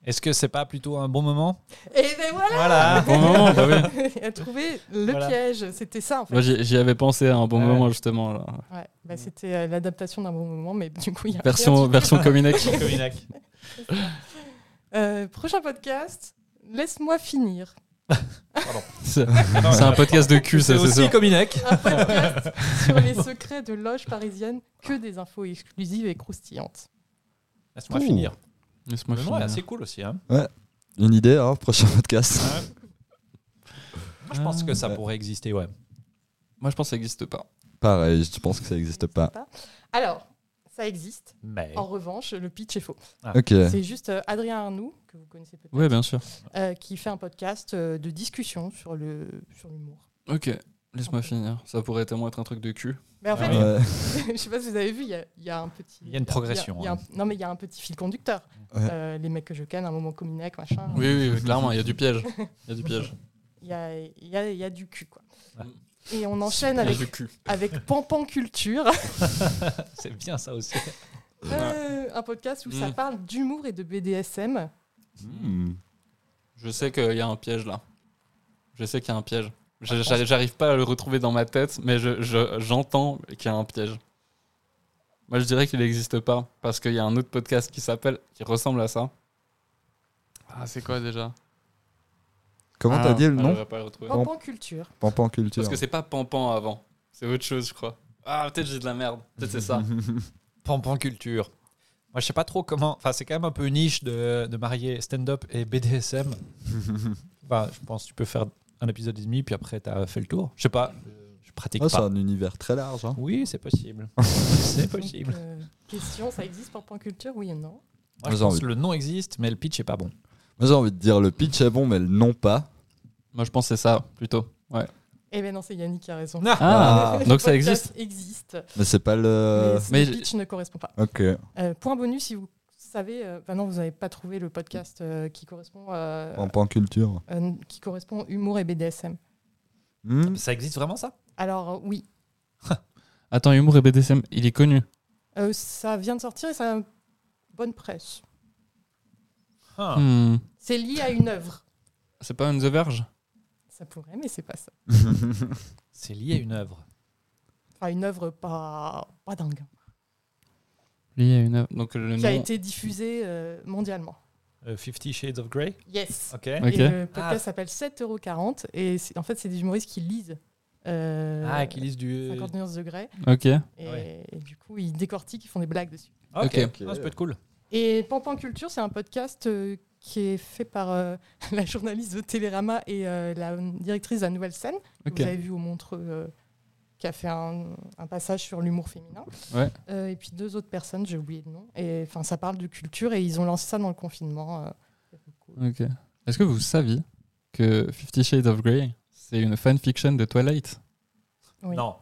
Est-ce que c'est pas plutôt un bon moment Et ben <laughs> voilà Voilà. Bon moment, bah oui. <laughs> Elle a trouvé le Voilà. piège, c'était ça en fait. Moi j'y j'y avais pensé à un bon Ouais. moment justement. là. Ouais, bah, c'était euh, l'adaptation d'un bon moment, mais du coup, il y a. rien Version du- version <laughs> Cominec. Cominac. Euh, prochain podcast, laisse-moi finir. C'est c'est un podcast de cul C'est ça c'est aussi sûr. Cominac. Un podcast <laughs> sur les secrets de loges parisiennes, que des infos exclusives et croustillantes. Laisse-moi Ouh. finir. Laisse-moi Mais ouais, finir. c'est cool aussi. hein. Une idée, hein, prochain podcast. Moi, je pense que ça Ah. Ouais. pourrait exister, ouais. Moi je pense que ça n'existe pas. Pareil, je pense que ça existe pas. Alors, ça existe. Mais En revanche, le pitch est faux. Ok. C'est juste euh, Adrien Arnoux, que vous connaissez peut-être, bah. Ouais bien sûr. euh, qui fait un podcast euh, de discussion sur le sur l'humour. Ok. Laisse-moi finir. Ça pourrait tellement être un truc de cul. Mais en Ah fait, oui. Ouais. <laughs> je sais pas si vous avez vu, il y a, il y a un petit. Il y a une progression, il y a- il y a un- non, mais il y a un petit fil conducteur. Ouais. Euh, les mecs que je canne, un moment communac, machin. Oui oui, oui, clairement il y a du piège. Il y a du piège. Il y a, il y a- il y a du cul, quoi. Ouais. Et on enchaîne Il y a avec, du cul. avec Pampan Culture, c'est bien ça aussi. euh, un podcast où ça Mm. parle d'humour et de BDSM. Hmm. Je sais qu'il y a un piège là. Je sais qu'il y a un piège. Je- j'arri- J'arrive pas à le retrouver dans ma tête, mais je- je- j'entends qu'il y a un piège. Moi, je dirais qu'il n'existe pas, parce qu'il y a un autre podcast qui s'appelle, qui ressemble à ça. Ah, c'est quoi déjà Comment t'as Ah, dit le ah, nom j'aurais pas le retrouver. Bon. Pampan culture. Pampan Culture. Ah, Parce que c'est pas Pampan avant, c'est autre chose, je crois. Ah, peut-être j'ai de la merde, peut-être <laughs> c'est ça. Pampan culture. Moi, je sais pas trop comment. Enfin, c'est quand même un peu niche de, de marier stand-up <laughs> et BDSM. Enfin, je pense que tu peux faire un épisode et demi, puis après, tu as fait le tour. Je sais pas. Je pratique Ah, c'est pas. un univers très large. hein. Oui, <laughs> c'est possible. c'est Donc, possible. euh, question, ça existe Pampan culture Oui ou non Moi, je J'ai pense envie. que le nom existe, mais le pitch est pas bon. Moi, j'ai envie de dire le pitch est bon, mais le nom pas. Moi, je pense que c'est ça, plutôt. Ouais. Eh ben non, c'est Yannick qui a raison. Ah, Le donc ça podcast existe Euh, Existe. Mais c'est pas le. mais mais le je- pitch ne correspond pas. Ok. Euh, point bonus, si vous savez, euh, bah non, vous n'avez pas trouvé le podcast euh, qui correspond euh, Pampan Culture. euh, qui correspond humour et BDSM. Hmm Ça existe vraiment, ça Alors euh, oui, Attends, Humour et BDSM, il est connu. Euh, ça vient de sortir et ça a bonne presse. Ah. Hmm. C'est lié à une œuvre. C'est pas On The Verge Ça pourrait, mais c'est pas ça. C'est lié à une œuvre. Enfin, une œuvre pas, pas dingue. Lié à une œuvre. Donc euh, le Qui a nom. été diffusée euh, mondialement. Euh, Fifty Shades of Grey Yes. Ok. Ok. Et le podcast Ah. s'appelle 7,40€ et c'est- en fait, c'est des humoristes qui lisent. euh, Ah, qui lisent du. 50 nuances de Grey. Ok. Et, Ouais. et du coup, ils décortiquent, ils font des blagues dessus. Ok. Ok. Ah, ça peut être cool. Et Pampan Culture, c'est un podcast euh, qui est fait par euh, <laughs> la journaliste de Télérama et euh, la directrice de la Nouvelle Scène. que Ok. Vous avez vu au Montreux, euh, qui a fait un, un passage sur l'humour féminin. Ouais. Euh, et puis deux autres personnes, j'ai oublié le nom. Et enfin, ça parle de culture et ils ont lancé ça dans le confinement. euh. Ok. Est-ce que vous saviez que Fifty Shades of Grey, c'est une fanfiction de Twilight Oui. Non.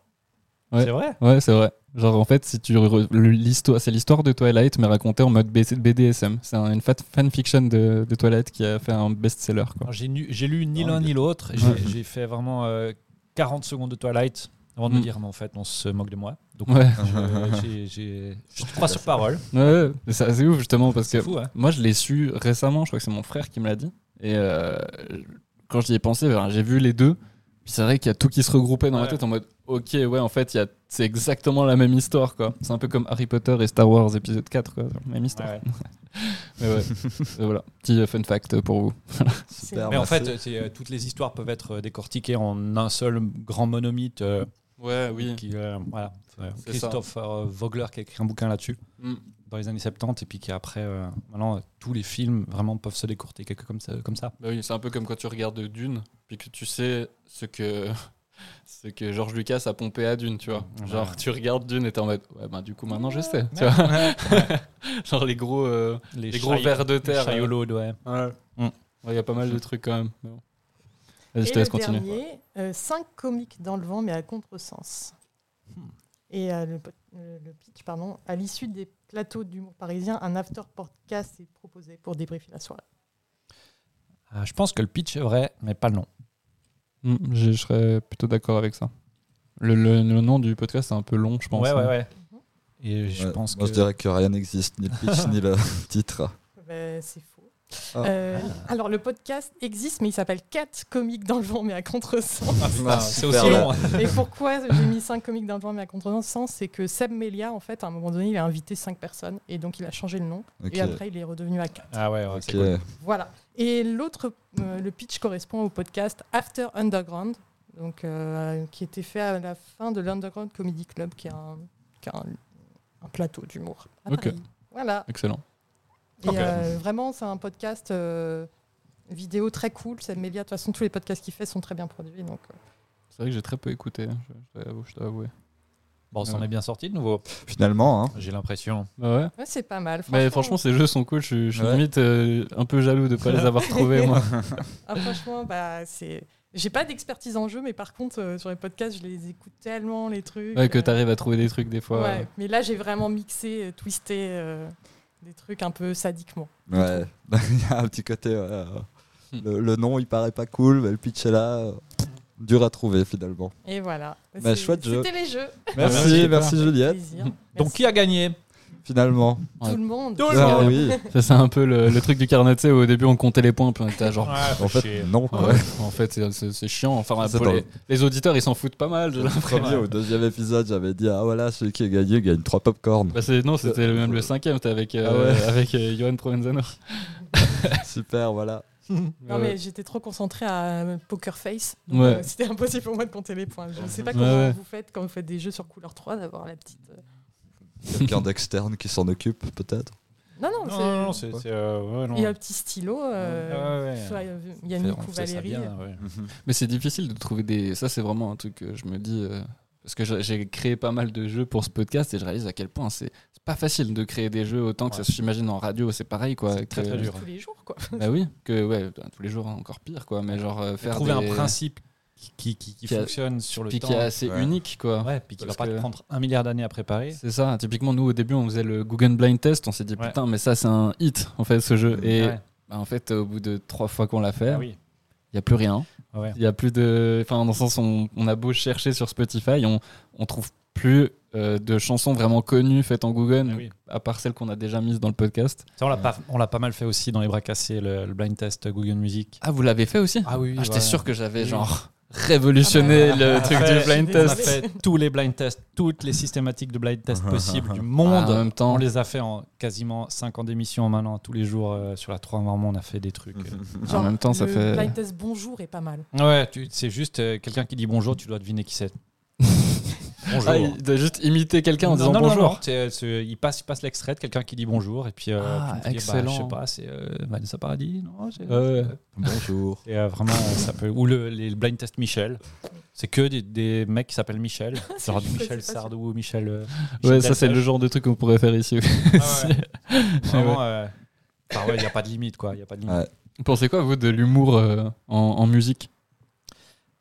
Ouais. C'est vrai Ouais, c'est vrai. Genre en fait, si tu re- le- l'histoire, c'est l'histoire de Twilight mais racontée en mode BC BDSM. C'est un- une fat- fanfiction de, de Twilight qui a fait un best-seller quoi. Alors, J'ai nu- j'ai lu ni l'un ni l'autre. J'ai j'ai fait vraiment euh, 40 secondes de Twilight avant de me Mm. dire, mais en fait, on se moque de moi. Donc, Ouais. je- j'ai- j'ai- je te crois sur parole. Ouais, mais ça, c'est ouf justement parce que C'est fou, hein Moi, je l'ai su récemment. Je crois que c'est mon frère qui me l'a dit. Et euh, quand j'y ai pensé, ben, j'ai vu les deux. Puis c'est vrai qu'il y a tout qui se regroupait dans ma Ouais. tête en mode Ok, ouais, en fait, il y a- c'est exactement la même histoire. quoi. C'est un peu comme Harry Potter et Star Wars épisode 4. Quoi. C'est la Même histoire. Ouais. Mais ouais. Et voilà, petit euh, fun fact pour vous. C'est- Super. Mais en fait, c'est, euh, toutes les histoires peuvent être euh, décortiquées en un seul grand monomythe. euh, Ouais, qui, euh, voilà. Euh, Ah C'est Christophe euh, Vogler qui a écrit un bouquin là-dessus Mm. dans les années 70 et puis qui après, euh, maintenant, euh, tous les films vraiment peuvent se décortiquer quelque- comme ça. Comme ça. Bah oui, c'est un peu comme quand tu regardes Dune, puis que tu sais ce que <laughs> ce que George Lucas a pompé à Dune, tu vois. Genre Ouais. tu regardes Dune et t'es en mode ouais ben du coup maintenant je sais, tu Ouais. vois. <laughs> Genre les gros euh, les gros chailles- vers de les terre. euh, chaillolots, ouais. ouais. Mm. Ouais, Il y a pas mal de trucs quand même. mais bon. Vas-y, Et je te le laisse continuer. dernier, 5 comiques dans le vent, mais à contresens. Et euh, le, pot- euh, le pitch, pardon, à l'issue des plateaux d'humour parisien, un after podcast est proposé pour débriefer la soirée. Ah, je pense que le pitch est vrai, mais pas le nom. Mm, je, je serais plutôt d'accord avec ça. Le, le- le nom du podcast c'est un peu long, je pense. Ouais, ouais, hein. ouais. Et je Ouais, pense Moi, que. je dirais que rien n'existe, ni le pitch, ni le <laughs> <laughs> titre. Ben, c'est faux. Ah. Euh, alors, le podcast existe, mais il s'appelle 4 comiques dans le vent, mais à contresens. Ah, c'est aussi long. hein. Et pourquoi j'ai mis 5 comiques dans le vent, mais à contresens C'est que Seb Melia, en fait, à un moment donné, il a invité 5 personnes, et donc il a changé le nom, Ok. et après, il est redevenu à 4. Ah ouais, ouais, c'est Ok. cool. Voilà. Et l'autre, euh, le pitch correspond au podcast After Underground, donc, euh, qui était fait à la fin de l'Underground Comedy Club, qui est un, qui est un- un plateau d'humour. à Ok. Paris. Voilà. Excellent. Et Ok. euh, vraiment, c'est un podcast euh, vidéo très cool. C'est Mélia. De toute façon, tous les podcasts qu'il fait sont très bien produits. Donc, euh, C'est vrai que j'ai très peu écouté, hein, je, je dois avouer- je dois avouer. Bon, on s'en Ouais. est bien sorti de nouveau. Finalement, hein. J'ai l'impression. Bah ouais. ouais, c'est pas mal. Mais franchement, ces jeux sont cool. Je suis, je suis Ouais. limite euh, un peu jaloux de pas les avoir trouvés, <laughs> moi. Ah, franchement, bah, c'est. J'ai pas d'expertise en jeu, mais par contre, euh, sur les podcasts, je les écoute tellement, les trucs. Ouais, que euh, t'arrives à trouver des trucs des fois. Ouais, mais là j'ai vraiment mixé, euh, twisté euh, des trucs un peu sadiquement. Ouais. <laughs> Il y a un petit côté. euh, Hmm. le, le nom, il paraît pas cool, mais le pitch est là. euh, Dur à trouver, finalement. Et voilà. Bah, C'est- chouette jeu. C'était les jeux. Merci, <laughs> Nicolas. merci Juliette. Plaisir. Euh, Donc, Merci. qui a gagné finalement. Ouais. Tout le monde. Tout le Ah monde. oui. euh, Ça, c'est un peu le, le truc du carnet, tu sais, où au début on comptait les points, puis on était genre. Ah, En fait, non. quoi. Ouais. En fait, c'est- c'est c'est chiant. Enfin, C'est pour dans les, les auditeurs, ils s'en foutent pas mal. j'ai <laughs> Le l'impression. <laughs> premier ou deuxième épisode, j'avais dit Ah voilà, celui qui a gagné gagne 3 popcorn. Bah, c'est- non, c'était Euh, même le cinquième, c'était avec, euh, Ah ouais. <laughs> avec euh, Johan Provenzano. Super, <laughs> voilà. Non, mais j'étais trop concentrée à euh, Poker Face. donc, Ouais. euh, C'était impossible pour moi de compter les points. Je ne sais pas Ouais, comment ouais. vous faites quand vous faites des jeux sur couleur 3 d'avoir la petite. euh, Quelqu'un d'externe qui s'en occupe, peut-être. Non, non, Non, c'est- non, non, c'est. c'est, euh, ouais, non. il y a un petit stylo. euh, Ouais, ouais, ouais. soit, euh, Il y a Faire- Nico on sait ça Valérie. euh, bien, ouais. Mais c'est difficile de trouver des. Ça, c'est vraiment un truc que je me dis. euh, Parce que j'ai- j'ai créé pas mal de jeux pour ce podcast et je réalise à quel point c'est c'est pas facile de créer des jeux autant que Ouais. ça s'imagine en radio, c'est pareil quoi. C'est très, que- très dur. tous les jours, quoi. <laughs> Bah oui, que ouais, tous les jours hein, encore pire quoi, mais genre euh, faire Trouver des- un principe qui, qui, qui- qui Qui a- fonctionne sur le puis temps. qui est assez Ouais. unique quoi. Ouais, puis qui va Parce pas que- te prendre un milliard d'années à préparer. C'est ça, typiquement nous au début on faisait le Google Blind Test, on s'est dit Ouais. Mm, putain mais ça c'est un hit en fait ce jeu et Ouais. bah, en fait au bout de trois fois qu'on l'a fait, Ah il oui. y a plus rien. Ouais. Il y a plus de. Enfin, dans le sens, on, on a beau chercher sur Spotify, on, on trouve plus euh, de chansons vraiment connues faites en Google, Ah oui. à part celles qu'on a déjà mises dans le podcast. Ça, on l'a pas, on l'a pas mal fait aussi dans les bras cassés, le, le blind test Google Music. Ah, vous l'avez fait aussi Ah oui, Ah, J'étais sûr que j'avais Oui. genre révolutionné Ah bah, le bah, truc bah, du bah, blind j'ai On a test. désolé. fait tous les blind tests, toutes les systématiques de blind test possibles du Ah, monde. en même temps, on les a fait en quasiment 5 ans d'émission maintenant, tous les jours euh, sur la 3 Normand, on a fait des trucs. euh. en même temps, ça le fait. Blind test bonjour est pas mal. Ouais, tu- c'est juste euh, quelqu'un qui dit bonjour, tu dois deviner <laughs> qui c'est. bonjour. Ah, il doit juste imiter quelqu'un en Non, disant non, non, bonjour. non, c'est- euh, c'est- il, passe, il passe l'extrait de quelqu'un qui dit bonjour et puis euh, Ah, tu me dis, bah, excellent. Euh. je sais pas, c'est euh, Vanessa Paradis, non c'est- Ouais, ouais. Bonjour. Et euh, vraiment, euh, ça peut. Ou le, les blind test Michel. C'est que des, des mecs qui s'appellent Michel. C'est <laughs> Genre du juste, Michel c'est pas Sardou, Michel. euh, Ouais, Michel ça, c'est le Delpech. genre de truc qu'on pourrait faire ici. Ah <laughs> ouais. Vraiment. euh, Enfin, ouais, il n'y a pas de limite, quoi. Il Y a pas de limite. Ouais. Vous pensez quoi, vous, de l'humour euh, en, en musique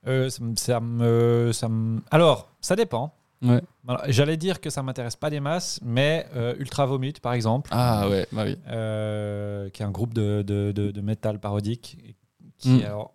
Euh, ça, me- ça me, ça me- Alors, ça dépend. Ouais. Alors, J'allais dire que ça m'intéresse pas des masses, mais euh, Ultra Vomit, par exemple, Ah, ouais, bah oui. euh, qui est un groupe de, de, de, de métal parodique, Mm. qui alors,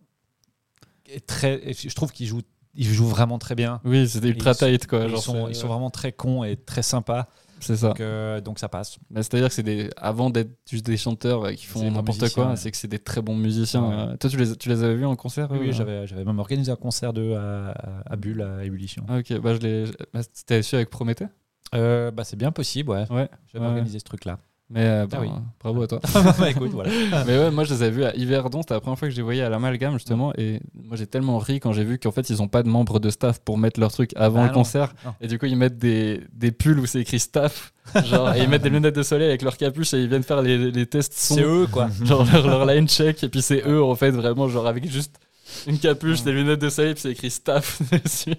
est très. et Je trouve qu'ils jouent, ils jouent vraiment très bien. Oui, c'était ultra Ils sont- tight, quoi. ils, genre, sont, c'est- ils sont vraiment très cons et très sympas. C'est ça. Donc, euh, donc ça passe. Bah, C'est-à-dire que c'est des avant d'être juste des chanteurs euh, qui C'est font des bons n'importe musiciens, quoi, ouais. c'est que c'est des très bons musiciens. Ouais. Euh, Toi, tu les, tu les avais vus en concert Oui, euh, oui, j'avais j'avais même organisé un concert de à, à- à Bulle, à Ébullition. Ah, ok, bah, je les... je- bah, c'était sûr avec Prométhée Euh, bah, c'est bien possible, ouais. Ouais. J'avais Ouais. organisé ce truc-là. Mais euh, bah, Ah oui. bravo à toi. Bah, écoute, voilà. <laughs> Mais ouais, moi je les avais vus à Yverdon, c'était la première fois que je les voyais à l'amalgame justement. Et moi j'ai tellement ri quand j'ai vu qu'en fait ils ont pas de membres de staff pour mettre leur truc avant Ah le non, concert. non. Et du coup ils mettent des, des pulls où c'est écrit <laughs> staff. Genre, et ils mettent des lunettes de soleil avec leur capuche et ils viennent faire les, les tests son. C'est eux, quoi. <laughs> genre leur, leur line check et puis c'est eux en fait vraiment genre avec juste une capuche des lunettes de soleil puis c'est écrit staff <laughs> dessus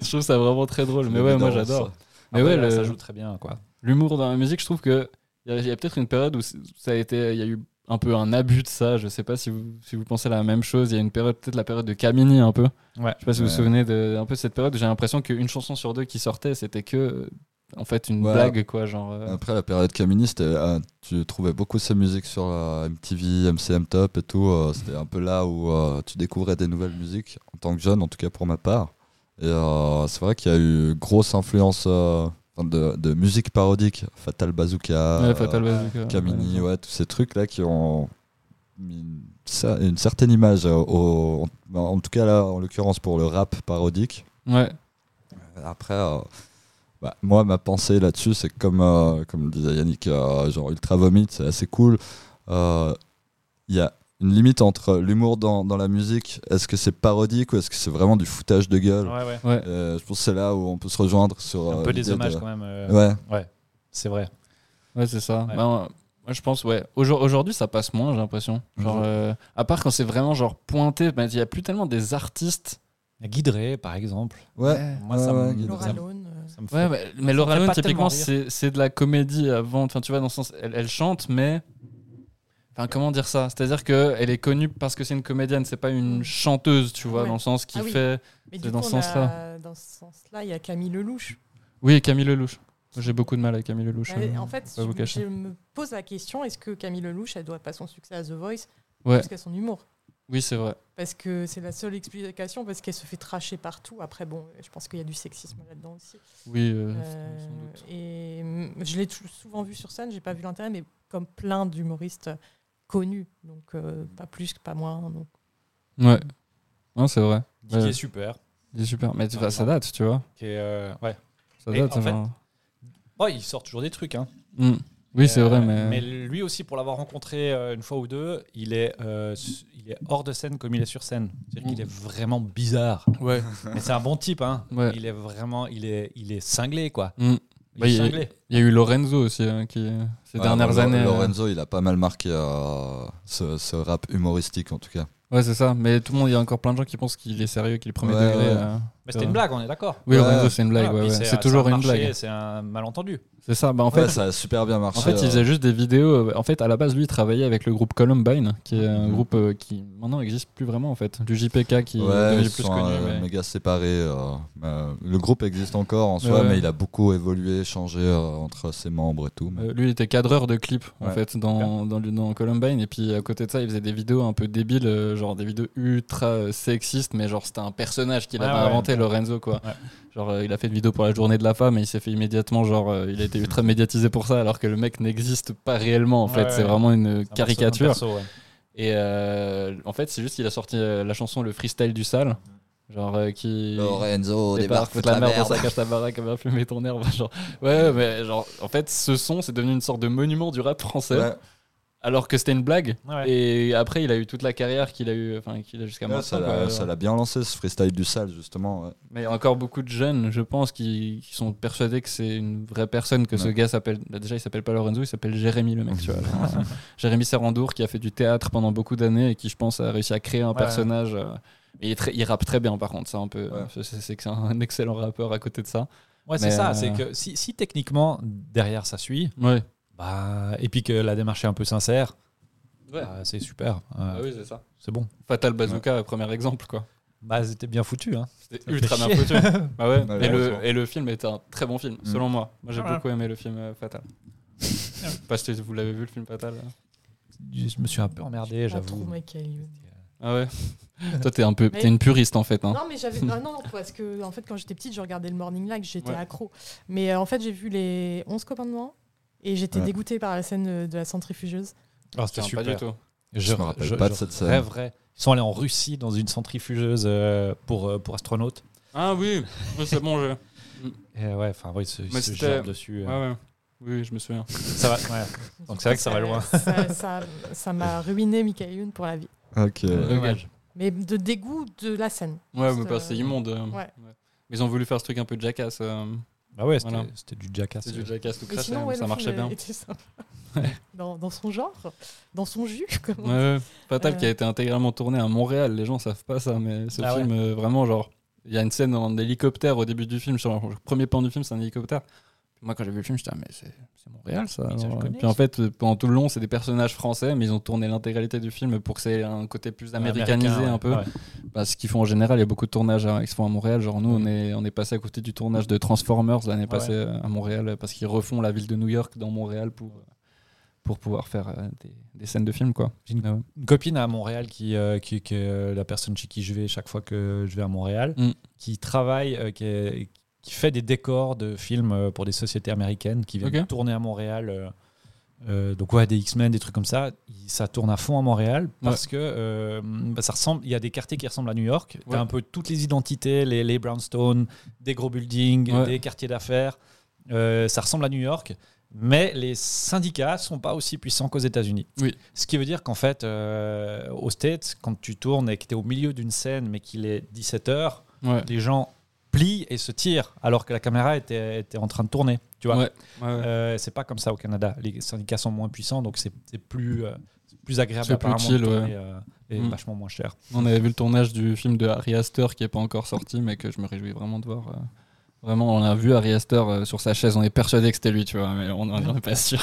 je trouve ça vraiment très drôle mais ouais moi Évidemment, j'adore ça. mais Après, ouais là, le- ça joue très bien, quoi. l'humour dans la musique je trouve que il y a, il y a peut-être une période où c'est- ça a été il y a eu un peu un abus de ça je sais pas si vous, si vous pensez à la même chose il y a une période peut-être la période de Camini un peu Ouais. je sais pas si vous vous Ouais. souvenez de un peu de cette période où j'ai l'impression qu'une chanson sur deux qui sortait c'était que euh, en fait une Ouais. blague quoi genre euh, Après la période communiste, euh, ah, tu trouvais beaucoup ces musiques sur euh, la MTV, MCM Top et tout. euh, C'était un peu là où euh, tu découvrais des nouvelles musiques en tant que jeune, en tout cas pour ma part. Et euh, c'est vrai qu'il y a eu grosse influence euh, de, de musique parodique, Fatal Bazooka, ouais, euh, Fatal Bazooka. Kamini, ouais, tous ces trucs là qui ont mis une, ça- une certaine image euh, au, en, en tout cas là, en l'occurrence pour le rap parodique. ouais Après, euh, bah, moi, ma pensée là-dessus, c'est que comme, euh, comme disait Yannick, euh, genre Ultra Vomit, c'est assez cool. Euh, Il y a une limite entre l'humour dans, dans la musique. Est-ce que c'est parodique ou est-ce que c'est vraiment du foutage de gueule Ouais, ouais. Euh, Je pense que c'est là où on peut se rejoindre sur. Un euh, peu des l'idée hommages, de- quand même. euh, Ouais, C'est vrai. Ouais, c'est ça. Ouais. Ben, euh, moi, je pense, ouais. Aujour- Aujourd'hui, ça passe moins, j'ai l'impression. Genre, Mhm. euh, à part quand c'est vraiment genre pointé, ben, il y a plus tellement des artistes. Guideré, par exemple. ouais. Moi, Ouais, ça, ouais, me, Guy Laura ça me- Lone, euh, ça me fait- Ouais, mais, mais Laura fait Lone, pas typiquement, tellement rire. c'est c'est de la comédie avant. Enfin, tu vois, dans le sens, elle, elle chante, mais. Enfin, comment dire ça C'est-à-dire qu'elle est connue parce que c'est une comédienne, c'est pas une chanteuse, tu vois, Mm. Ouais. dans le sens qui Ah oui. fait. C'est Mais du dans coup, ce on a- sens-là. dans ce sens-là, il y a Camille Lelouch. Oui, et Camille Lelouch. J'ai beaucoup de mal avec Camille Lelouch. Elle- euh, Bah en fait, pas vous je, cacher. je me pose la question est-ce que Camille Lelouch, elle doit pas son succès à The Voice Ouais. parce qu'à son humour Oui, c'est vrai. Parce que c'est la seule explication, parce qu'elle se fait tracher partout. Après, bon, je pense qu'il y a du sexisme là-dedans aussi. Oui, euh, Euh, sans doute. et mm, je l'ai tou- souvent vu sur scène, j'ai pas vu l'intérêt, mais comme plein d'humoristes connus, donc euh, pas plus, pas moins. donc. Ouais. Non, c'est vrai. Didier Ouais. super. Il est super. Mais tu Ouais, vois, ça date, tu vois. qui est, euh, ouais. Ça Ah, Et date. en fait- enfin. Oh, il sort toujours des trucs. Hein. Mm. Oui, c'est Euh, vrai, mais. Mais lui aussi, pour l'avoir rencontré euh, une fois ou deux, il est, euh, s- il est hors de scène comme il est sur scène. C'est-à-dire qu'il est vraiment bizarre. Ouais. Mais c'est un bon type. Hein. Ouais. Il est vraiment, il est, il est cinglé quoi. Mm. Il Bah, est il- cinglé. Il y a eu Lorenzo aussi, hein, qui, euh, ces Ouais, dernières Lo- années. euh, Lorenzo, il a pas mal marqué euh, ce, ce rap humoristique en tout cas. Ouais, c'est ça. Mais tout le monde, il y a encore plein de gens qui pensent qu'il est sérieux, qu'il est premier Ouais, degré. ouais. euh. Mais c'était une blague, on est d'accord. Oui, Ouais. Lorenzo, c'est une blague. Voilà, ouais, Ah, puis ouais. ça C'est a toujours une marché, blague. C'est un malentendu. C'est ça. Bah, en En fait, fait, ça a super bien marché. En fait, il euh, faisait juste des vidéos. euh, En fait, à la base, lui, il travaillait avec le groupe Columbine, qui est un Mhm. groupe euh, qui maintenant n'existe plus vraiment, en fait. Du JPK qui est Ouais, devenu ils plus sont connu. euh, mais- méga séparés. euh, euh, le groupe existe encore en soi, Ouais. mais il a beaucoup évolué, changé euh, entre ses membres et tout. mais- Euh, lui, il était cadreur de clips, en Ouais. fait, dans, dans, le- dans Columbine. Et puis, à côté de ça, il faisait des vidéos un peu débiles, euh, genre des vidéos ultra euh, sexistes, mais genre, c'était un personnage qu'il Ouais, avait ouais. inventé, Lorenzo, quoi. Ouais. Genre, euh, il a fait une vidéo pour la journée de la femme et il s'est fait immédiatement, genre, euh, il a été ultra médiatisé pour ça, alors que le mec n'existe pas réellement, en Ouais, fait. ouais. C'est vraiment une C'est un caricature. perso, un perso, ouais. Et euh, en fait, c'est juste qu'il a sorti euh, la chanson Le Freestyle du Sale. Genre euh, qui. Lorenzo débarque débarque, fout de la la merde, ça merde. cache ta baraque, va fumer ton herbe. Genre. Ouais, mais genre, en fait, ce son, c'est devenu une sorte de monument du rap français. Ouais. Alors que c'était une blague. Ouais, ouais. Et après, il a eu toute la carrière qu'il a eu, enfin, qu'il a jusqu'à Ouais, maintenant. ça quoi. l'a- ça l'a bien lancé ce freestyle du sale justement. ouais. Mais il y a encore beaucoup de jeunes, je pense, qui, qui sont persuadés que c'est une vraie personne, que ce Ouais. gars s'appelle. bah, déjà, il s'appelle pas Lorenzo, il s'appelle Jérémy, le mec, tu vois. Genre, euh, Jérémy Serrandour, qui a fait du théâtre pendant beaucoup d'années et qui, je pense, a réussi à créer un personnage. euh, et il, est très- il rappe très bien, par contre, ça, un peu. euh, Ouais. C'est- C'est c'est que c'est un <laughs> excellent rappeur à côté de ça. Ouais, c'est Mais, ça. euh, C'est que si, si techniquement derrière ça suit, Ouais. bah, et puis que la démarche est un peu sincère, Ouais. bah, c'est super. Euh, Ah oui, c'est ça. C'est bon. Fatal Bazooka, euh, premier exemple, quoi. Bah, c'était bien foutu. Hein. C'était Ça fait ultra bien chier. foutu. Bah ouais. et, Malheureusement. le, et le film est un très bon film, Mm. selon moi. Moi, j'ai Ah ouais. beaucoup aimé le film euh, <laughs> Fatal. Je sais pas si vous l'avez vu, le film Fatal. Je me suis un peu emmerdé, Pas trop, j'avoue. Michael. Ah ouais. Toi, t'es un peu, Mais- t'es une puriste en fait. Hein. Non, <laughs> mais j'avais. non, non, parce que en fait, quand j'étais petite, je regardais le Morning Live, j'étais Ouais. accro. Mais euh, en fait, j'ai vu les 11 copains de moi et j'étais Ouais. dégoûtée par la scène euh, de la centrifugeuse. Alors, Ah, c'était Tiens, super. Pas du tout. Je me rappelle pas de cette scène. Vrai, Ils sont allés en Russie dans une centrifugeuse euh, pour, euh, pour astronautes. Ah oui, oui, c'est bon. Je... Ouais, Et ouais, enfin, ouais, ils se, ils Mais se c'était- gèrent dessus. <laughs> euh. ouais. Oui, je me souviens. Ça va, ouais. Donc, c'est vrai que ça va loin. Ça- ça- <laughs> Ça m'a ruiné Michael Youn pour la vie. Ok. Dommage. Mais de dégoût de la scène. Ouais, Juste, mais bah, euh, c'est immonde. euh, ouais. Mais ils ont voulu faire ce truc un peu jackass. euh, Bah ouais, c'était Voilà. c'était du jackass. C'est du jackass tout Mais craché, hein, sinon, mais ouais, le ça film marchait bien. était sympa. Dans, dans son genre, dans son jus. comme on Ouais, ouais. Fatal Euh. qui a été intégralement tourné à Montréal, les gens savent pas ça, mais ce Ah ouais. film, euh, vraiment, genre, il y a une scène en hélicoptère au début du film, sur le premier plan du film, c'est un hélicoptère. Puis Moi, quand j'ai vu le film, j'étais, ah, mais c'est c'est Montréal, ça. Oui, ça, je alors. connais, Puis en fait, euh, pendant tout le long, c'est des personnages français, mais ils ont tourné l'intégralité du film pour que ça ait un côté plus américanisé un peu. Bah, ce qu'ils font en général, il y a beaucoup de tournages hein, qui se font à Montréal. Genre, nous, Mm. on est, on est passé à côté du tournage de Transformers l'année passée euh, à Montréal euh, parce qu'ils refont la ville de New York dans Montréal pour, euh, pour pouvoir faire euh, des, des scènes de film, quoi. J'ai une- Ah ouais. Une copine à Montréal qui, euh, qui, qui est euh, la personne chez qui je vais chaque fois que je vais à Montréal, Mm. qui travaille, euh, qui, est- qui fait des décors de films euh, pour des sociétés américaines qui viennent Ok. tourner à Montréal. euh, euh, donc ouais, des X-Men, des trucs comme ça, il- ça tourne à fond à Montréal parce que euh, bah, ça ressemble. Il y a des quartiers qui ressemblent à New York. Ouais. T'as un peu toutes les identités, les, les brownstones, des gros buildings, Ouais. des quartiers d'affaires. Euh, ça ressemble à New York, mais les syndicats sont pas aussi puissants qu'aux États-Unis. Oui. Ce qui veut dire qu'en fait, euh, aux States, quand tu tournes et que tu es au milieu d'une scène, mais qu'il est 17h, Ouais. les gens plient et se tirent alors que la caméra était, était en train de tourner. Tu vois Ouais, ouais, ouais. Euh, c'est pas comme ça au Canada. Les syndicats sont moins puissants, donc c'est c'est plus, euh, c'est plus agréable C'est plus apparemment chill, de tourner, euh, et Mm. vachement moins cher. On avait vu le tournage du film de Harry Astor qui n'est pas encore sorti, mais que je me réjouis vraiment de voir. euh. Vraiment, on a vu Harry Astor euh, sur sa chaise, on est persuadé que c'était lui, tu vois, mais on n'en est pas <laughs> sûr.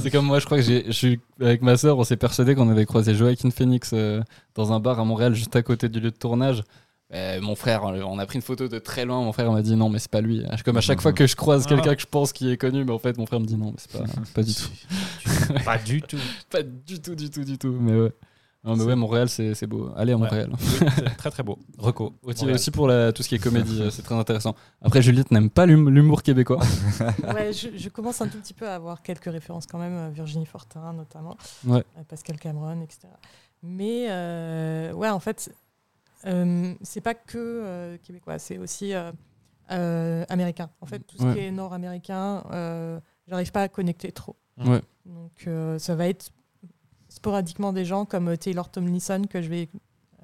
c'est comme moi, je crois que j'ai, je suis avec ma sœur, on s'est persuadé qu'on avait croisé Joaquin Phoenix euh, dans un bar à Montréal, juste à côté du lieu de tournage. Euh, mon frère, on a pris une photo de très loin. Mon frère m'a dit non, mais c'est pas lui. Comme à chaque fois que je croise quelqu'un que je pense qui est connu, mais en fait, mon frère <laughs> me dit non, mais c'est pas, pas du tout. <laughs> pas du tout. Pas du tout, du tout, du tout. Mais ouais. Non, mais ouais, Montréal, c'est c'est beau. Allez à Montréal. Oui, c'est très très beau. Reco. Aussi, Montréal. aussi pour la- tout ce qui est comédie, euh, c'est très intéressant. Après, Juliette n'aime pas l'hum- l'humour québécois. Ouais, je, je commence un tout petit peu à avoir quelques références quand même, euh, Virginie Fortin notamment, Ouais. euh, Pascal Cameron, etc. Mais euh, ouais, en fait, euh, c'est pas que euh, québécois, c'est aussi euh, euh, américain. En fait, tout ce Ouais. qui est nord-américain, euh, j'arrive pas à connecter trop. Ouais. Donc euh, ça va être sporadiquement des gens comme euh, Taylor Tomlinson que je vais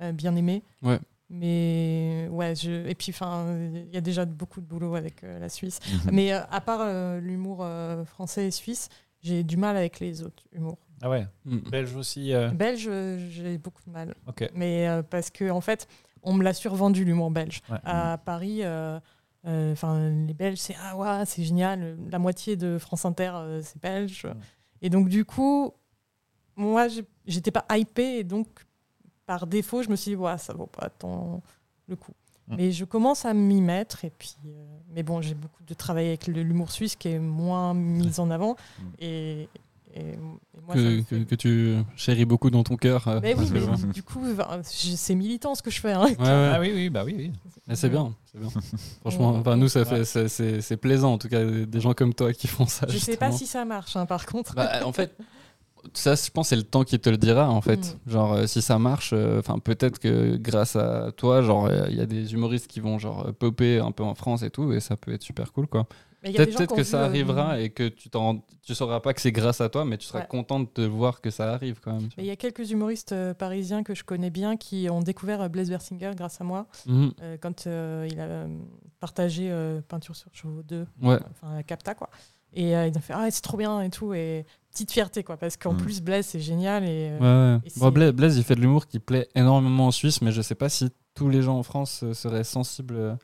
euh, bien aimer. Ouais. Mais ouais, je... et puis enfin, il y a déjà beaucoup de boulot avec euh, la Suisse. <laughs> <laughs> Mais euh, à part euh, l'humour euh, français et suisse, j'ai du mal avec les autres humours. Ah ouais. Mm. Belge aussi. euh, Belge, euh, j'ai beaucoup de mal. Ok. Mais euh, parce que en fait, on me l'a survendu l'humour belge. Ouais. À Paris, euh, euh, 'fin, les Belges, c'est ah ouais, c'est génial. La moitié de France Inter, euh, c'est belge. Ouais. Et donc du coup, moi, j'ai- j'étais pas hypée et donc par défaut, je me suis dit ouais, ça vaut pas tant le coup. Mm. Mais je commence à m'y mettre et puis, euh, mais bon, j'ai beaucoup de travail avec le- l'humour suisse qui est moins mis en avant et, et- et moi, ça me que, fait- que- que tu chéris beaucoup dans ton cœur. euh, mais oui, je mais le vois. du coup, ben, je- c'est militant ce que je fais. hein. Ouais, ouais. Ah oui, oui, bah oui, oui. Mais c'est bien, c'est <laughs> bien. Franchement, Ouais. enfin, nous, ça fait, Ouais. c'est- c'est c'est plaisant, en tout cas, des des gens comme toi qui font ça. Je sais pas justement. si ça marche, hein, par contre. Bah, en fait, ça, je pense, c'est le temps qui te le dira, en fait. Mm. Genre, euh, si ça marche, euh, enfin, peut-être que grâce à toi, genre, euh, il y a des humoristes qui vont, genre, euh, popper un peu en France et tout, et ça peut être super cool, quoi. <laughs> Mais il y a des Peut-être peut-être gens qui ont que vu, ça euh, arrivera et que tu t'en, tu sauras pas que c'est grâce à toi, mais tu seras Ouais. content de te voir que ça arrive, quand même. tu mais Il y a quelques humoristes euh, parisiens que je connais bien qui ont découvert euh, Blaise Bersinger grâce à moi vois. Mhm. euh, quand euh, il a euh, partagé euh, Peinture sur chevaux 2, Ouais. enfin à Capta quoi. Et euh, ils ont fait Ah, c'est trop bien et tout. Et petite fierté quoi, parce qu'en Mm. plus, Blaise, c'est génial. Et, euh, Ouais, ouais. Et Bon, c'est- Blaise, Blaise, il fait de l'humour qui plaît énormément en Suisse, mais je sais pas si tous les gens en France euh, seraient sensibles euh,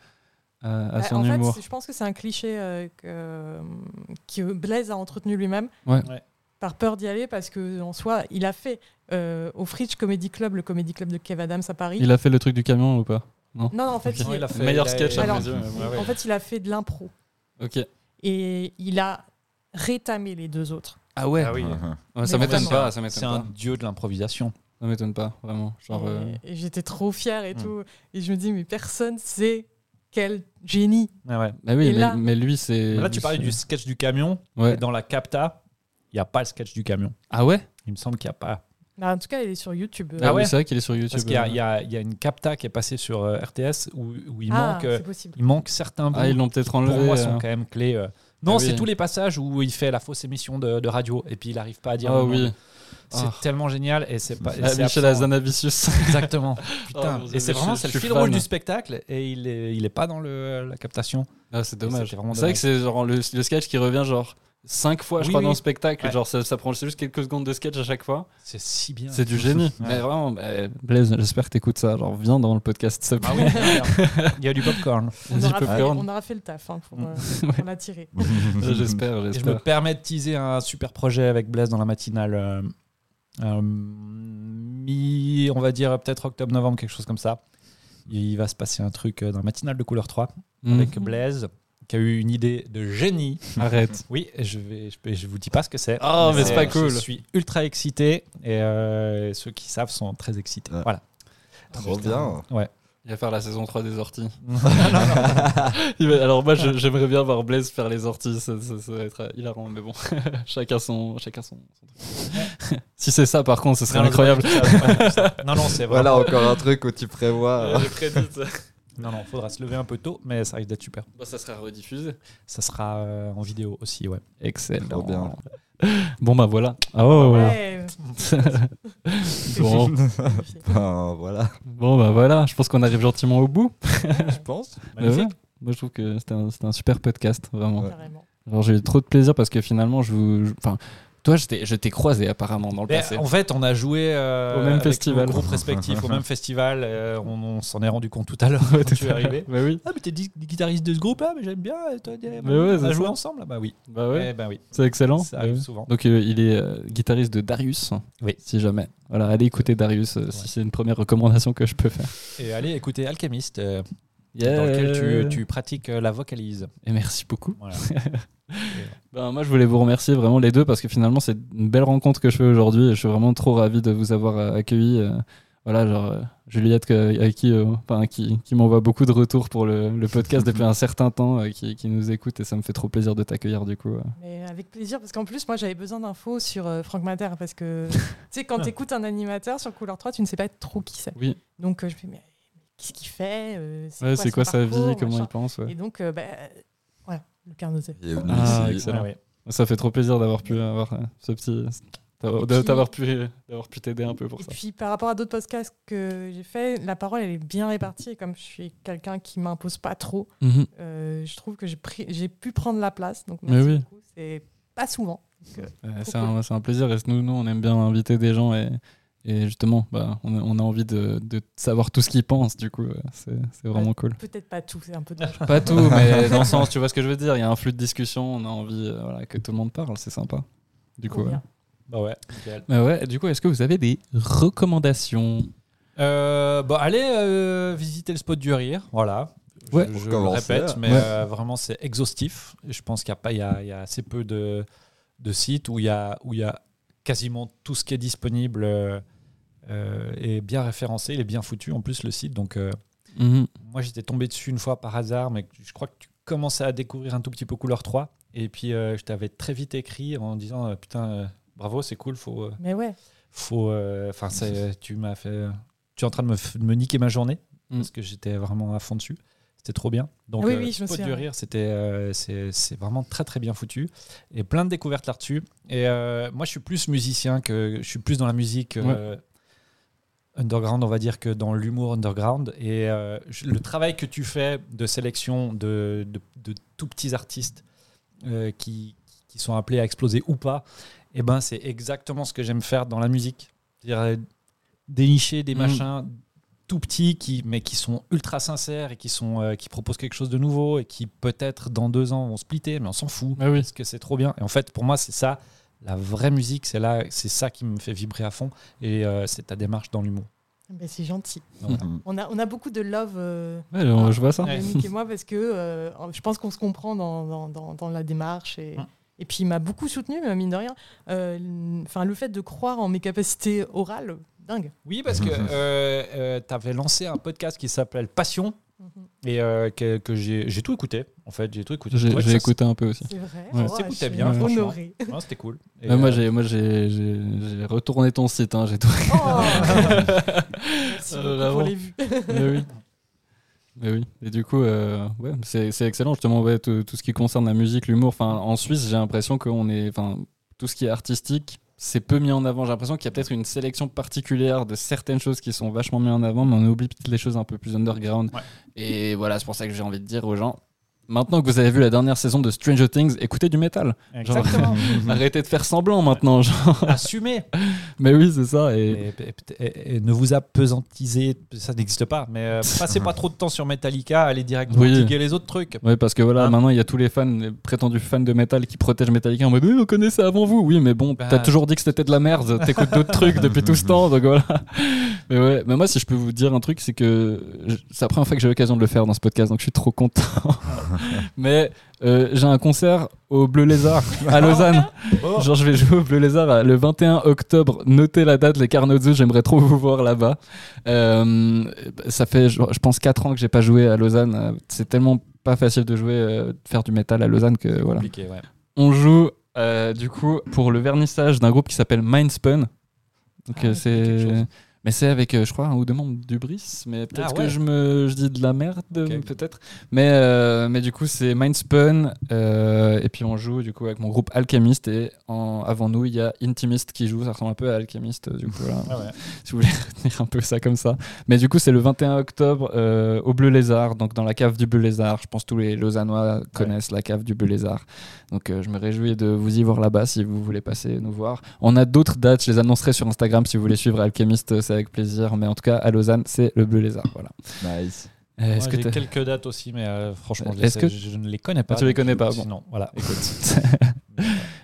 à, à bah, son en fait, humour. c'est- je pense que c'est un cliché euh, que, euh, que Blaise a entretenu lui-même. Ouais. Ouais. Par peur d'y aller, parce que en soi, il a fait euh, au Fridge Comedy Club, le Comedy Club de Kev Adams à Paris. Il a fait le truc du camion ou pas Non, non, en fait, Ok. il, il a fait- ah Meilleur il a- sketch à il a- mes yeux, mais Ouais, ouais. en fait, il a fait de l'impro Ok. et il a rétamé les deux autres. Ah ouais, Ah oui. Ouais, Ça Mais m'étonne vraiment. pas, ça m'étonne C'est un pas. dieu de l'improvisation. Ça m'étonne pas, vraiment. Genre, et euh, et j'étais trop fière et Hmm. tout. Et je me dis, mais personne sait quel génie. Ah Bah oui, et mais, là- mais lui, c'est. Là, tu parlais du sketch du camion. Ouais. Et dans la capta, il n'y a pas le sketch du camion. Ah ouais Il me semble qu'il n'y a pas. Bah, en tout cas, il est sur YouTube. Ah ouais oui, c'est vrai qu'il est sur YouTube. Parce qu'il y, a- euh. il y a il y a une capta qui est passée sur euh, RTS où, où il, Ah, manque, euh, c'est possible. il manque certains bouts. Ah, ils l'ont peut-être enlevé. pour moi, euh. sont quand même clés. euh. Non, Ah oui. c'est tous les passages où il fait la fausse émission de, de radio et puis il n'arrive pas à dire. Ah le nom. oui, C'est Ah. tellement génial et c'est pas. et Ah, c'est Michel absent. hein. Azanavicius. Exactement. <laughs> Putain. Oh, vous et c'est avez- vraiment je- c'est je le suis fil rouge fan. du spectacle et il est il est pas dans le la captation. Ah, c'est dommage. C'était vraiment C'est vrai dommage. que c'est genre le, le sketch qui revient genre cinq fois, je Oui, crois, oui. dans le spectacle. Ouais. Genre, ça, ça prend juste quelques secondes de sketch à chaque fois. C'est si bien. C'est du génie. Mais vraiment, bah, Blaise, j'espère que t'écoutes ça. Genre, viens dans le podcast. s'il te Ah plaît. <laughs> oui, merde. il y a du popcorn. On Dis aura, fait, popcorn. on aura fait le taf hein, <laughs> pour, euh, pour l'attirer. J'espère, Et je me j'espère. permets de teaser un super projet avec Blaise dans la matinale. euh, euh, mi, on va dire peut-être octobre-novembre, quelque chose comme ça. Il va se passer un truc euh, dans la matinale de couleur 3 Mm. avec Blaise qui a eu une idée de génie. Arrête. Oui, et je vais, je, peux- je vous dis pas ce que c'est. euh, Oh, mais c'est pas je cool. suis ultra excité et euh, ceux qui savent sont très excités. Ouais. Voilà. Trop Putain. bien. Ouais. Il va faire la saison 3 des <laughs> orties. <laughs> Il va- Alors moi, je- j'aimerais bien voir Blaise faire les orties. Ça, ça- ça va être hilarant, mais bon, <laughs> chacun son, chacun son, son truc. <laughs> si c'est ça, par contre, ce serait Non, non, incroyable. c'est pas <laughs> comme ça. Non, non, c'est Voilà vraiment. encore un truc où tu prévois. Les crédits, ça- Non, non, faudra se lever un peu tôt, mais ça risque d'être super. Bon, Bah, ça sera rediffusé. Ça sera euh, en vidéo aussi, ouais. Excellent. Trop bien. <laughs> Bon bah voilà. Ah, oh, Ouais, <laughs> voilà. <laughs> bon. magnifique. Ben, voilà, bon bah voilà. Je pense qu'on arrive gentiment au bout. je pense. Mais ouais. Moi je trouve que c'était un, c'était un super podcast vraiment. Ouais. Carrément. Alors j'ai eu trop de plaisir parce que finalement je vous, je- enfin toi je t'ai, je t'ai croisé apparemment dans le Mais passé. Eh, en fait, on a joué euh, Au même avec festival. nos groupes respectifs au même festival. euh, on on s'en est rendu compte tout à l'heure Ouais, quand tout tu es à l'heure. arrivé. <laughs> Bah oui. Ah, mais t'es di- guitariste de ce groupe, ah, mais j'aime bien. et toi, t'es- Mais ouais, on a c'est joué ça. ensemble, ah, bah oui. Bah ouais. Eh ben oui, C'est excellent. ça arrive Bah oui. souvent. Donc euh, il est euh, guitariste de Darius. Oui. Si jamais. Voilà, allez écouter Darius euh, si c'est une première recommandation que je peux faire. Et allez écouter Alchemist, euh, dans lequel tu, tu pratiques euh, la vocalise. Et merci beaucoup. Voilà. Ben, moi, je voulais vous remercier vraiment les deux parce que finalement, c'est une belle rencontre que je fais aujourd'hui et je suis vraiment trop ravi de vous avoir euh, accueillis. euh, Voilà, genre euh, Juliette, que- avec qui, euh, enfin, qui, qui m'envoie beaucoup de retours pour le, le podcast depuis un certain temps, euh, qui, qui nous écoute et ça me fait trop plaisir de t'accueillir du coup. euh. Mais avec plaisir, parce qu'en plus, moi, j'avais besoin d'infos sur euh, Franck Mater, <laughs> parce que, tu sais, quand tu écoutes un animateur sur Couleur 3, tu ne sais pas trop qui c'est. Ah. Oui, Donc, euh, je me dis, mais qu'est-ce qu'il fait Euh, Ouais, c'est son quoi, sa parcours, vie, comment il machin pense. ouais. Et donc, euh, bah, voilà, le carnosé. Il est venu Ah, ici. <laughs> excellent. Ah oui. Ça fait trop plaisir d'avoir pu avoir euh, ce petit. d'avoir- puis- d'avoir pu d'avoir pu t'aider un peu pour Et ça. puis, par rapport à d'autres podcasts que j'ai fait, la parole, elle est bien répartie. Et comme je suis quelqu'un qui m'impose pas trop, euh, je trouve que j'ai pris- j'ai pu prendre la place. Donc, Mm-hmm. Mais merci oui. beaucoup. C'est pas souvent. Euh, Trop c'est un, c'est un plaisir. Et nous, nous, on aime bien inviter des gens et, et justement, bah, on, a, on a envie de, de savoir tout ce qu'ils pensent. Du coup, euh, c'est c'est vraiment cool. Peut-être pas tout, c'est un peu dommage. Pas tout, <laughs> mais dans le sens, tu vois ce que je veux dire. Il y a un flux de discussion. On a envie euh, voilà, que tout le monde parle. C'est sympa. Du coup, Trop bien. ouais. Bah ouais, nickel. Mais ouais, et du coup, est-ce que vous avez des recommandations Euh, bon, allez euh, visiter le spot du rire, voilà. Je- Ouais. je, Pour le commencer. hein. répète, mais Ouais. euh, vraiment c'est exhaustif. Et Je pense qu'il y a pas, il y a, il y a assez peu de, de sites où il y a où il y a quasiment tout ce qui est disponible euh, euh, est bien référencé, il est bien foutu en plus le site. Donc euh, Mm-hmm. moi j'étais tombé dessus une fois par hasard, mais je crois que tu commençais à découvrir un tout petit peu Couleur 3. Et puis euh, je t'avais très vite écrit en disant euh, putain euh, bravo c'est cool faut euh, Mais ouais, faut euh, enfin c'est tu m'as fait tu es en train de me, f- de me niquer ma journée Mm. parce que j'étais vraiment à fond dessus c'était trop bien donc euh, Ah oui, oui, je me Spot du souviens. rire c'était euh, c'est c'est vraiment très très bien foutu et plein de découvertes là-dessus et euh, moi je suis plus musicien que je suis plus dans la musique euh, underground on va dire que dans l'humour underground et euh, je- le travail que tu fais de sélection de, de, de tout petits artistes euh, qui, qui sont appelés à exploser ou pas et ben c'est exactement ce que j'aime faire dans la musique C'est-à-dire, euh, dénicher des Mhm. machins tout petits qui mais qui sont ultra sincères et qui sont euh, qui proposent quelque chose de nouveau et qui peut-être dans deux ans vont splitter mais on s'en fout Ah oui. parce que c'est trop bien. Et en fait, pour moi, c'est ça, la vraie musique, c'est là, c'est ça qui me fait vibrer à fond. Et euh, c'est ta démarche dans l'humour. Mais c'est gentil. Voilà. Mhm. On a, on a beaucoup de love. euh, Ouais, on- je vois ça. Ouais. Yannick et moi parce que euh, je pense qu'on se comprend dans, dans, dans- dans la démarche et, Mm. et puis il m'a beaucoup soutenu mais mine de rien Euh, l- enfin le fait de croire en mes capacités orales dingue Oui, parce <laughs> que tu avais lancé un podcast qui s'appelle Passion Mhm. et euh, que, que j'ai j'ai tout écouté. En fait, j'ai tout écouté. Je J'ai trouvais que j'ai ça- écouté un peu aussi. c'est vrai Oh, Ouais. T'écoutais je suis bien, franchement. honorée. <laughs> Ouais, C'était cool. Et, Ouais, moi, euh, <laughs> j'ai moi, j'ai- j'ai j'ai retourné ton site. hein, j'ai tout Oh. Oh Merci Euh, beaucoup vraiment. pour les vues Mais oui. Mais oui. Et du coup, euh, ouais, c'est c'est excellent justement ouais, tout, tout ce qui concerne la musique, l'humour. Enfin, en Suisse, j'ai l'impression qu'on est, enfin, tout ce qui est artistique, c'est peu mis en avant. J'ai l'impression qu'il y a peut-être une sélection particulière de certaines choses qui sont vachement mises en avant, mais on oublie peut-être les choses un peu plus underground. Ouais. Et voilà, c'est pour ça que j'ai envie de dire aux gens. Maintenant que vous avez vu la dernière saison de Stranger Things, écoutez du métal. Genre- Exactement. Arrêtez de faire semblant maintenant. genre. Assumez. Mais oui, c'est ça. Et Et, et- et- et ne vous apesantisez, ça n'existe pas. Mais euh, passez pas trop de temps sur Metallica, allez directement Oui. diguer les autres trucs. Ouais, parce que voilà, Hein maintenant il y a tous les fans, les prétendus fans de métal qui protègent Metallica en mode Eh, on connaît ça avant vous. Oui, mais bon, Bah. t'as toujours dit que c'était de la merde, t'écoutes <laughs> d'autres trucs depuis tout ce temps, donc voilà. Mais ouais, mais moi, si je peux vous dire un truc, c'est que je- c'est la première fois que j'ai l'occasion de le faire dans ce podcast, donc je suis trop <laughs> content. mais euh, j'ai un concert au Bleu Lézard <laughs> à Lausanne. Oh. Genre, je vais jouer au Bleu Lézard euh, le 21 octobre. Notez la date, les Carnozzo, j'aimerais trop vous voir là-bas. Euh, ça fait, je, je pense, 4 ans que j'ai pas joué à Lausanne. Euh, C'est tellement pas facile de jouer, euh, de faire du métal à Lausanne que voilà. Compliqué, ouais. On joue, euh, du coup, pour le vernissage d'un groupe qui s'appelle Mindspun. Donc, Ah, euh, ça me dit quelque c'est. chose. Mais c'est avec, euh, je crois, un ou deux membres du Brice, mais peut-être Ah ouais. que je me je dis de la merde, Ok. peut-être. Mais, euh, mais du coup, c'est Mindspun, euh, et puis on joue du coup avec mon groupe Alchemist, et en, avant nous, il y a Intimist qui joue, ça ressemble un peu à Alchemist, euh, du coup, voilà, Ah ouais. si vous voulez <laughs> retenir un peu ça comme ça. Mais du coup, c'est le 21 octobre euh, au Bleu Lézard, donc dans la cave du Bleu Lézard. Je pense que tous les Lausannois connaissent la cave du Bleu Lézard. Donc euh, je me réjouis de vous y voir là-bas si vous voulez passer nous voir. On a d'autres dates, je les annoncerai sur Instagram si vous voulez suivre Alchemist, euh, c'est avec plaisir. Mais en tout cas, à Lausanne, c'est le Bleu Lézard. Voilà. Nice. Euh, Moi, Est-ce que j'ai t'as- quelques dates aussi, mais euh, franchement, je, les Est-ce sais- que- je ne les connais pas. Ah, tu les donc, connais pas, bon. Sinon, voilà. <laughs>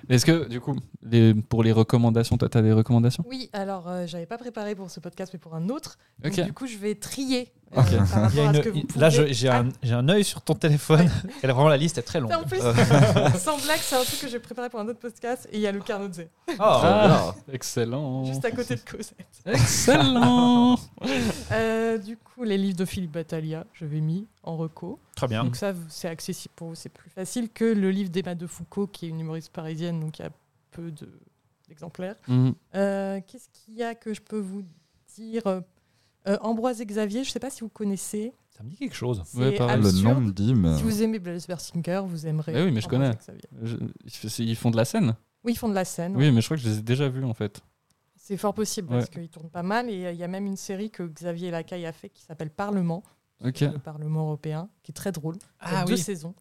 Est-ce que, du coup, les- pour les recommandations, toi, t'as des recommandations oui alors euh, j'avais pas préparé pour ce podcast mais pour un autre Donc, Ok. du coup je vais trier euh, <laughs> par rapport Il y a à ce une- que vous là, pouvez- je- j'ai un, j'ai un œil sur <laughs> ton téléphone. Elle, vraiment, la liste est très longue. Euh, En <laughs> plus, sans blague, c'est un truc que j'ai préparé pour un autre podcast et il y a le Carnotze, oh, Ah, excellent. juste à côté de Cosette. <laughs> Excellent. Euh, du coup, les livres de Philippe Battalia, je vais mis en reco. Très Mm. bien. Donc ça, vous- c'est accessible pour vous, c'est plus facile que le livre d'Emma de Foucault, qui est une humoriste parisienne, donc il y a peu de- d'exemplaires. Mhm. Euh, Qu'est-ce qu'il y a que je peux vous dire Euh, Ambroise et Xavier, je ne sais pas si vous connaissez. Ça me dit quelque chose. C'est Ouais, pareil. Ah, Le absurde. nom me dit, mais. Si vous aimez Blaise Bersinger, vous aimerez. Eh oui, mais je Ambroise connais. et Xavier. Je- ils- ils font de la scène. Oui, ils font de la scène. Oui, mais je crois que je les ai déjà vus en fait. C'est fort possible Ouais. parce qu'ils tournent pas mal. Et euh, il y a même une série que Xavier Lacaille a fait qui s'appelle Parlement, Ok. le Parlement européen, qui est très drôle. Il y a Ah deux oui. saisons.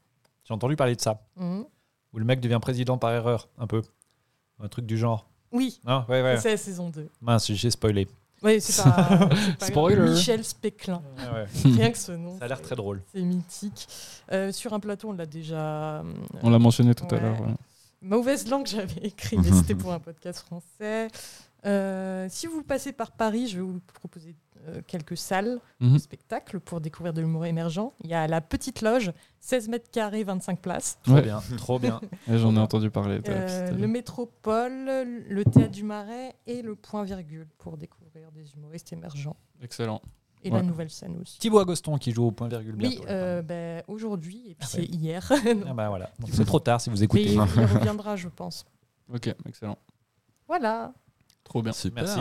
J'ai entendu parler de ça. Mhm. Où le mec devient président par erreur, un peu. Un truc du genre. Oui, Ah, ouais, ouais. c'est la saison 2. Mince, j'ai spoilé. Oui, c'est <laughs> pas. c'est pas Spoiler. Hmm. grave. <laughs> Michel Speclin. Rien que ce nom. Ça a l'air très drôle. C'est mythique. Euh, sur un plateau, on l'a déjà. euh, On l'a mentionné tout à Ouais. l'heure. ouais. Mauvaise langue, <laughs> j'avais écrit, Mhm. mais c'était pour un podcast français. Euh, si vous passez par Paris, je vais vous proposer euh, quelques salles Mhm. de spectacle pour découvrir de l'humour émergent. Il y a la Petite Loge, 16 mètres carrés, 25 places. Trop Ouais. bien, trop bien. Et J'en ai entendu parler. de la Euh, petite le allée. Métropole, le Théâtre du Marais et le Point Virgule pour découvrir des humoristes émergents. Excellent. Et Ouais. la nouvelle scène aussi. <laughs> Thibaut Agoston qui joue au point virgule Oui, bientôt. euh, ben, aujourd'hui et puis c'est ouais. hier. <laughs> Ah bah voilà. Donc, C'est trop tard si vous Mais écoutez. <laughs> il reviendra, je pense. Ok, excellent. Voilà, Trop bien. Super. Merci.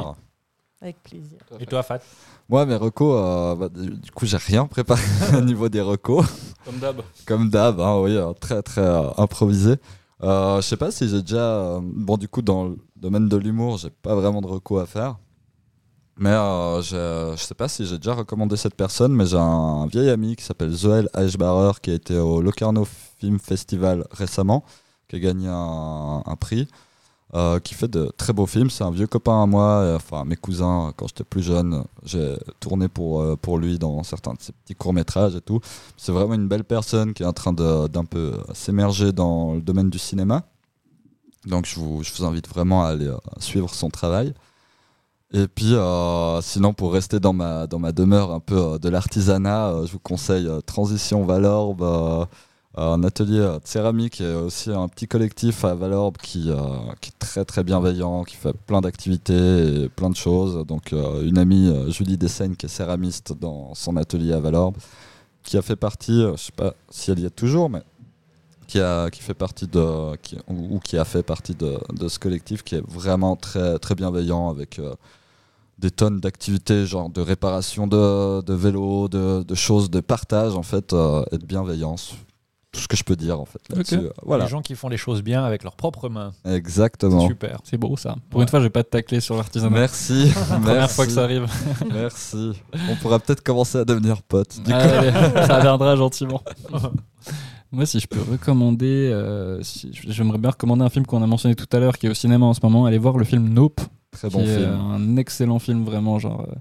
avec plaisir. Et toi, Fat Moi, mes recos, euh, bah, du du coup, j'ai rien préparé <laughs> au niveau des recos. Comme d'hab. Comme d'hab, hein, oui, euh, très très euh, improvisé. Euh, je sais pas si j'ai déjà. euh, bon, du coup, dans le domaine de l'humour, j'ai pas vraiment de recours à faire. Mais euh, je, je sais pas si j'ai déjà recommandé cette personne, mais j'ai un vieil ami qui s'appelle Zoël Eichbarer qui a été au Locarno Film Festival récemment, qui a gagné un, un prix, euh, qui fait de très beaux films. C'est un vieux copain à moi, et, enfin mes cousins, quand j'étais plus jeune, j'ai tourné pour, euh, pour lui dans certains de ses petits courts-métrages et tout. C'est vraiment une belle personne qui est en train de- d'un peu euh, s'émerger dans le domaine du cinéma. Donc je vous, je vous invite vraiment à aller euh, suivre son travail. Et puis euh, sinon pour rester dans ma, dans ma demeure un peu euh, de l'artisanat, euh, je vous conseille euh, Transition Valorbe, euh, un atelier euh, de céramique et aussi un petit collectif à Valorbe qui, euh, qui est très très bienveillant, qui fait plein d'activités et plein de choses. Donc euh, une amie, euh, Julie Dessaigne, qui est céramiste dans son atelier à Valorbe qui a fait partie, euh, je sais pas si elle y est toujours, mais qui a qui fait partie de qui, ou ou qui a fait partie de, de ce collectif qui est vraiment très très bienveillant avec euh, des tonnes d'activités genre de réparation de, de vélos, de, de choses de partage en fait euh, et de bienveillance. Tout ce que je peux dire en fait là-dessus. Voilà, Les gens qui font les choses bien avec leurs propres mains. C'est exactement. super. C'est beau ça. Pour Ouais. une fois, je vais pas te tacler sur l'artisanat. Merci. <laughs> Première fois que merci, ça arrive. Merci. On pourra peut-être commencer à devenir potes. Du coup, Allez, <laughs> Ah ça viendra gentiment. <laughs> Moi, si je peux recommander, euh, si- j'aimerais bien recommander un film qu'on a mentionné tout à l'heure, qui est au cinéma en ce moment. Allez voir le film Nope, très qui bon est euh, film. un excellent film vraiment. Genre, euh,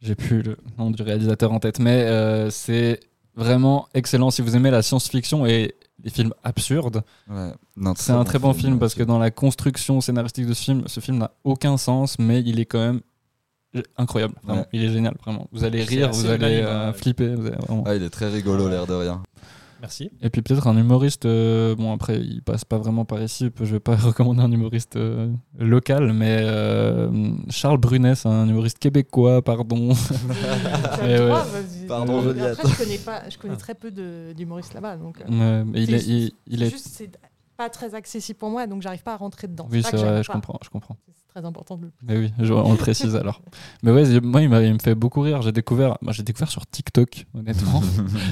j'ai plus le nom du réalisateur en tête, mais euh, c'est vraiment excellent si vous aimez la science-fiction et les films absurdes. Ouais. Non, euh, C'est un très bon film ouais, parce que dans la construction scénaristique de ce film, ce film n'a aucun sens, mais il est quand même incroyable. vraiment. Ouais. Il est génial, vraiment. Vous allez C'est rire, assez vous allez unanime, euh, hein. flipper. vous allez vraiment- Ah, il est très rigolo, l'air de rien. Merci. Et puis peut-être un humoriste, euh, bon après il passe pas vraiment par ici, je vais pas <laughs> recommander un humoriste euh, local, mais euh, Charles Brunet, c'est un humoriste québécois, pardon. <laughs> Tu as Mais le Ah ouais. droit, vas-y. Pardon, Mais Juliette. Après, je connais, pas, je Ah. connais très peu de- d'humoristes là-bas. Donc, euh, Euh, mais il, C'est est, il, il est... Juste, c'est pas très accessible pour moi, donc j'arrive pas à rentrer dedans. Oui pas c'est que j'aime vrai, je pas. comprends, je comprends. C'est très important de le Mais Eh oui, je- on le précise alors. Mais ouais, j'ai- moi, il, m'a- il me fait beaucoup rire. J'ai découvert, moi, j'ai découvert sur TikTok, honnêtement.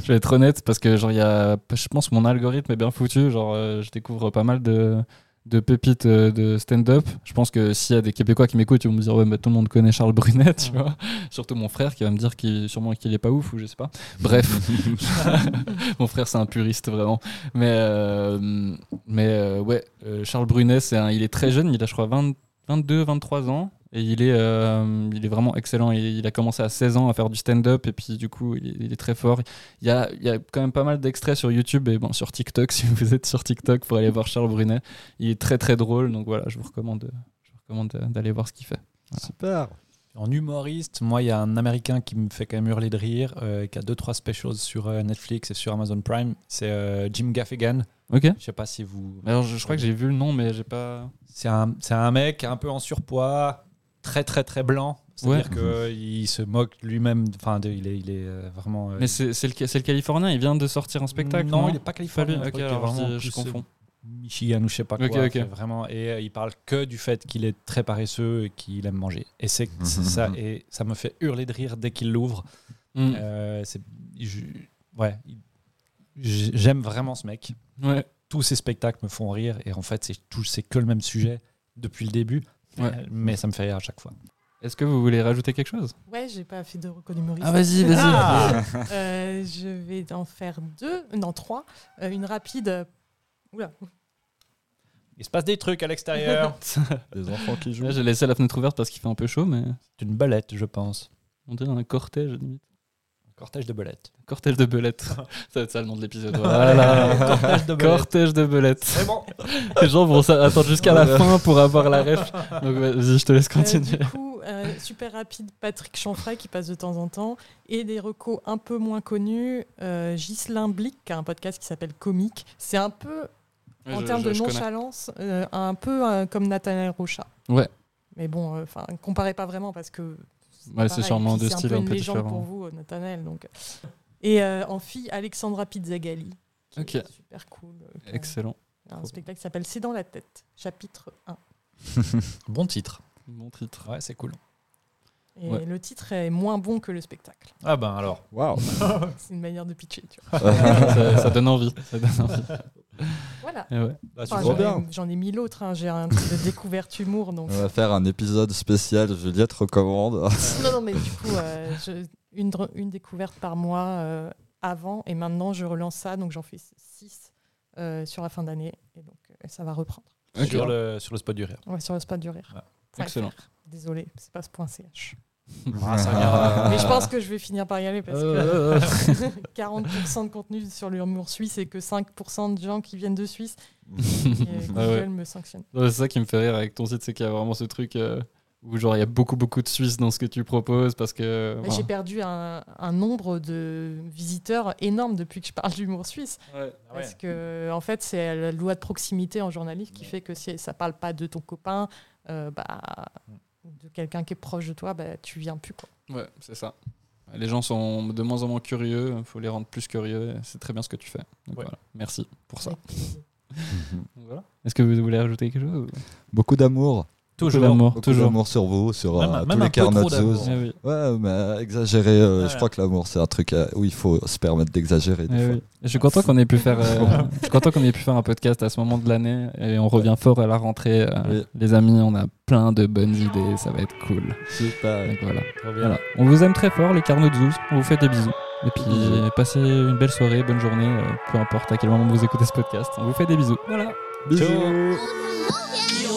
je vais être honnête parce que genre, il y a, je pense que mon algorithme est bien foutu. Genre, euh, je découvre pas mal de, de pépites euh, de stand-up. Je pense que s'il y a des Québécois qui m'écoutent, ils vont me dire ouais, mais tout le monde connaît Charles Brunet, tu vois. Surtout mon frère qui va me dire qu'il, sûrement qu'il est pas ouf ou je sais pas. Bref, <laughs> mon frère c'est un puriste vraiment. Mais euh, mais euh, ouais, euh, Charles Brunet, c'est un, il est très jeune, il a je crois 20 22, 23 ans. Et il est, euh, il est vraiment excellent. Il, il a commencé à 16 ans à faire du stand-up. Et puis, du coup, il est, il est très fort. Il y a, il y a quand même pas mal d'extraits sur YouTube et bon, sur TikTok. <laughs> Si vous êtes sur TikTok, pour aller voir Charles Brunet. Il est très, très drôle. Donc voilà, je vous recommande, je vous recommande euh, d'aller voir ce qu'il fait. Super. En humoriste, moi, il y a un américain qui me fait quand même hurler de rire, euh, qui a deux, trois specials sur euh, Netflix et sur Amazon Prime. C'est euh, Jim Gaffigan. Ok. Je sais pas si vous. Alors, je, je crois que j'ai vu le nom, mais j'ai pas. C'est un, c'est un mec un peu en surpoids, très, très, très blanc. C'est-à-dire qu'il se moque lui-même. Enfin, de- il est, il est euh, vraiment. euh, Mais c'est c'est le, c'est le Californien, il vient de sortir un spectacle. Non, il est pas californien. Ok, il est alors vraiment je, je plus, euh, confonds. Michigan ou je sais pas quoi. Ok, ok. c'est Vraiment, et euh, il parle que du fait qu'il est très paresseux et qu'il aime manger. Et c'est c'est ça, et ça me fait hurler de rire dès qu'il l'ouvre. Mm. Euh, c'est- je- ouais, il- j'ai- j'aime vraiment ce mec. Ouais. Tous ses spectacles me font rire et en fait, c'est tout- c'est que le même sujet depuis le début. Ouais. Euh, Mais ça me fait rire à chaque fois. Est-ce que vous voulez rajouter quelque chose Ouais, j'ai pas fait de recul humoriste. Ah, Ah, vas-y, vas-y. Euh, je vais en faire deux, non trois. Euh, une rapide. euh, Oula. Il se passe des trucs à <laughs> l'extérieur. Des enfants qui jouent. Là, j'ai laissé la fenêtre ouverte parce qu'il fait un peu chaud, mais c'est une belette, je pense. on dirait un cortège, limite. Un cortège de belettes. Un cortège de belettes. <laughs> ça va être ça le nom de l'épisode. Un Voilà. Ah. cortège de belettes. Cortège de belettes. C'est bon. Les gens vont ça- attendre jusqu'à la fin pour avoir la ref. Donc vas-y, je te laisse Euh, continuer. du coup, euh, super rapide, Patrick Chanfray qui passe de temps en temps. Et des recos un peu moins connus. Euh, Ghislain Blic qui a un podcast qui s'appelle Comique. C'est un peu, en termes de nonchalance, euh, un peu euh, comme Nathanaël Rocha. Ouais. Mais bon, euh, enfin, comparez pas vraiment parce que Ouais, c'est Pareil, sûrement puis deux c'est styles un un peu, peu une légende pour différents. vous, euh, Nathanaël. Donc. Et euh, en fille, Alexandra Pizzagalli. qui Ok. est Super cool. euh, qui a Excellent. Un spectacle qui s'appelle C'est dans la tête, chapitre 1. Bon titre. Bon titre. Ouais, c'est cool. Et Ouais. le titre est moins bon que le spectacle. Ah ben alors. Waouh. C'est une manière de pitcher. Tu vois. Ah, ça, ça donne envie. Ça donne envie. Voilà. Et ouais. Bah, tu Enfin, vois vois. bien. J'en ai- j'en ai, mis l'autre. hein, J'ai un truc de découverte humour. Donc... On va faire un épisode spécial. Juliette recommande. non, non, mais du coup, euh, <laughs> je- une, dr- une découverte par mois euh, avant. Et maintenant, je relance ça. Donc, j'en fais 6 sur la fin d'année. Et donc, euh, ça va reprendre. <laughs> sur, le, sur le spot du rire. Ouais, sur le spot du rire. Ah, Point excellent. fr. Désolé, c'est pas ce point CH. Ah, ça viendra. Mais je pense que je vais finir par y aller parce que <laughs> Euh, 40% de contenu sur l'humour suisse et que 5% de gens qui viennent de Suisse Mhm. et qui Ah ouais. veulent me sanctionner. Non, C'est ça qui me fait rire avec ton site, c'est qu'il y a vraiment ce truc euh, où genre il y a beaucoup beaucoup de Suisses dans ce que tu proposes parce que. Mais J'ai perdu un, un nombre de visiteurs énorme depuis que je parle d'humour suisse. Ah ouais. Parce que, en fait, c'est la loi de proximité en journalisme qui fait que si ça parle pas de ton copain, euh, bah, Mm. de quelqu'un qui est proche de toi, bah, tu viens plus. Quoi. Ouais, c'est ça. Les gens sont de moins en moins curieux, il faut les rendre plus curieux, et c'est très bien ce que tu fais. Donc Ouais. voilà, merci pour ça. Avec plaisir. Donc voilà. Est-ce que vous voulez rajouter quelque chose Beaucoup d'amour. Toujours. L'amour, Beaucoup toujours. d'amour sur vous, sur Même- euh, même tous un les peu trop carnots de d'amour. Zeus. Eh oui. Ouais, mais exagérer, euh, Voilà. je crois que l'amour, c'est un truc euh, où il faut se permettre d'exagérer. des Eh fois. oui. Je suis content qu'on ait pu faire, euh, je suis content qu'on ait pu faire un podcast à ce moment de l'année et on revient fort à la rentrée, euh, Oui. les amis. On a plein de bonnes idées, ça va être cool. Super. Donc voilà. Trop bien. Voilà. On vous aime très fort, les carnets de Zeus. On vous fait des bisous. Et puis passez une belle soirée, bonne journée, euh, peu importe à quel moment vous écoutez ce podcast. On vous fait des bisous. Voilà. Bisous. Ciao. Yo,